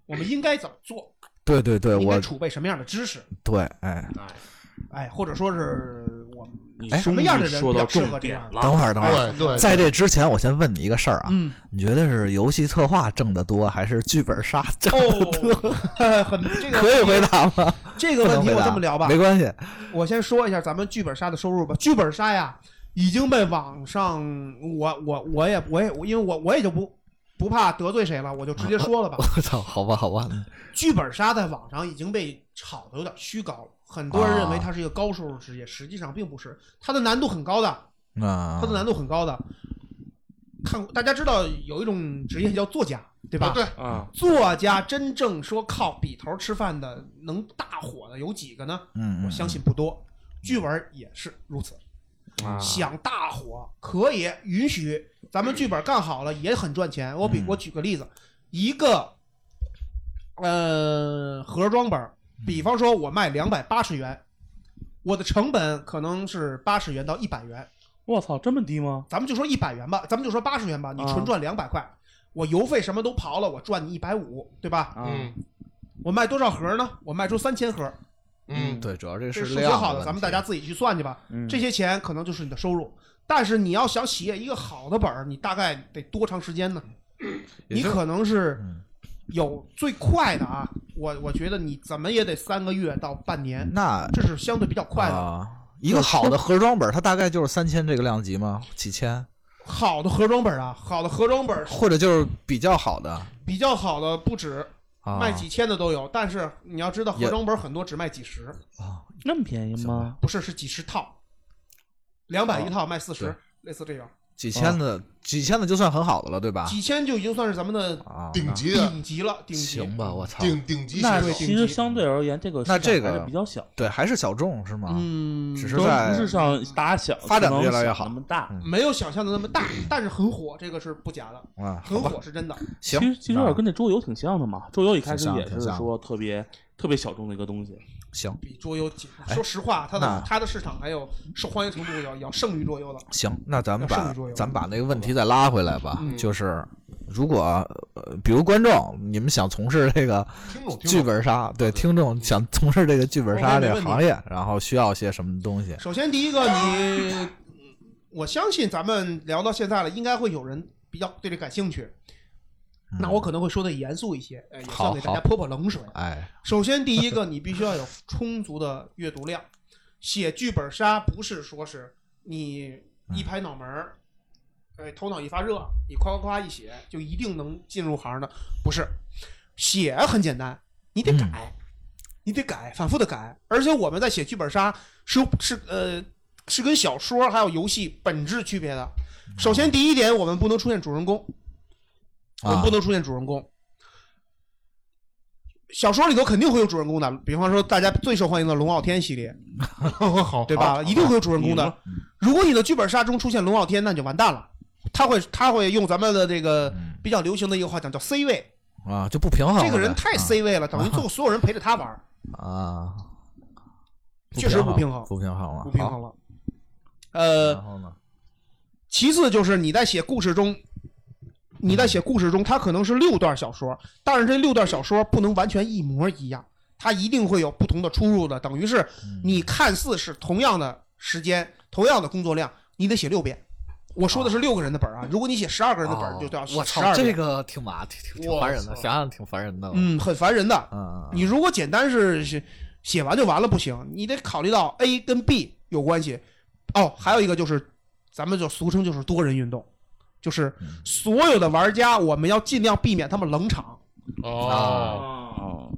Speaker 1: 我们应该怎么做？
Speaker 3: 对对对，
Speaker 1: 应该
Speaker 3: 呃我
Speaker 1: 储备什么样的知识？
Speaker 3: 对，哎，
Speaker 1: 哎，或者说是我们
Speaker 4: 你
Speaker 1: 什么样的人
Speaker 4: 说
Speaker 1: 比
Speaker 4: 到
Speaker 1: 较适
Speaker 4: 重
Speaker 1: 合这
Speaker 4: 点
Speaker 1: 样
Speaker 4: 了，
Speaker 3: 等会儿等会儿，
Speaker 2: 对对，
Speaker 3: 在这之前，我先问你一个事儿啊，
Speaker 1: 嗯
Speaker 3: 你觉得是游戏策划挣得多，还是剧本杀挣得多？
Speaker 1: 哦， 很这个
Speaker 3: 可以回答吗？
Speaker 1: 这
Speaker 3: 不
Speaker 1: 个问
Speaker 3: 能
Speaker 1: 题
Speaker 3: 回
Speaker 1: 我
Speaker 3: 答
Speaker 1: 这么聊吧，
Speaker 3: 没关系。
Speaker 1: 我先说一下咱们剧本杀的收入吧。剧本杀呀，已经被网上我我我也我也因为我我也就不不怕得罪谁了，我就直接说了吧。
Speaker 3: 我操，好吧，好吧，
Speaker 1: 剧本杀在网上已经被炒得有点虚高了，很多人认为它是一个高收入职业，实际上并不是，它的难度很高
Speaker 2: 啊
Speaker 1: 的，
Speaker 3: 那
Speaker 1: 它的难度很高的。看，大家知道有一种职业叫作家，对吧？
Speaker 2: 啊对，
Speaker 4: 啊，
Speaker 1: 作家真正说靠笔头吃饭的，能大火的有几个呢？
Speaker 3: 嗯，嗯
Speaker 1: 我相信不多。剧本也是如此，
Speaker 4: 啊
Speaker 1: 想大火可以允许，咱们剧本干好了也很赚钱。我比
Speaker 3: 嗯
Speaker 1: 我举个例子，一个呃盒装本儿，
Speaker 3: 嗯
Speaker 1: 比方说我卖两百八十元，我的成本可能是八十元到一百元，
Speaker 4: 我操，这么低吗？
Speaker 1: 咱们就说一百元吧，咱们就说八十元吧，你
Speaker 4: 啊
Speaker 1: 纯赚两百块，我邮费什么都刨了，我赚你一百五，对吧？
Speaker 4: 啊，
Speaker 2: 嗯
Speaker 1: 我卖多少盒呢？我卖出三千盒，
Speaker 3: 嗯，
Speaker 2: 嗯，
Speaker 3: 对，主要这
Speaker 1: 这
Speaker 3: 是
Speaker 1: 数学
Speaker 3: 量
Speaker 1: 好
Speaker 3: 问
Speaker 1: 的，咱们
Speaker 3: 题
Speaker 1: 大家自己去算去吧。
Speaker 4: 嗯
Speaker 1: 这些钱可能就是你的收入。但是你要想企业一个好的本儿，你大概得多长时间呢？
Speaker 3: 嗯也
Speaker 1: 你
Speaker 3: 就
Speaker 1: 可能是
Speaker 3: 嗯
Speaker 1: 有最快的啊，我我觉得你怎么也得三个月到半年，
Speaker 3: 那
Speaker 1: 这是相对比较快的。
Speaker 3: 嗯啊，一个好的盒装本儿，它大概就是三千这个量级吗？几千，
Speaker 1: 好的盒装本儿啊，好的盒装本儿
Speaker 3: 或者就是比较好的
Speaker 1: 比较好的不止
Speaker 3: 啊，
Speaker 1: 卖几千的都有，但是你要知道
Speaker 3: 也
Speaker 1: 盒装本儿很多只卖几十，
Speaker 3: 啊？
Speaker 4: 那么便宜吗？
Speaker 1: 不是是几十套，两百一套卖四
Speaker 3: 啊对
Speaker 1: 十，类似这样，
Speaker 3: 几千的，几千的就算很好的了，对吧？
Speaker 1: 几千就已经算是咱们的
Speaker 3: 啊，
Speaker 2: 顶级的
Speaker 1: 顶级了，顶级。
Speaker 3: 行吧，我操，
Speaker 2: 顶顶级
Speaker 4: 那
Speaker 2: 选手
Speaker 1: 对
Speaker 4: 其实相对而言，这个市场
Speaker 3: 那这个
Speaker 4: 还是比较小，
Speaker 3: 对，还是小众是吗？
Speaker 1: 嗯，
Speaker 3: 只是
Speaker 4: 不
Speaker 3: 在
Speaker 4: 是像大家想
Speaker 3: 发展得越来越好
Speaker 4: 可能想那么大。
Speaker 3: 嗯
Speaker 1: 没有想象的那么 大，但是很火，这个是不假的，
Speaker 3: 啊，好
Speaker 1: 很
Speaker 3: 吧，
Speaker 1: 火是真的。
Speaker 3: 行
Speaker 4: 其，实其实有点跟这桌游挺像的嘛，桌游一开始
Speaker 3: 挺像
Speaker 4: 也是
Speaker 3: 挺像
Speaker 4: 说特别特别小众的一个东西，
Speaker 3: 那行
Speaker 1: 比桌游紧，说实话，它
Speaker 3: 哎那
Speaker 1: 的它的市场还有受欢迎程度要要胜于桌游的。
Speaker 3: 行，那咱们
Speaker 1: 那剩
Speaker 3: 把
Speaker 1: 余桌游
Speaker 3: 咱们把那个问题再拉回来吧，
Speaker 1: 嗯
Speaker 3: 就是如果呃，比如观众你们想从事这个
Speaker 2: 听懂听
Speaker 3: 剧
Speaker 2: 懂，
Speaker 3: 本杀，对听众想从事这个剧本杀
Speaker 1: OK，没嗯
Speaker 3: 这个
Speaker 1: 问题
Speaker 3: 行业，然后需要些什么东西？
Speaker 1: 首先第一个，你我相信咱们聊到现在了，应该会有人比较对这感兴趣。那我可能会说的严肃一些，呃，也
Speaker 3: 嗯好
Speaker 1: 算给大家
Speaker 3: 好
Speaker 1: 泼泼冷水。
Speaker 3: 哎，
Speaker 1: 首先，第一个，你必须要有充足的阅读量。写剧本杀不是说是你一拍脑门儿，哎，头脑一发热，你夸夸夸一写，就一定能进入行的？不是，写很简单，你得改，你得改，反复的改。而且我们在写剧本杀是是呃是跟小说还有游戏本质区别的。首先第一点，我们不能出现主人公，我们
Speaker 3: 啊
Speaker 1: 不能出现主人公。小说里头肯定会有主人公的，比方说大家最受欢迎的龙傲天系 列，
Speaker 2: 好，
Speaker 1: 对吧？一定会有主人公的。
Speaker 3: 嗯
Speaker 1: 如果你的剧本杀中出现龙傲天，那你就完蛋了。他会他会用咱们的这个
Speaker 3: 嗯
Speaker 1: 比较流行的一个话讲叫 C 位，
Speaker 3: 啊，就不平衡了。
Speaker 1: 这个人太
Speaker 3: 啊
Speaker 1: C 位了，等于最 后所有人陪着他玩，
Speaker 3: 啊，不
Speaker 1: 确实不
Speaker 3: 平
Speaker 1: 平衡
Speaker 3: 不平衡了，
Speaker 1: 不平
Speaker 3: 好。
Speaker 1: 衡了。呃
Speaker 3: 然，后呢？
Speaker 1: 其次就是你在写故事中，你在写故事中，它可能是六段小说，但是这六段小说不能完全一模一样，它一定会有不同的出入的。等于是
Speaker 5: 嗯
Speaker 1: 你看似是同样的时间、同样的工作量，你得写六遍。我说的是六个人的本儿啊，如果你写十二个人的本儿，就都要
Speaker 5: 哦我
Speaker 1: 十
Speaker 5: 操，
Speaker 1: 二
Speaker 5: 这
Speaker 1: 遍。
Speaker 5: 个挺麻挺挺挺
Speaker 2: 我
Speaker 5: 烦人的，
Speaker 2: 操
Speaker 5: 想想挺烦人的。
Speaker 1: 嗯，很烦人的。
Speaker 3: 嗯嗯
Speaker 1: 你如果简单是写写完就完了不行，你得考虑到 A 跟 B 有关系。哦，还有一个就是，咱们就俗称就是多人运动，就是所有的玩家，我们要尽量避免他们冷场。
Speaker 2: 哦，
Speaker 4: 啊，
Speaker 5: 哦，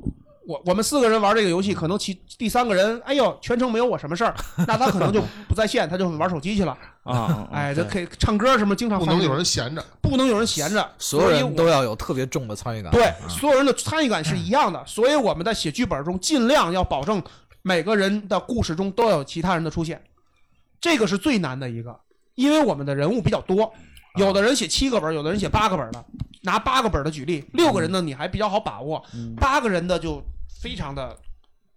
Speaker 1: 我我们四个人玩这个游戏，可能其第三个人，哎呦，全程没有我什么事儿，那他可能就不在线，他就玩手机去了。
Speaker 4: 啊
Speaker 1: 哎，这可以唱歌什么，经常
Speaker 2: 不
Speaker 1: 放
Speaker 2: 能
Speaker 1: 这
Speaker 2: 有
Speaker 1: 个
Speaker 2: 人闲着，
Speaker 1: 不能有人闲着，
Speaker 3: 所有
Speaker 1: 所以
Speaker 3: 人
Speaker 1: 我
Speaker 3: 都要有特别重的参与感。
Speaker 1: 对，所有人的参与感是一样的，所以我们在写剧本中尽量要保证每个人的故事中都要有其他人的出现，这个是最难的一个，因为我们的人物比较多，有的人写七个本儿，有的人写八个本儿的。拿八个本儿的举例，六个人呢你还比较好把握，八个人的就非常的。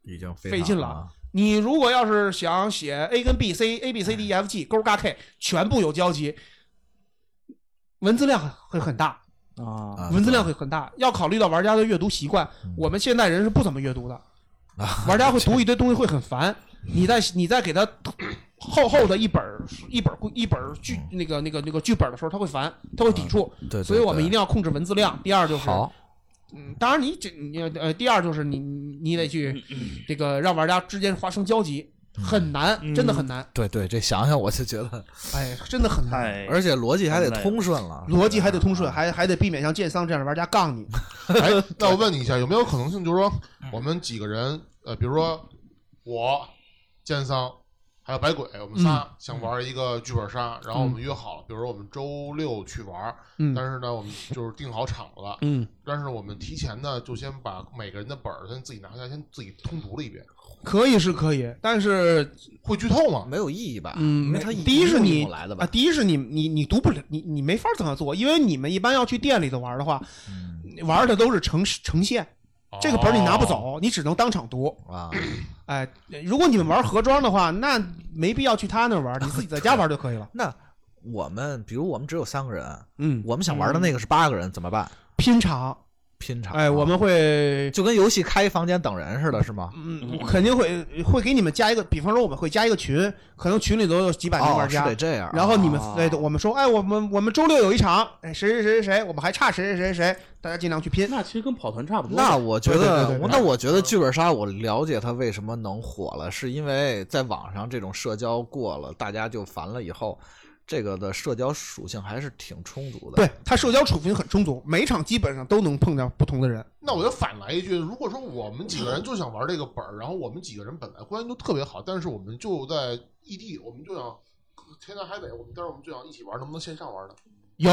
Speaker 3: 已经
Speaker 1: 费
Speaker 3: 常
Speaker 1: 劲了
Speaker 3: 啊。
Speaker 1: 你如果要是想写 A 跟 B、C、A B C D E F G 勾嘎 K 全部有交集，文字量会很大。
Speaker 4: 啊
Speaker 3: 啊
Speaker 1: 文字量会很大，要考虑到玩家的阅读习惯。我们现代人是不怎么阅读的，
Speaker 3: 啊
Speaker 1: 玩 家会读一堆东西会很烦。你再你再给他 厚厚的一本儿一本儿一本儿剧那个那个那个剧本的时候，他会烦，他会抵触。
Speaker 3: 嗯对，
Speaker 1: 所以我们一定
Speaker 3: 要
Speaker 1: 要控制文字量。第二就是，
Speaker 3: 好，
Speaker 1: 嗯，当然你这你呃，第二就是你你你得去
Speaker 4: 嗯
Speaker 1: 这个让玩家之间发生交集，很难，
Speaker 4: 嗯
Speaker 1: 真的很难，
Speaker 3: 对对，这想想我就觉得，
Speaker 1: 哎，真的很难。
Speaker 4: 太
Speaker 3: 而且逻辑还得通顺了，
Speaker 1: 逻辑还得通顺，还还得避免像剑桑这样的玩家杠你。
Speaker 2: 哎， 那我问你一下，有没有可能性，就是说
Speaker 1: 嗯
Speaker 2: 我们几个人，呃，比如说我、剑桑还有百鬼，我们仨
Speaker 1: 嗯
Speaker 2: 想玩一个剧本杀，然后我们约好了，比如说我们周六去玩，
Speaker 1: 嗯
Speaker 2: 但是呢，我们就是定好场了，
Speaker 1: 嗯，
Speaker 2: 但是我们提前呢，就先把每个人的本儿先自己拿下，先自己通读了一遍，
Speaker 1: 可以是可以，但是
Speaker 2: 会剧透吗？
Speaker 3: 没有意义吧？
Speaker 1: 嗯，
Speaker 3: 因为
Speaker 1: 没
Speaker 3: 它
Speaker 1: 第一是你
Speaker 3: 路来的吧
Speaker 1: 啊，？第一是你你你读不了，你你没法这么做，因为你们一般要去店里头玩的话，
Speaker 3: 嗯
Speaker 1: 玩的都是呈呈现，这个本儿你拿不
Speaker 2: 哦。
Speaker 1: 走，你只能当场读。
Speaker 3: 啊，。
Speaker 1: 哎，如果你们玩盒装的话，那没必要去他那玩，你自己在家玩就可以了
Speaker 3: 那我们比如我们只有三个人，
Speaker 1: 嗯，
Speaker 3: 我们想玩的那个是八个人，怎么办？
Speaker 1: 拼场，
Speaker 3: 拼场？啊
Speaker 1: 哎，我们会。
Speaker 3: 就跟游戏开一房间等人似的，是吗？
Speaker 1: 嗯，肯定会会给你们加一个，比方说我们会加一个群，可能群里头有几百名
Speaker 3: 哦，
Speaker 1: 玩
Speaker 3: 是
Speaker 1: 家，
Speaker 3: 得这样。
Speaker 1: 然后你们
Speaker 3: 啊
Speaker 1: 哎，我们说，哎，我们我们周六有一场，哎，谁谁谁谁谁，我们还差谁谁谁谁，大家尽量去拼。
Speaker 4: 那其实跟跑团差不多。
Speaker 3: 那我觉
Speaker 1: 对对
Speaker 3: 得
Speaker 1: 对对，对嗯
Speaker 3: 那我觉得剧本杀，我了解它为什么能火了，是因为在网上这种社交过了，大家就烦了以后，这个的社交属性还是挺充足的。
Speaker 1: 对他社交储蓄很充足，每场基本上都能碰到不同的人。
Speaker 2: 那我就反来一句，如果说我们几个人就想玩这个本儿，然后我们几个人本来关系都特别好，但是我们就在异地，我们就想天南海北，我们但是我们就想一起玩，能不能线上玩呢？
Speaker 1: 有，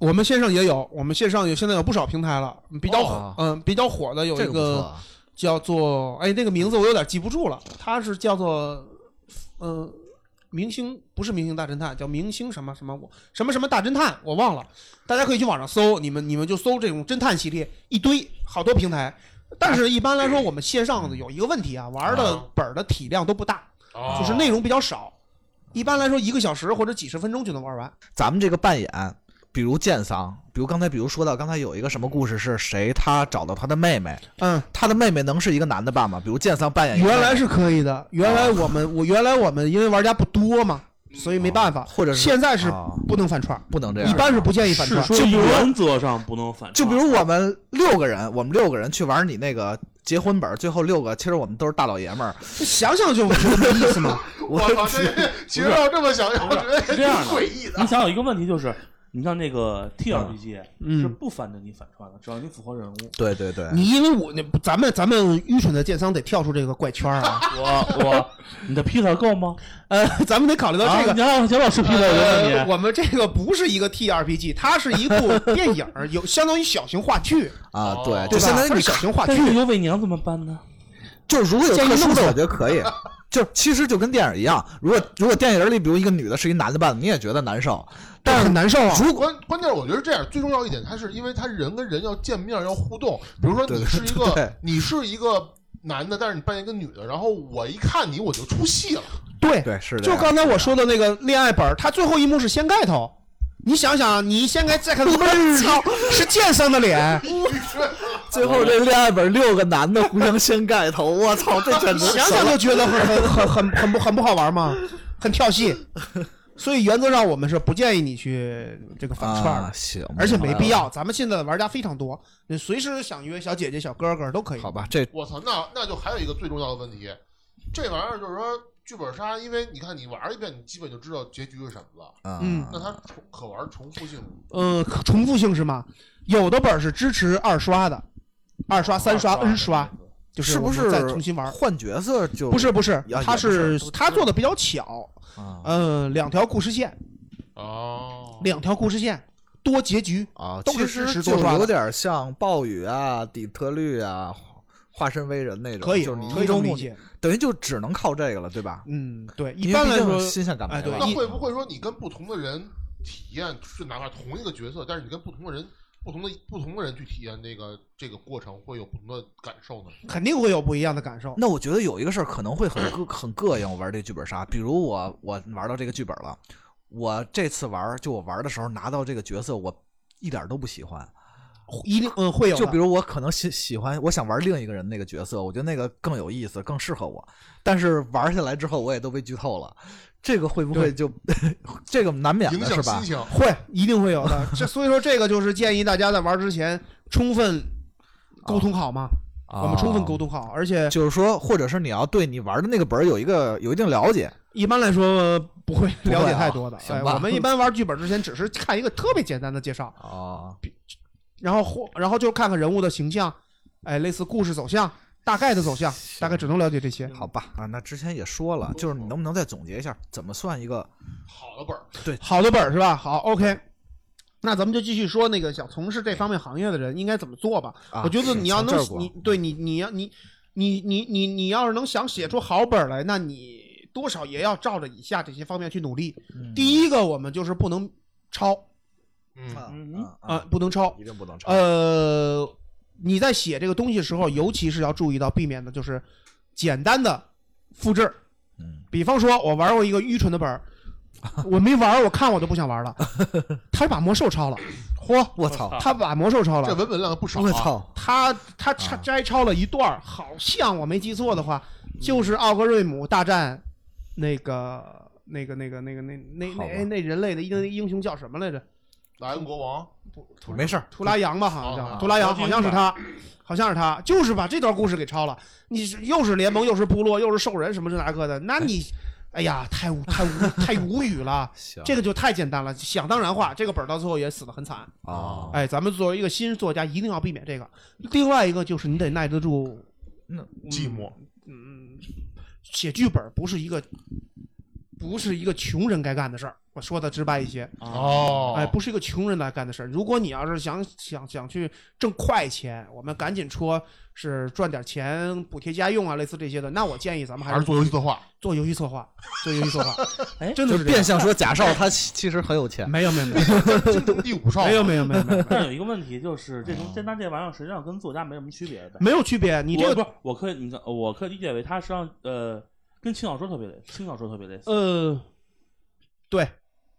Speaker 1: 我们线上也有，我们线上有现在有不少平台了，比较火
Speaker 3: 哦，
Speaker 1: 嗯，比较火的有
Speaker 3: 这
Speaker 1: 一
Speaker 3: 个不错
Speaker 1: 个
Speaker 3: 啊，
Speaker 1: 叫做哎，那个名字我有点记不住了，它是叫做嗯。明星不是明星大侦探，叫明星什么什么我什么什么大侦探，我忘了。大家可以去网上搜，你们你们就搜这种侦探系列，一堆好多平台。但是一般来说，我们线上的
Speaker 3: 嗯
Speaker 1: 有一个问题啊，玩的
Speaker 2: 啊
Speaker 1: 本儿的体量都不大，
Speaker 4: 哦
Speaker 2: 啊
Speaker 1: 就是内容比较少，一般来说一个小时或者几十分钟就能玩完。
Speaker 3: 咱们这个扮演，比如剑桑，比如刚才，比如说到刚才有一个什么故事是谁他找到他的妹妹，
Speaker 1: 嗯，
Speaker 3: 他的妹妹能是一个男的扮吗？比如剑桑扮演一个
Speaker 1: 原
Speaker 3: 妹
Speaker 1: 来
Speaker 3: 妹
Speaker 1: 是可以的，原来我们我原来我们因为玩家不多嘛，所以没办法，
Speaker 3: 或者哦是
Speaker 1: 现在是
Speaker 3: 啊
Speaker 1: 不能反串，
Speaker 3: 不能这样，
Speaker 1: 一般是不建议反
Speaker 4: 是
Speaker 1: 串。
Speaker 4: 说
Speaker 3: 就比如
Speaker 4: 原则上不能反串，
Speaker 3: 就比如我们六个人，我们六个人去玩你那个结婚本儿最后六个，其实我们都是大老爷们儿，
Speaker 1: 想想就不是意思嘛。
Speaker 2: 我操，这其实要这么想，我觉得
Speaker 4: 是
Speaker 2: 挺
Speaker 4: 这样的
Speaker 2: 诡异的
Speaker 4: 你。想有一个问题就是，你像那个 T R P G
Speaker 1: 嗯
Speaker 4: 是不反对你反串的，只要你符合 人物。
Speaker 3: 对对对，
Speaker 1: 你因为我那咱们咱们愚蠢的建商得跳出这个怪圈儿啊，
Speaker 4: 我我，你的 Peter 够吗？
Speaker 1: 呃，咱们得考虑到
Speaker 4: 啊
Speaker 1: 这个
Speaker 4: 你。让小老师 Peter 我
Speaker 1: 呃
Speaker 4: 问，你，
Speaker 1: 我们这个不是一个 T R P G，它是一部电影儿，有相当于小型话剧，
Speaker 3: 啊，对，就
Speaker 1: 对吧？
Speaker 3: 相当于
Speaker 1: 它
Speaker 3: 你
Speaker 1: 哦是小型话剧
Speaker 4: 但，是有伪娘怎么办呢？
Speaker 3: 就如果有
Speaker 1: 建议
Speaker 3: 特殊
Speaker 1: 弄
Speaker 3: 的，
Speaker 1: 走
Speaker 3: 我觉得可 以。就其实就跟电影一样，如果如果电影里比如一个女的是一男的扮的，你也觉得难受。但
Speaker 1: 很
Speaker 3: 是
Speaker 1: 难受啊。
Speaker 3: 如果
Speaker 2: 关关键，我觉得这样最重要一点，他是因为他人跟人要见面要互动。比如说
Speaker 3: 对
Speaker 2: 你
Speaker 3: 对
Speaker 2: 是一
Speaker 3: 对对
Speaker 2: 个你是一个男的，但是你扮演一个女的，然后我一看你我就出戏了。
Speaker 1: 对，
Speaker 3: 对是的，
Speaker 1: 就刚才我说的那个恋爱本儿，它最后一幕是掀盖头。你想想，你掀开再 看，操，是剑圣的脸，
Speaker 3: 最后这恋爱本六个男的互相掀盖头，我操，这简直
Speaker 1: 想想就觉得很很很很很不很不好玩嘛，很跳戏。所以原则上我们是不建议你去这个反串
Speaker 3: 啊
Speaker 1: 的，
Speaker 3: 行，
Speaker 1: 而且没必
Speaker 3: 要。
Speaker 1: 要。咱们现在的玩家非常多，你随时想约小姐姐、小哥哥都可以。
Speaker 3: 好吧，这
Speaker 2: 我操，那那就还有一个最重要的问题，这玩意儿就是说剧本杀，因为你看你玩一遍，你基本就知道结局是什么了。
Speaker 3: 啊
Speaker 1: 嗯
Speaker 2: 那它重可玩重复性
Speaker 1: 呃，可重复性是吗？有的本儿是支持二刷的，二刷、三刷、N 刷，就是
Speaker 3: 是不
Speaker 1: 我
Speaker 3: 是
Speaker 1: 们再重新玩？
Speaker 3: 换角色就
Speaker 1: 不是不是
Speaker 3: 也，
Speaker 1: 他
Speaker 3: 不是
Speaker 1: 是他做的比较巧，
Speaker 3: 啊
Speaker 1: 嗯，两条故事线，
Speaker 2: 哦
Speaker 1: 两条故事线，多结局，
Speaker 3: 啊，
Speaker 1: 都
Speaker 3: 其
Speaker 1: 是
Speaker 3: 实
Speaker 1: 支持
Speaker 3: 就
Speaker 1: 多刷的
Speaker 3: 有点像暴雨啊、底特律啊、化身为人那种，
Speaker 1: 可以
Speaker 3: 哦就是你
Speaker 1: 可以
Speaker 3: 一
Speaker 1: 这
Speaker 3: 周
Speaker 1: 么
Speaker 3: 目
Speaker 1: 理解。
Speaker 3: 等于就只能靠这个了，对吧？
Speaker 1: 嗯，对，
Speaker 3: 因为
Speaker 1: 一般
Speaker 3: 毕
Speaker 1: 来
Speaker 3: 竟
Speaker 1: 说，
Speaker 3: 新鲜感没
Speaker 1: 哎对
Speaker 3: 了
Speaker 2: 那
Speaker 1: 一
Speaker 2: 会不会说你跟不同的人体验，是哪怕同一个角色，但是你跟不同的人、不同的不同的人去体验这个这个过程，会有不同的感受呢？
Speaker 1: 肯定会有不一样的感受。
Speaker 3: 那我觉得有一个事儿可能会很膈很膈应，我玩这剧本杀。比如我我玩到这个剧本了，我这次玩就我玩的时候拿到这个角色，我一点都不喜欢。
Speaker 1: 一定嗯会有的，
Speaker 3: 就比如我可能喜喜欢，我想玩另一个人那个角色，我觉得那个更有意思，更适合我。但是玩下来之后，我也都被剧透了，这个会不会就 这个难免
Speaker 2: 影
Speaker 3: 的
Speaker 2: 响
Speaker 3: 是吧
Speaker 2: 心？情。
Speaker 1: 会一定会有的。这所以说这个就是建议大家在玩之前充分沟通好嘛，
Speaker 3: 啊
Speaker 1: 我们充分沟，通好，而且
Speaker 3: 就是说，或者是你要对你玩的那个本儿有一个有一定了解，
Speaker 1: 一般来说不会
Speaker 3: 会啊
Speaker 1: 了解太多的。
Speaker 3: 行
Speaker 1: 哎，
Speaker 3: 吧
Speaker 1: 我们一般玩剧本之前只是看一个特别简单的介绍，
Speaker 3: 啊，
Speaker 1: 然后或然后就看看人物的形象，哎，类似故事走向。大概的走向，大概只能了解这些。
Speaker 3: 好吧，啊，那之前也说了，就是你能不能再总结一下，怎么算一个
Speaker 2: 好的本儿，
Speaker 1: 好的本儿是吧？好，OK。那咱们就继续说那个想从事这方面行业的人应该怎么做吧。
Speaker 3: 啊
Speaker 1: 我觉得
Speaker 3: 是
Speaker 1: 你要
Speaker 3: 从
Speaker 1: 能
Speaker 3: 这儿过
Speaker 1: 你对你你要你你你你你要是能想写出好本儿来，那你多少也要照着以下这些方面去努力。
Speaker 3: 嗯
Speaker 1: 第一个，我们就是不能抄
Speaker 2: 嗯，
Speaker 4: 嗯，
Speaker 1: 啊、呃不能抄。
Speaker 3: 一定不能超，
Speaker 1: 呃，你在写这个东西的时候，尤其是要注意到避免的就是简单的复制。
Speaker 3: 嗯，
Speaker 1: 比方说，我玩过一个愚蠢的 本儿，我没玩儿，我看我都不想玩了。他把魔兽抄了，嚯，
Speaker 3: 我操，
Speaker 1: 他把魔兽抄
Speaker 2: 这
Speaker 1: 了，
Speaker 2: 文本量不少
Speaker 3: 我
Speaker 2: 啊。
Speaker 3: 操，
Speaker 1: 他他摘
Speaker 3: 啊
Speaker 1: 摘抄了一段儿，好像我没记错的话，就是奥格瑞姆大战那个。那个、那个、那个、那那
Speaker 3: 好吧
Speaker 1: 那哎那人类的英英雄叫什么来着？
Speaker 2: 莱恩国王，
Speaker 3: 没事儿，
Speaker 1: 图拉扬吧，好像
Speaker 2: 啊
Speaker 1: 叫图拉扬，
Speaker 4: 黄金，
Speaker 1: 好像是他，好像是他，就是把这段故事给抄了。你是又是联盟，又是部落，又是兽人，什么这那个的，那你，哎呀，太无太无太无语了。
Speaker 3: 行
Speaker 1: 这个就太简单了，想当然化。这个本儿到最后也死得很惨。
Speaker 3: 啊，
Speaker 1: 哎，咱们作为一个新作家，一定要避免这个。另外一个就是你得耐得住，
Speaker 2: 寂寞。
Speaker 1: 嗯，写剧本不是一个，不是一个穷人该干的事儿。我说的直白一些，
Speaker 2: 哦
Speaker 1: 哎，不是一个穷人来干的事儿。如果你要是想想想去挣快钱，我们赶紧说是赚点钱补贴家用啊，类似这些的，那我建议咱们还
Speaker 2: 还是
Speaker 1: 是
Speaker 2: 做游戏策划，
Speaker 1: 做游戏策划，做游戏策划
Speaker 4: 哎
Speaker 1: 真的
Speaker 3: 就
Speaker 1: 这
Speaker 3: 是
Speaker 1: 样
Speaker 3: 变相说贾少他其其实很有钱，
Speaker 1: 没有没有 没有
Speaker 2: 精忠第五少。
Speaker 1: 没有没有没有没有
Speaker 4: 但有一个问题就是，这东这那这玩意儿实际上跟作家没什么区别的。
Speaker 1: 没有区别，你这个
Speaker 4: 我不是，我可以，你看，我可以理解为它实际上呃，跟轻小说特别类似，轻小说特别类似。
Speaker 1: 呃，对。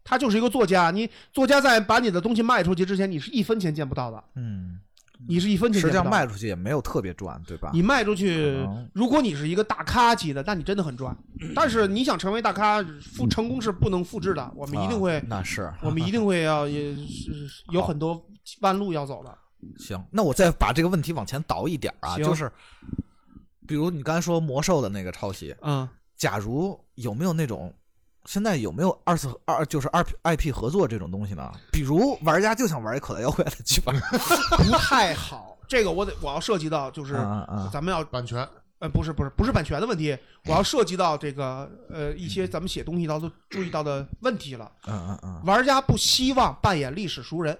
Speaker 1: 他就是一个作家，你作家在把你的东西卖出去之前，你是一分钱见不到的，
Speaker 3: 嗯，
Speaker 1: 你是一分钱
Speaker 3: 实
Speaker 1: 见
Speaker 3: 际
Speaker 1: 不到
Speaker 3: 上
Speaker 1: 的。
Speaker 3: 卖出去也没有特别赚，对吧？
Speaker 1: 你卖出去
Speaker 3: 可能，
Speaker 1: 如果你是一个大咖级的，那你真的很 赚。但是你想成为大咖，复成功是不能复制的。我们一定会嗯
Speaker 3: 嗯啊，那是
Speaker 1: 我们一定会要也是有很多弯路要走的。
Speaker 3: 行，那我再把这个问题往前倒一点儿啊，
Speaker 1: 行
Speaker 3: 就是，比如你刚才说魔兽的那个抄袭，
Speaker 1: 嗯，
Speaker 3: 假如有没有那种，现在有没有二次二就是二 IP 合作这种东西呢？比如玩家就想玩一口袋妖怪的剧本，
Speaker 1: 不太好。这个我得我要涉及到就是
Speaker 3: 啊啊啊
Speaker 1: 咱们要
Speaker 2: 版权
Speaker 1: 呃不是不是不是版权的问题，我要涉及到这个呃一些咱们写东西到都注意到的问题了。
Speaker 3: 嗯嗯嗯，
Speaker 1: 玩家不希望扮演历史熟人，
Speaker 4: 啊
Speaker 3: 呃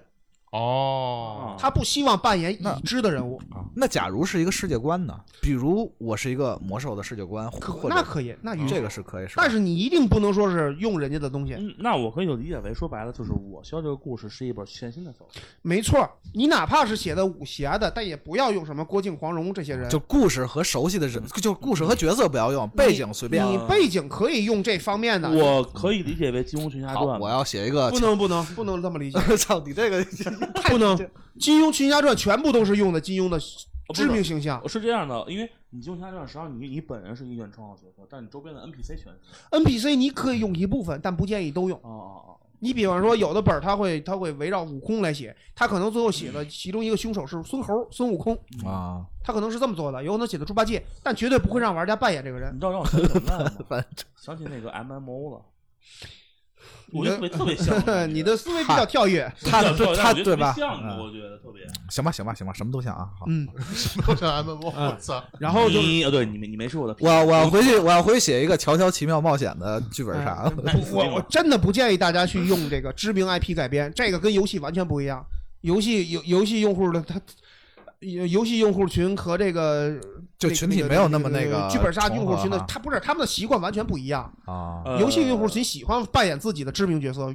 Speaker 2: 哦，
Speaker 1: 他不希望扮演
Speaker 3: 啊那啊
Speaker 1: 已知的人物，
Speaker 3: 那假如是一个世界观呢？比如我是一个魔兽的世界观，
Speaker 1: 可
Speaker 3: 或者
Speaker 1: 那
Speaker 3: 啊
Speaker 1: 可以，那允许
Speaker 3: 这个是可以，是吧
Speaker 1: 但是你一定不能说是用人家的东西，
Speaker 4: 嗯，那我可以就理解为，说白了就是我需要这个故事是一本全新的小说。
Speaker 1: 没错儿。你哪怕是写的武侠的，但也不要用什么郭靖、黄蓉这些人。
Speaker 3: 就故事和熟悉的人，就故事和角色不要用，背景随便。
Speaker 1: 你背景可以用这方面的。
Speaker 4: 我可以理解为《金庸群侠
Speaker 3: 好
Speaker 4: 传》，
Speaker 3: 我要写一个
Speaker 1: 不，能不能不能这么理解，
Speaker 3: 操你这个
Speaker 1: 不能。金庸《群侠传》全部都是用的金庸的
Speaker 4: 哦不是
Speaker 1: 知名形象
Speaker 4: 是这样的，因为你《金庸群侠传》实际上你你本人是一卷创造角色，但你周边的 NPC 全是。
Speaker 1: ，NPC 你可以用一部分，但不建议都用。
Speaker 4: 哦哦哦，
Speaker 1: 你比方说，有的本儿他会他会围绕悟空来写，他可能最后写的其中一个凶手是孙猴孙悟空，
Speaker 3: 啊，
Speaker 1: 他可能是这么做的，有可能写的猪八戒，但绝对不会让玩家扮演这个人
Speaker 4: 你。知道让我想起什么来了吗？
Speaker 3: 反
Speaker 4: 想起那个 MMO 了，
Speaker 1: 你
Speaker 4: 我觉
Speaker 1: 的。
Speaker 4: 得特别特别像
Speaker 1: 你的思维比较跳跃，
Speaker 3: 他
Speaker 4: 我觉得
Speaker 3: 他
Speaker 4: 特别
Speaker 3: 对吧
Speaker 4: 像的，
Speaker 3: 嗯
Speaker 4: 我觉得特别。
Speaker 3: 行吧，行吧，行吧，什么都像啊。好，
Speaker 1: 嗯，
Speaker 2: 我想 M O，我操，
Speaker 1: 然后就
Speaker 4: 你呃，对你没你没是我的皮，
Speaker 3: 我我要回去，我要回去写一个《乔乔奇妙冒险》的 剧
Speaker 1: 嗯
Speaker 3: 本杀。
Speaker 1: 不我我真的不建议大家去用这个知名 IP 改编，这个跟游戏完全不一样。游戏游游戏用户的他，游游戏用户群和这个这
Speaker 3: 就
Speaker 1: 个
Speaker 3: 群体
Speaker 1: 这个
Speaker 3: 没有那么
Speaker 1: 这个
Speaker 3: 那个
Speaker 1: 剧本杀
Speaker 3: 重
Speaker 1: 用
Speaker 3: 合
Speaker 1: 户群的
Speaker 3: 哈，
Speaker 1: 他不是他们的习惯完全不一样。
Speaker 3: 啊
Speaker 4: 呃
Speaker 1: 游戏用户群喜欢扮演自己的知名角色，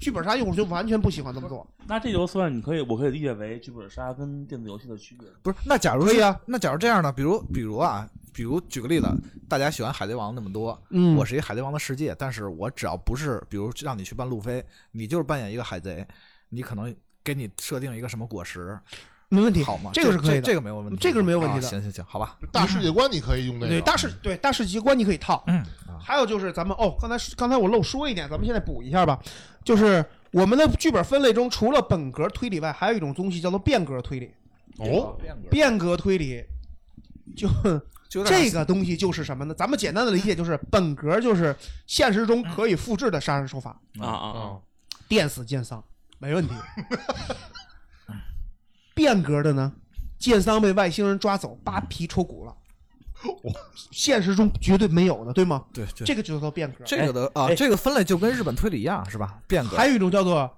Speaker 1: 剧本杀用户群完全不喜欢这么做。
Speaker 4: 那这就算你可以，我可以理解为剧本杀跟电子游戏的区别。
Speaker 3: 不是，那假如
Speaker 1: 可以
Speaker 3: 是
Speaker 1: 啊，
Speaker 3: 那假如这样呢？比如，比如啊，比如举个例子，大家喜欢《海贼王》那么多，
Speaker 1: 嗯
Speaker 3: 我是一《海贼王》的世界，但是我只要不是，比如让你去扮路飞，你就是扮演一个海贼，你可能给你设定一个什么果实，
Speaker 1: 没问题，
Speaker 3: 好吗？
Speaker 1: 这个是可以的，
Speaker 3: 这个没有问题，
Speaker 1: 这个是没有问题的
Speaker 3: 啊行行行，好吧，
Speaker 2: 大世界观你可以用那
Speaker 1: 对
Speaker 2: 个，
Speaker 1: 大世对大世界观你可以套，
Speaker 3: 嗯啊，
Speaker 1: 还有就是咱们哦，刚才刚才我漏说一点，咱们现在补一下吧。就是我们的剧本分类中，除了本格推理外，还有一种东西叫做变革推理。
Speaker 2: 哦，
Speaker 1: 变革推理就
Speaker 3: 就有点
Speaker 1: 这个东西就是什么呢？咱们简单的理解就是，本格就是现实中可以复制的杀人手法，
Speaker 4: 啊啊
Speaker 1: 嗯
Speaker 4: 啊！
Speaker 2: 啊，
Speaker 1: 电死剑桑没 问题。变革的呢，剑桑被外星人抓走，扒皮抽骨了。现实中绝对没有的，对吗？
Speaker 3: 对对，
Speaker 1: 这个就叫做变革。
Speaker 3: 这个的啊，
Speaker 4: 哎
Speaker 3: 这个分类就跟日本推理一样，是吧？变革，
Speaker 1: 还有一种叫做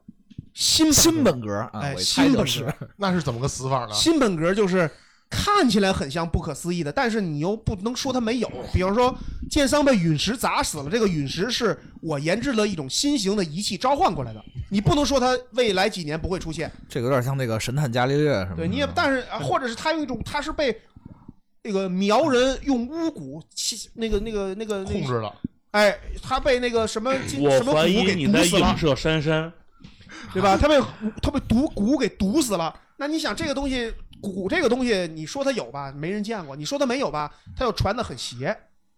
Speaker 1: 新本
Speaker 3: 新本格啊，
Speaker 1: 格，哎，
Speaker 3: 我一猜
Speaker 1: 新
Speaker 3: 就
Speaker 1: 本
Speaker 3: 是啊
Speaker 1: 格，
Speaker 2: 那是怎么个死法呢？
Speaker 1: 新本格就是看起来很像不可思议的，但是你又不能说它没有。比方说，剑桑被陨石砸死了，这个陨石是我研制了一种新型的仪器召唤过来的，你不能说它未来几年不会出现。
Speaker 3: 这个有点像那个神探伽利略什么的。
Speaker 1: 对，你也，但是啊或者是它用一种，它是被。那个苗人用巫蛊，其那个那个那个那
Speaker 2: 控
Speaker 1: 个，
Speaker 2: 制了，
Speaker 1: 哎，他被那个什么什么
Speaker 4: 我怀
Speaker 1: 蛊
Speaker 4: 疑
Speaker 1: 给
Speaker 4: 你
Speaker 1: 毒
Speaker 4: 在
Speaker 1: 死了
Speaker 4: 影。射珊珊，
Speaker 1: 对吧？他被他被毒蛊给毒死了。那你想这个东西，蛊这个东西，你说它有吧，没人见过；你说它没有吧，它又传的很邪。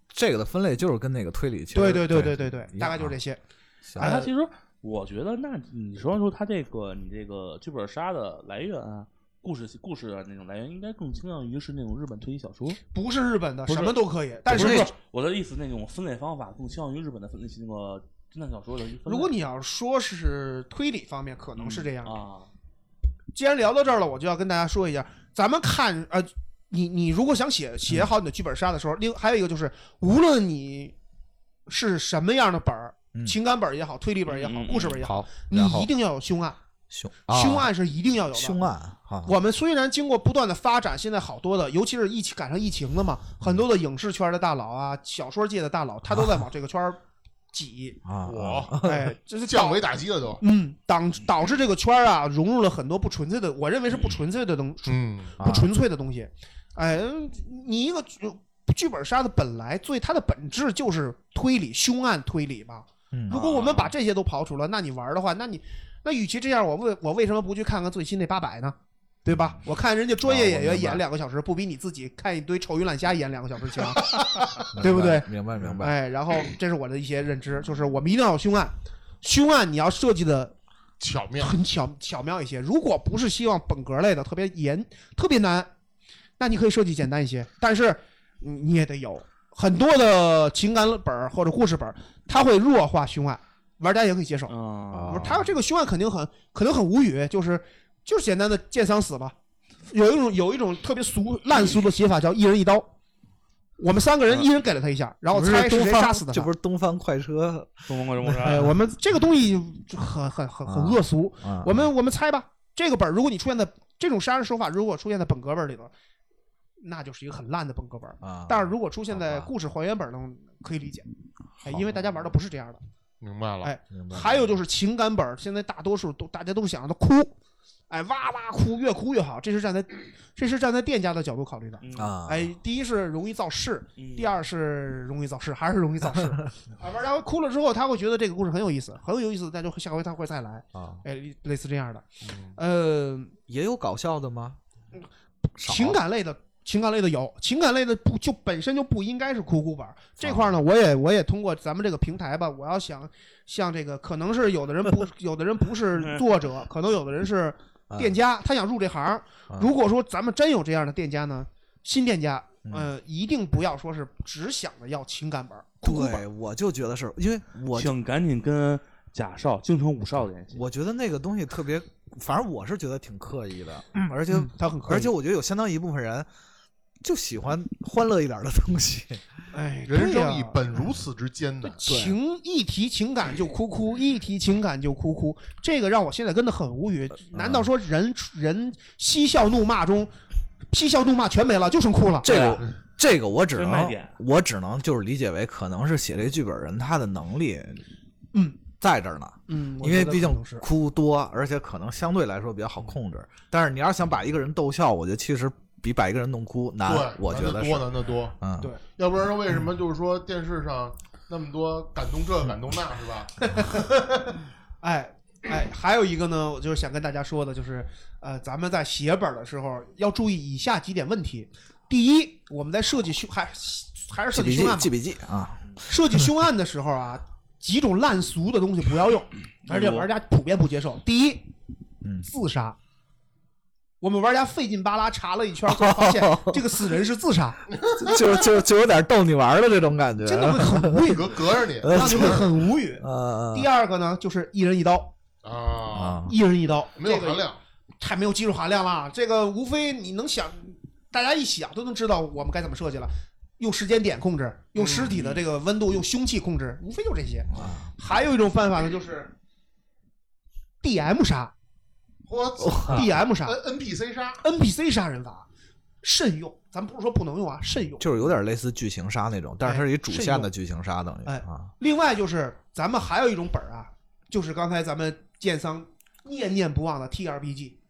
Speaker 3: 这个的分类就是跟那个推理其实
Speaker 1: 对对对对对对
Speaker 3: 一，样啊
Speaker 1: 大概就是这些。呃
Speaker 3: 行
Speaker 4: 哎，他其实我觉得，那你说说他这个你这个剧本杀的来源啊，故事故事啊那种来源，应该更倾向于是那种日本推理小说。
Speaker 1: 不是日本的，
Speaker 4: 不是
Speaker 1: 什么都可以。但
Speaker 4: 不
Speaker 1: 是
Speaker 4: 是不是我的意思，那种分类方法更倾向于日本的分类那个侦探小说的一分类。
Speaker 1: 如果你要说是推理方面，可能是这样的。
Speaker 4: 啊，
Speaker 1: 既然聊到这儿了，我就要跟大家说一下，咱们看呃，你你如果想写写好你的剧本杀的时候，另还有一个就是，无论你是什么样的本儿，
Speaker 3: 嗯
Speaker 1: 情感本儿也好，推理本儿也好，
Speaker 4: 嗯嗯嗯
Speaker 1: 故事本儿也好，
Speaker 3: 好，
Speaker 1: 你
Speaker 3: 然后
Speaker 1: 一定要有凶案，
Speaker 3: 凶
Speaker 1: 凶
Speaker 3: 啊
Speaker 1: 案是一定要有的。
Speaker 3: 凶案哈，，
Speaker 1: 我们虽然经过不断的发展，现在好多的，尤其是疫情赶上疫情了嘛，很多的影视圈的大佬啊，小说界的大佬，他都在往这个圈儿挤
Speaker 3: 啊
Speaker 2: 我
Speaker 1: 哎，这是
Speaker 2: 降
Speaker 1: 导
Speaker 2: 维打击了 都，
Speaker 1: 嗯导导致这个圈儿啊融入了很多不纯粹的，我认为是不纯粹的东
Speaker 2: 嗯，
Speaker 3: 啊
Speaker 1: 不纯粹的东西，哎，你一个剧剧本杀的本来最它的本质就是推理凶案推理嘛，
Speaker 3: 嗯
Speaker 1: 如果我们把这些都刨除了，那你玩的话，那你那与其这样，我为我为什么不去看看最新那八百呢？对吧？我看人家专业演
Speaker 3: 嗯啊我
Speaker 1: 员
Speaker 3: 明白
Speaker 1: 演两个小时，不比你自己看一堆臭鱼烂虾演两个小时强，哎
Speaker 3: 明 白
Speaker 1: 对不对
Speaker 3: 明白 明白，
Speaker 1: 哎，然后这是我的一些认知，就是我们一定要有凶案，凶案你要设计的
Speaker 2: 巧妙，
Speaker 1: 很巧巧妙一些。如果不是希望本格类的特别严、特别难，那你可以设计简单一些，但是你你也得有很多的情感本儿或者故事本儿，它会弱化凶案，玩家也可以接受。
Speaker 4: 啊
Speaker 3: 啊
Speaker 1: 他这个凶案肯定很可能很无语，就是就是简单的见丧死吧。有一种有一种特别俗烂俗的写法叫一人一刀，我们三个人一人给了他一下，然后
Speaker 3: 啊这不
Speaker 1: 猜
Speaker 3: 是
Speaker 1: 是
Speaker 3: 东
Speaker 1: 谁
Speaker 3: 方
Speaker 1: 杀死的
Speaker 3: 这
Speaker 1: 他
Speaker 3: 不。是东方快车
Speaker 4: 东方快车谋杀
Speaker 1: 哎，
Speaker 4: 案
Speaker 1: 我们这个东西就很很很很恶俗。
Speaker 3: 啊？
Speaker 1: 哎我们我们猜吧，这个本儿如果你出现在这种杀人手法，如果出现在本格本里头，那就是一个很烂的本格本儿。
Speaker 3: 啊，
Speaker 1: 但是如果出现在
Speaker 3: 好吧
Speaker 1: 故事还原本中，可以理解，哎，因为大家玩的不是这样的。
Speaker 2: 明白了。
Speaker 1: 哎
Speaker 3: 明白
Speaker 1: 还有就是情感本儿，现在大多数都大家都想着哭，哎，哇哇哭，越哭越好。这是站在这是站在店家的角度考虑的。
Speaker 4: 嗯
Speaker 3: 啊，
Speaker 1: 哎，第一是容易造势，
Speaker 4: 嗯
Speaker 1: 第二是容易造势， 还是容易造势。啊，玩家哭了之后，他会觉得这个故事很有意思，很有意思，那就下回他会再来。
Speaker 3: 啊，
Speaker 1: 哎，类似这样的，呃，
Speaker 3: 也有搞笑的吗？少
Speaker 1: 情感类的。情感类的有，情感类的不就本身就不应该是哭哭本儿这块儿呢，我也我也通过咱们这个平台吧，我要想像这个，可能是有的人不， 有的人不
Speaker 3: 嗯
Speaker 1: 是作者，可能有的人是店家，他想入这行儿
Speaker 3: 啊。
Speaker 1: 如果说咱们真有这样的店家呢，新店家，
Speaker 3: 嗯
Speaker 1: 呃，一定不要说是只想着要情感本儿、哭哭本儿
Speaker 3: 对，我就觉得是因为我
Speaker 4: 请赶紧跟贾少、京城五少联系。
Speaker 3: 我觉得那个东西特别，反正我是觉得挺刻意的，
Speaker 1: 嗯
Speaker 3: 而且、
Speaker 1: 他很刻意
Speaker 3: 而且我觉得有相当一部分人就喜欢欢乐一点的东西。
Speaker 1: 哎，
Speaker 2: 人
Speaker 1: 对呀
Speaker 2: 生一本如此之艰难，
Speaker 1: 情一提情感就哭哭，一提情感就哭哭，这个让我现在真的很无
Speaker 3: 呃
Speaker 1: 语。难道说
Speaker 3: 嗯
Speaker 1: 人人嬉笑怒骂中，嬉笑怒骂全没了，就剩哭了？
Speaker 3: 这
Speaker 4: 对
Speaker 3: 个这个我只
Speaker 4: 这是卖
Speaker 3: 能
Speaker 4: 点
Speaker 3: 我只能就是理解为可能是写这剧本人他的能力
Speaker 1: 嗯
Speaker 3: 在这儿呢。
Speaker 1: 嗯，我
Speaker 3: 因为
Speaker 1: 觉得
Speaker 3: 毕
Speaker 1: 可
Speaker 3: 竟啊
Speaker 1: 能是
Speaker 3: 哭多，而且可能相对来说比较好控制。但是你要想把一个人逗笑，我觉得其实比把一个人弄哭难
Speaker 2: 对，，
Speaker 3: 我觉
Speaker 2: 难
Speaker 3: 得
Speaker 2: 多
Speaker 3: 是。
Speaker 2: 难得多。
Speaker 3: 嗯，
Speaker 1: 对
Speaker 2: 要不然为什么就是说电视上那么多感动这感动那是吧？
Speaker 1: 哎哎，还有一个呢，我就是想跟大家说的，就是呃，咱们在写本的时候要注意以下几点问题。第一，我们在设计凶还还是
Speaker 3: 记
Speaker 1: 设
Speaker 3: 笔
Speaker 1: 计凶
Speaker 3: 记，
Speaker 1: 案吧
Speaker 3: 记，笔记啊，
Speaker 1: 设计凶案的时候啊，几种烂俗的东西不要用，而且玩家普遍不接受。第一，
Speaker 3: 嗯
Speaker 1: 自杀。我们玩家费劲巴拉查了一圈，最后发现这个死人是自杀，
Speaker 3: 就就就有点逗你玩的这种感觉。啊
Speaker 1: 真的会很 无语，
Speaker 2: 隔隔着你
Speaker 3: 嗯
Speaker 1: 让你会很无语。
Speaker 3: 呃
Speaker 1: 第二个呢，就是一人一刀，
Speaker 2: 啊，
Speaker 3: 啊，
Speaker 1: 一人一刀，
Speaker 2: 没有
Speaker 1: 这个
Speaker 2: 含量。
Speaker 1: 太没有技术含量了。这个无非你能想，大家一想都能知道我们该怎么设计了。用时间点控制，用尸体的这个温度，用凶器控制，无非就这些。还有一种办法呢，就是 D M 杀
Speaker 2: 我操
Speaker 1: ，D M 杀
Speaker 2: ，N NPC 杀，
Speaker 1: ，N P C 杀人法，慎用。咱不是说不能用啊，慎用。
Speaker 3: 就是有点类似剧情杀那种，但是它是以主线的剧情杀，等于
Speaker 1: 哎
Speaker 3: 啊，
Speaker 1: 另外就是咱们还有一种本儿啊，就是刚才咱们建商念念不忘的 T R P G，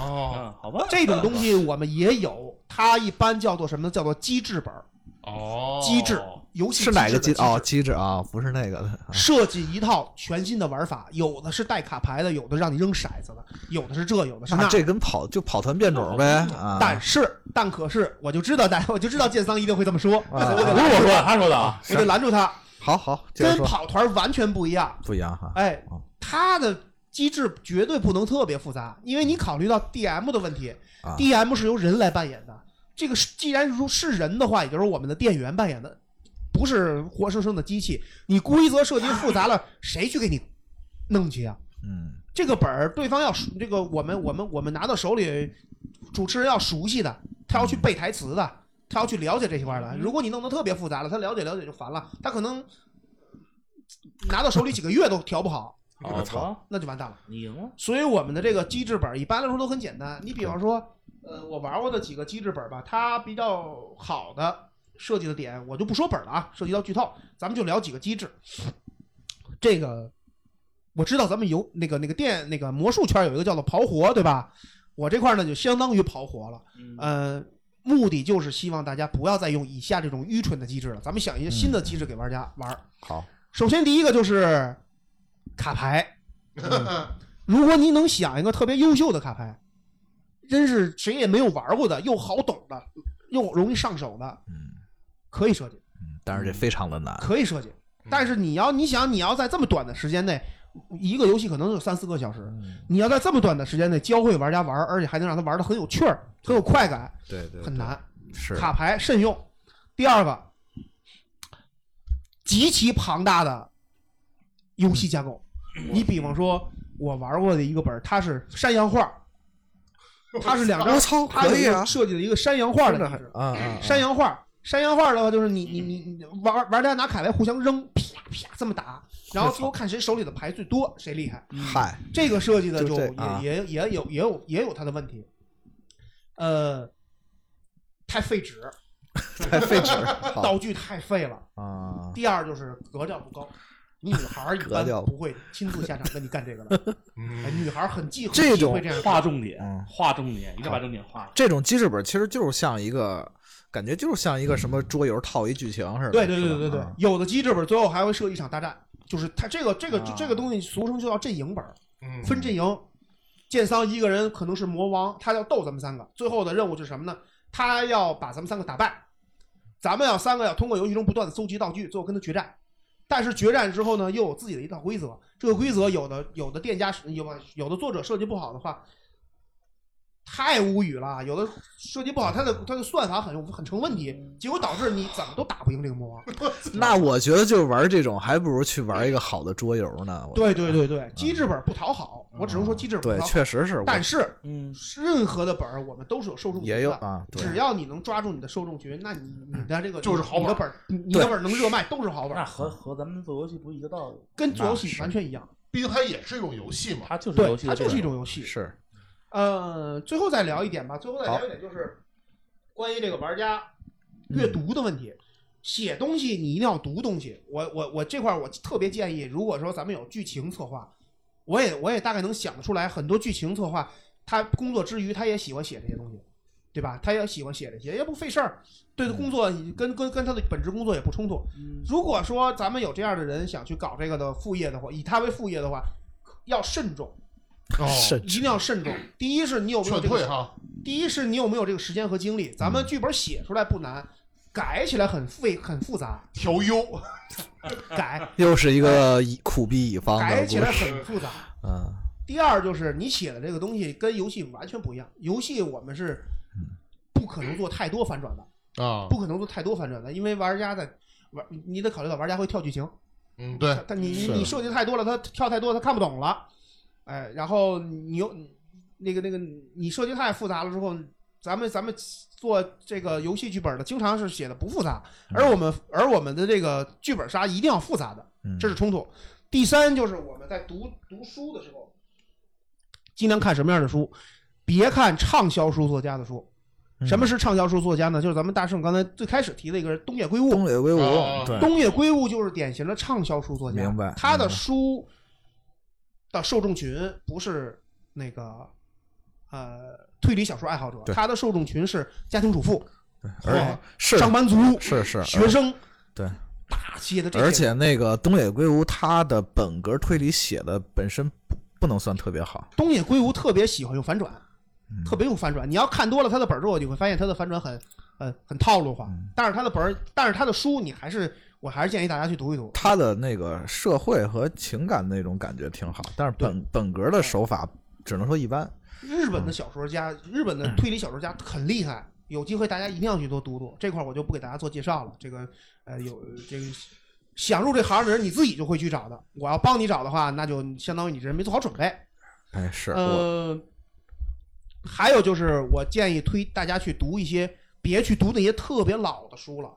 Speaker 2: 哦
Speaker 4: 嗯，好吧，
Speaker 1: 这种东西我们也有，它一般叫做什么呢？叫做机制本儿。
Speaker 2: 哦，
Speaker 1: 机制，游戏
Speaker 3: 是哪
Speaker 1: 机
Speaker 3: 个机
Speaker 1: 制的
Speaker 3: 哦
Speaker 1: 机制
Speaker 3: 机制啊？不是那个的啊
Speaker 1: 设计一套全新的玩法，有的是带卡牌的，有的让你扔骰子的，有的是这，有的是
Speaker 3: 那
Speaker 1: 那。嗯
Speaker 3: 啊这跟跑就跑团变种呗啊。
Speaker 1: 但是，但可是，我就知道大 家，我就知道建桑一定会这么说，
Speaker 3: 啊啊
Speaker 4: 不是我说的，他说的啊。
Speaker 1: 我就拦住他。
Speaker 3: 好好，接着
Speaker 1: 跟
Speaker 3: 说，
Speaker 1: 跑团完全不一样，
Speaker 3: 不一样哈。
Speaker 1: 哎
Speaker 3: 嗯，
Speaker 1: 它的机制绝对不能特别复杂，因为你考虑到 DM 的问题
Speaker 3: 啊
Speaker 1: ，DM 是由人来扮演的。这个是既然如是人的话，也就是我们的店员扮演的，不是活生生的机器。你规则设计复杂了，谁去给你弄去啊？
Speaker 3: 嗯
Speaker 1: 这个本儿对方要熟，这个我们我们我们拿到手里，主持人要熟悉的，他要去背台词的，他要去了解这一块儿的。如果你弄得特别复杂了，他了解了解就烦了，他可能拿到手里几个月都调不好，
Speaker 4: 我操，
Speaker 1: 那就完蛋了。
Speaker 4: 你赢了。
Speaker 1: 所以我们的这个机制本儿一般来说都很简单。你比方说，呃，我玩过的几个机制本儿吧，它比较好的设计的点，我就不说本儿了啊，涉及到剧透，咱们就聊几个机制。这个我知道，咱们有那个那个电那个魔术圈有一个叫做刨活，对吧？我这块儿呢就相当于刨活了，呃，目的就是希望大家不要再用以下这种愚蠢的机制了，咱们想一些新的机制给玩家玩儿。
Speaker 3: 好，
Speaker 1: 首先第一个就是卡牌，
Speaker 2: 嗯
Speaker 1: 如果你能想一个特别优秀的卡牌，真是谁也没有玩过的，又好懂的，又容易上手的，
Speaker 3: 嗯
Speaker 1: 可以设计，
Speaker 3: 嗯，但是这非常的难。
Speaker 1: 可以设计。但是你要你想你要在这么短的时间内一个游戏可能有三四个小时，
Speaker 3: 嗯
Speaker 1: 你要在这么短的时间内教会玩家玩，而且还能让他玩的很有趣儿、很有快感，
Speaker 3: 对对，
Speaker 1: 很难。
Speaker 3: 是
Speaker 1: 卡牌慎用。第二个，极其庞大的游戏架构。你比方说，我玩过的一个本儿，它是山羊画儿，它是两张，
Speaker 3: 我操
Speaker 1: 它有
Speaker 3: 可以啊
Speaker 1: 一个设计了一个山羊画儿的机制。
Speaker 3: 啊啊，
Speaker 1: 山羊画儿，山羊画儿的话就是你你你你玩玩家拿卡牌互相扔，啪啪这么打，然后最后看谁手里的牌最多，谁厉害。
Speaker 3: 嗨，
Speaker 1: 这个设计的
Speaker 3: 就
Speaker 1: 就
Speaker 3: 这
Speaker 1: 也
Speaker 3: 啊
Speaker 1: 也也有也有也有它的问题，呃，太费纸，
Speaker 3: 太费 纸了
Speaker 1: 道具太废了。
Speaker 3: 啊，
Speaker 1: 第二就是格调不高，女孩儿一
Speaker 3: 格
Speaker 1: 般
Speaker 3: 调
Speaker 1: 不会亲自下场跟你干这个 的，哎
Speaker 2: 嗯
Speaker 1: 女孩儿很忌讳
Speaker 3: 这
Speaker 1: 忌讳
Speaker 3: 种
Speaker 1: 这样
Speaker 4: 画重点
Speaker 3: 嗯，
Speaker 4: 画重点，一定要把重点画。
Speaker 3: 这种记事本其实就是像一个，感觉就是像一个什么桌游套一剧情似的。
Speaker 1: 对对
Speaker 3: 是吧
Speaker 1: 对对对
Speaker 3: 啊，
Speaker 1: 有的机制本最后还会设一场大战，就是它这个这个
Speaker 3: 啊
Speaker 1: 这个东西俗称就叫阵营本儿，
Speaker 2: 嗯
Speaker 1: 分阵营。剑桑一个人可能是魔王，他要斗咱们三个，最后的任务就是什么呢？他要把咱们三个打败，咱们要三个要通过游戏中不断的搜集道具，最后跟他决战。但是决战之后呢，又有自己的一套规则，这个规则有的有的店家是有有的作者设计不好的话，太无语了。有的设计不好，他的他的算法很很成问题，结果导致你怎么都打不赢这个魔王。
Speaker 3: 那我觉得就是玩这种，还不如去玩一个好的桌游呢。我
Speaker 1: 对对对对，机制本不讨好，我只能说机制本
Speaker 3: 对
Speaker 1: 不，讨好。
Speaker 3: 确实是。我
Speaker 1: 但是
Speaker 4: 嗯，
Speaker 1: 任何的本儿，我们都是有受众群的
Speaker 3: 也有啊，对
Speaker 1: 只要你能抓住你的受众群，那你你的这个
Speaker 2: 就是好本
Speaker 1: 你
Speaker 2: 儿
Speaker 1: 的本儿，你你的本儿能热卖都是好本
Speaker 4: 那
Speaker 1: 儿，
Speaker 4: 和和咱们做游戏不是一个道理，
Speaker 1: 跟做游
Speaker 3: 那
Speaker 1: 戏
Speaker 3: 是
Speaker 1: 完全一样。
Speaker 2: 毕竟它也是一种游戏嘛。
Speaker 4: 它就是
Speaker 1: 对
Speaker 4: 游，戏
Speaker 1: 它
Speaker 4: 的
Speaker 1: 就是一种游戏。
Speaker 3: 是
Speaker 1: 呃，最后再聊一点吧，最后再
Speaker 3: 好
Speaker 1: 聊一点就是关于这个玩家阅读的问题。写东西你一定要读东西，我我我这块儿我特别建议，如果说咱们有剧情策划，我也我也大概能想得出来，很多剧情策划他工作之余他也喜欢写这些东西，对吧？他也喜欢写这些，也不费事儿，对他工作跟跟跟他的本职工作也不冲突。如果说咱们有这样的人想去搞这个的副业的话，以他为副业的话，要慎重，
Speaker 2: 哦
Speaker 3: 是
Speaker 1: 一定要慎重。第一是你有没有
Speaker 2: 劝
Speaker 1: 这
Speaker 2: 退啊
Speaker 1: 个，
Speaker 2: 嗯哈，
Speaker 1: 第一是你有没有这个时间和精力。咱们剧本写出来不难，改起来很费很复 杂，
Speaker 2: 调 优。
Speaker 1: 改
Speaker 2: 啊
Speaker 3: 又是一个以苦逼乙方的
Speaker 1: 改起
Speaker 3: 故
Speaker 1: 来
Speaker 3: 事。
Speaker 1: 很复杂。
Speaker 2: 啊
Speaker 3: 嗯，
Speaker 1: 第二就是你写的这个东西跟游戏完全不一样，游戏我们是不可能做太多反转的，
Speaker 2: 啊，
Speaker 1: 不可能做太多反转的，因为玩家在玩，你得考虑到玩家会跳剧情。
Speaker 2: 嗯，对
Speaker 1: 他，他你你
Speaker 3: 是
Speaker 1: 你设计太多了，他跳太多他看不懂了，哎，然后你又那个那个你设计太复杂了之后，咱们咱们做这个游戏剧本的，经常是写的不复杂，
Speaker 3: 嗯
Speaker 1: 而我们而我们的这个剧本杀一定要复杂的，
Speaker 3: 嗯
Speaker 1: 这是冲突。第三就是我们在读读书的时候，尽量看什么样的书，别看畅销书作家的书。
Speaker 3: 嗯
Speaker 1: 什么是畅销书作家呢？就是咱们大圣刚才最开始提的一个人东野圭吾，
Speaker 3: 东野圭吾嗯
Speaker 2: 啊，
Speaker 5: 对
Speaker 1: 哦东野圭吾就是典型的畅销书作家，
Speaker 3: 明白
Speaker 1: 他的
Speaker 3: 明白
Speaker 1: 书的受众群不是那个呃推理小说爱好者，
Speaker 3: 对
Speaker 1: 他的受众群是家庭主妇、
Speaker 3: 而是
Speaker 1: 上班族、
Speaker 3: 是是
Speaker 1: 学生，
Speaker 3: 对，
Speaker 1: 大写的这些
Speaker 3: 而且那个东野圭吾他的本格推理写的本身不不能算特别好。
Speaker 1: 东野圭吾特别喜欢用反转，
Speaker 3: 嗯
Speaker 1: 特别用反转。你要看多了他的本儿之后，你会发现他的反转很呃很套路化，
Speaker 3: 嗯
Speaker 1: 但是他的本儿，但是他的书你还是我还是建议大家去读一读。
Speaker 3: 他的那个社会和情感那种感觉挺好，但是本本格的手法只能说一般。
Speaker 1: 日本的小说家，日本的推理小说
Speaker 3: 嗯
Speaker 1: 家很厉害，有机会大家一定要去多读读。这块儿我就不给大家做介绍了，这个呃有这个想入这行的人你自己就会去找的。我要帮你找的话，那就相当于你这人没做好准备。
Speaker 3: 哎，是我
Speaker 1: 呃，还有就是我建议推大家去读一些。别去读那些特别老的书了，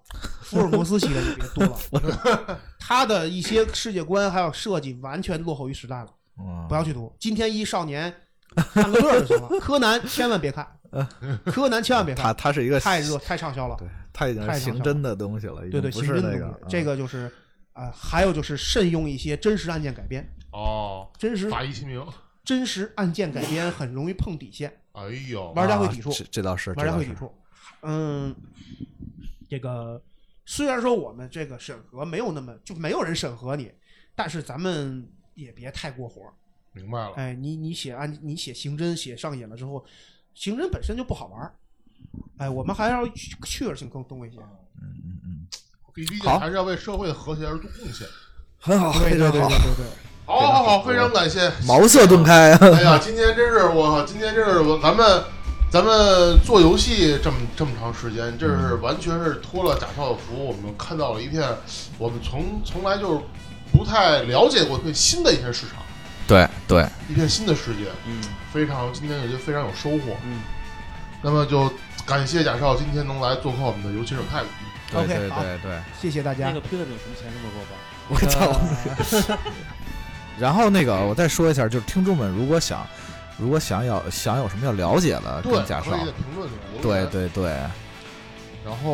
Speaker 1: 福尔摩斯系列就别读 了， 他的一些世界观还有设计完全落后于时代了。
Speaker 3: 嗯
Speaker 1: 不要去读。今天一少年 看个乐儿就行了， 柯南千万别 看，柯南千万别
Speaker 3: 他
Speaker 1: 看，
Speaker 3: 他是一个
Speaker 1: 太热太畅销了。
Speaker 3: 对，他已经
Speaker 1: 太
Speaker 3: 是
Speaker 1: 畅销
Speaker 3: 刑侦的东西了，已
Speaker 1: 对
Speaker 3: 经
Speaker 1: 对，
Speaker 3: 不
Speaker 1: 刑
Speaker 3: 是
Speaker 1: 侦的
Speaker 3: 那
Speaker 1: 东
Speaker 3: 个
Speaker 1: 西，这个就是啊、呃还有就是慎用一些真实案件改编，
Speaker 2: 哦，
Speaker 1: 真实
Speaker 2: 法医秦明，
Speaker 1: 真实案件改编很容易碰底线，
Speaker 2: 哎呦，
Speaker 1: 玩家会
Speaker 3: 啊
Speaker 1: 抵触
Speaker 3: 这这倒是
Speaker 1: 玩家会抵。
Speaker 3: 这倒是
Speaker 1: 触。嗯，这个虽然说我们这个审核没有那么就没有人审核你，但是咱们也别太过火。
Speaker 2: 明白了，
Speaker 1: 哎，你你写案，你写刑侦写上瘾了之后，刑侦本身就不好玩儿。哎，我们还要趣趣味性更多一些。
Speaker 2: 毕竟
Speaker 3: 好
Speaker 2: 还是要为社会的和谐而做贡献。
Speaker 3: 很好，
Speaker 1: 对
Speaker 3: 非
Speaker 1: 对
Speaker 3: 常
Speaker 1: 对对
Speaker 3: 好。
Speaker 1: 对对。
Speaker 2: 好好好，非常感 谢。
Speaker 3: 茅塞顿开啊！
Speaker 2: 哎呀，今天真是我靠，今天真是我咱们咱们做游戏这么这么长时间，这是
Speaker 1: 嗯
Speaker 2: 完全是托了贾少的福，我们看到了一片我们从从来就是不太了解过对新的一片市场，
Speaker 3: 对对，
Speaker 2: 一片新的世界，
Speaker 4: 嗯，
Speaker 2: 非常今天也就非常有收获。
Speaker 4: 嗯，
Speaker 2: 那么就感谢贾少今天能来做客我们的游戏手态度。
Speaker 3: 对
Speaker 1: OK，
Speaker 3: 对
Speaker 1: 好
Speaker 3: 对对。
Speaker 1: 谢谢大家
Speaker 4: 那个披萨饼什么钱这么多吧？
Speaker 3: 我 操！然后那个我再说一下，就是听众们如果想如果想要想有什么要了解的，
Speaker 2: 对，
Speaker 3: 跟贾少
Speaker 2: 可以，在评论里面留
Speaker 3: 对
Speaker 2: 言。
Speaker 3: 对对，
Speaker 2: 然后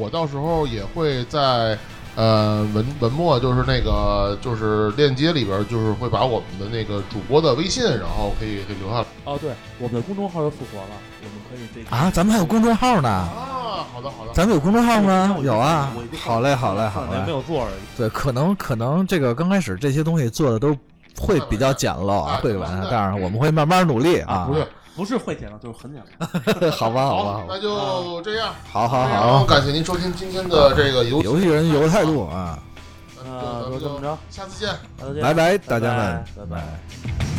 Speaker 2: 我到时候也会在呃文文末就是那个就是链接里边儿，就是会把我们的那个主播的微信，然后可以可以留下来。
Speaker 4: 哦，对，我们的公众号又复活了，我们可以这个
Speaker 3: 啊，咱们还有公众号呢，
Speaker 2: 啊，好的好的，
Speaker 3: 咱们有公众号吗？有啊
Speaker 4: 我已经，看
Speaker 3: 好嘞好嘞好
Speaker 4: 看了没
Speaker 3: 嘞，
Speaker 4: 有做而已。
Speaker 3: 对，可能可能这个刚开始这些东西做的都会比较简陋啊，
Speaker 2: 啊
Speaker 3: 会完
Speaker 2: 现在
Speaker 3: 善，但是我们会慢慢努力啊
Speaker 2: 不，对，
Speaker 4: 不是会剪了，就是很简单。
Speaker 3: 好吧好吧，好吧
Speaker 2: 那就这样。
Speaker 3: 好好
Speaker 2: 非常
Speaker 3: 好，
Speaker 2: 感谢您收听今天的这个游呃
Speaker 3: 游戏人游态，度啊，
Speaker 2: 那就咱
Speaker 4: 那
Speaker 2: 们
Speaker 4: 嗯就这么着
Speaker 2: 就下次见。
Speaker 4: 好的
Speaker 3: 拜拜，大家
Speaker 4: 拜
Speaker 3: 们，
Speaker 4: 拜拜拜。
Speaker 2: 拜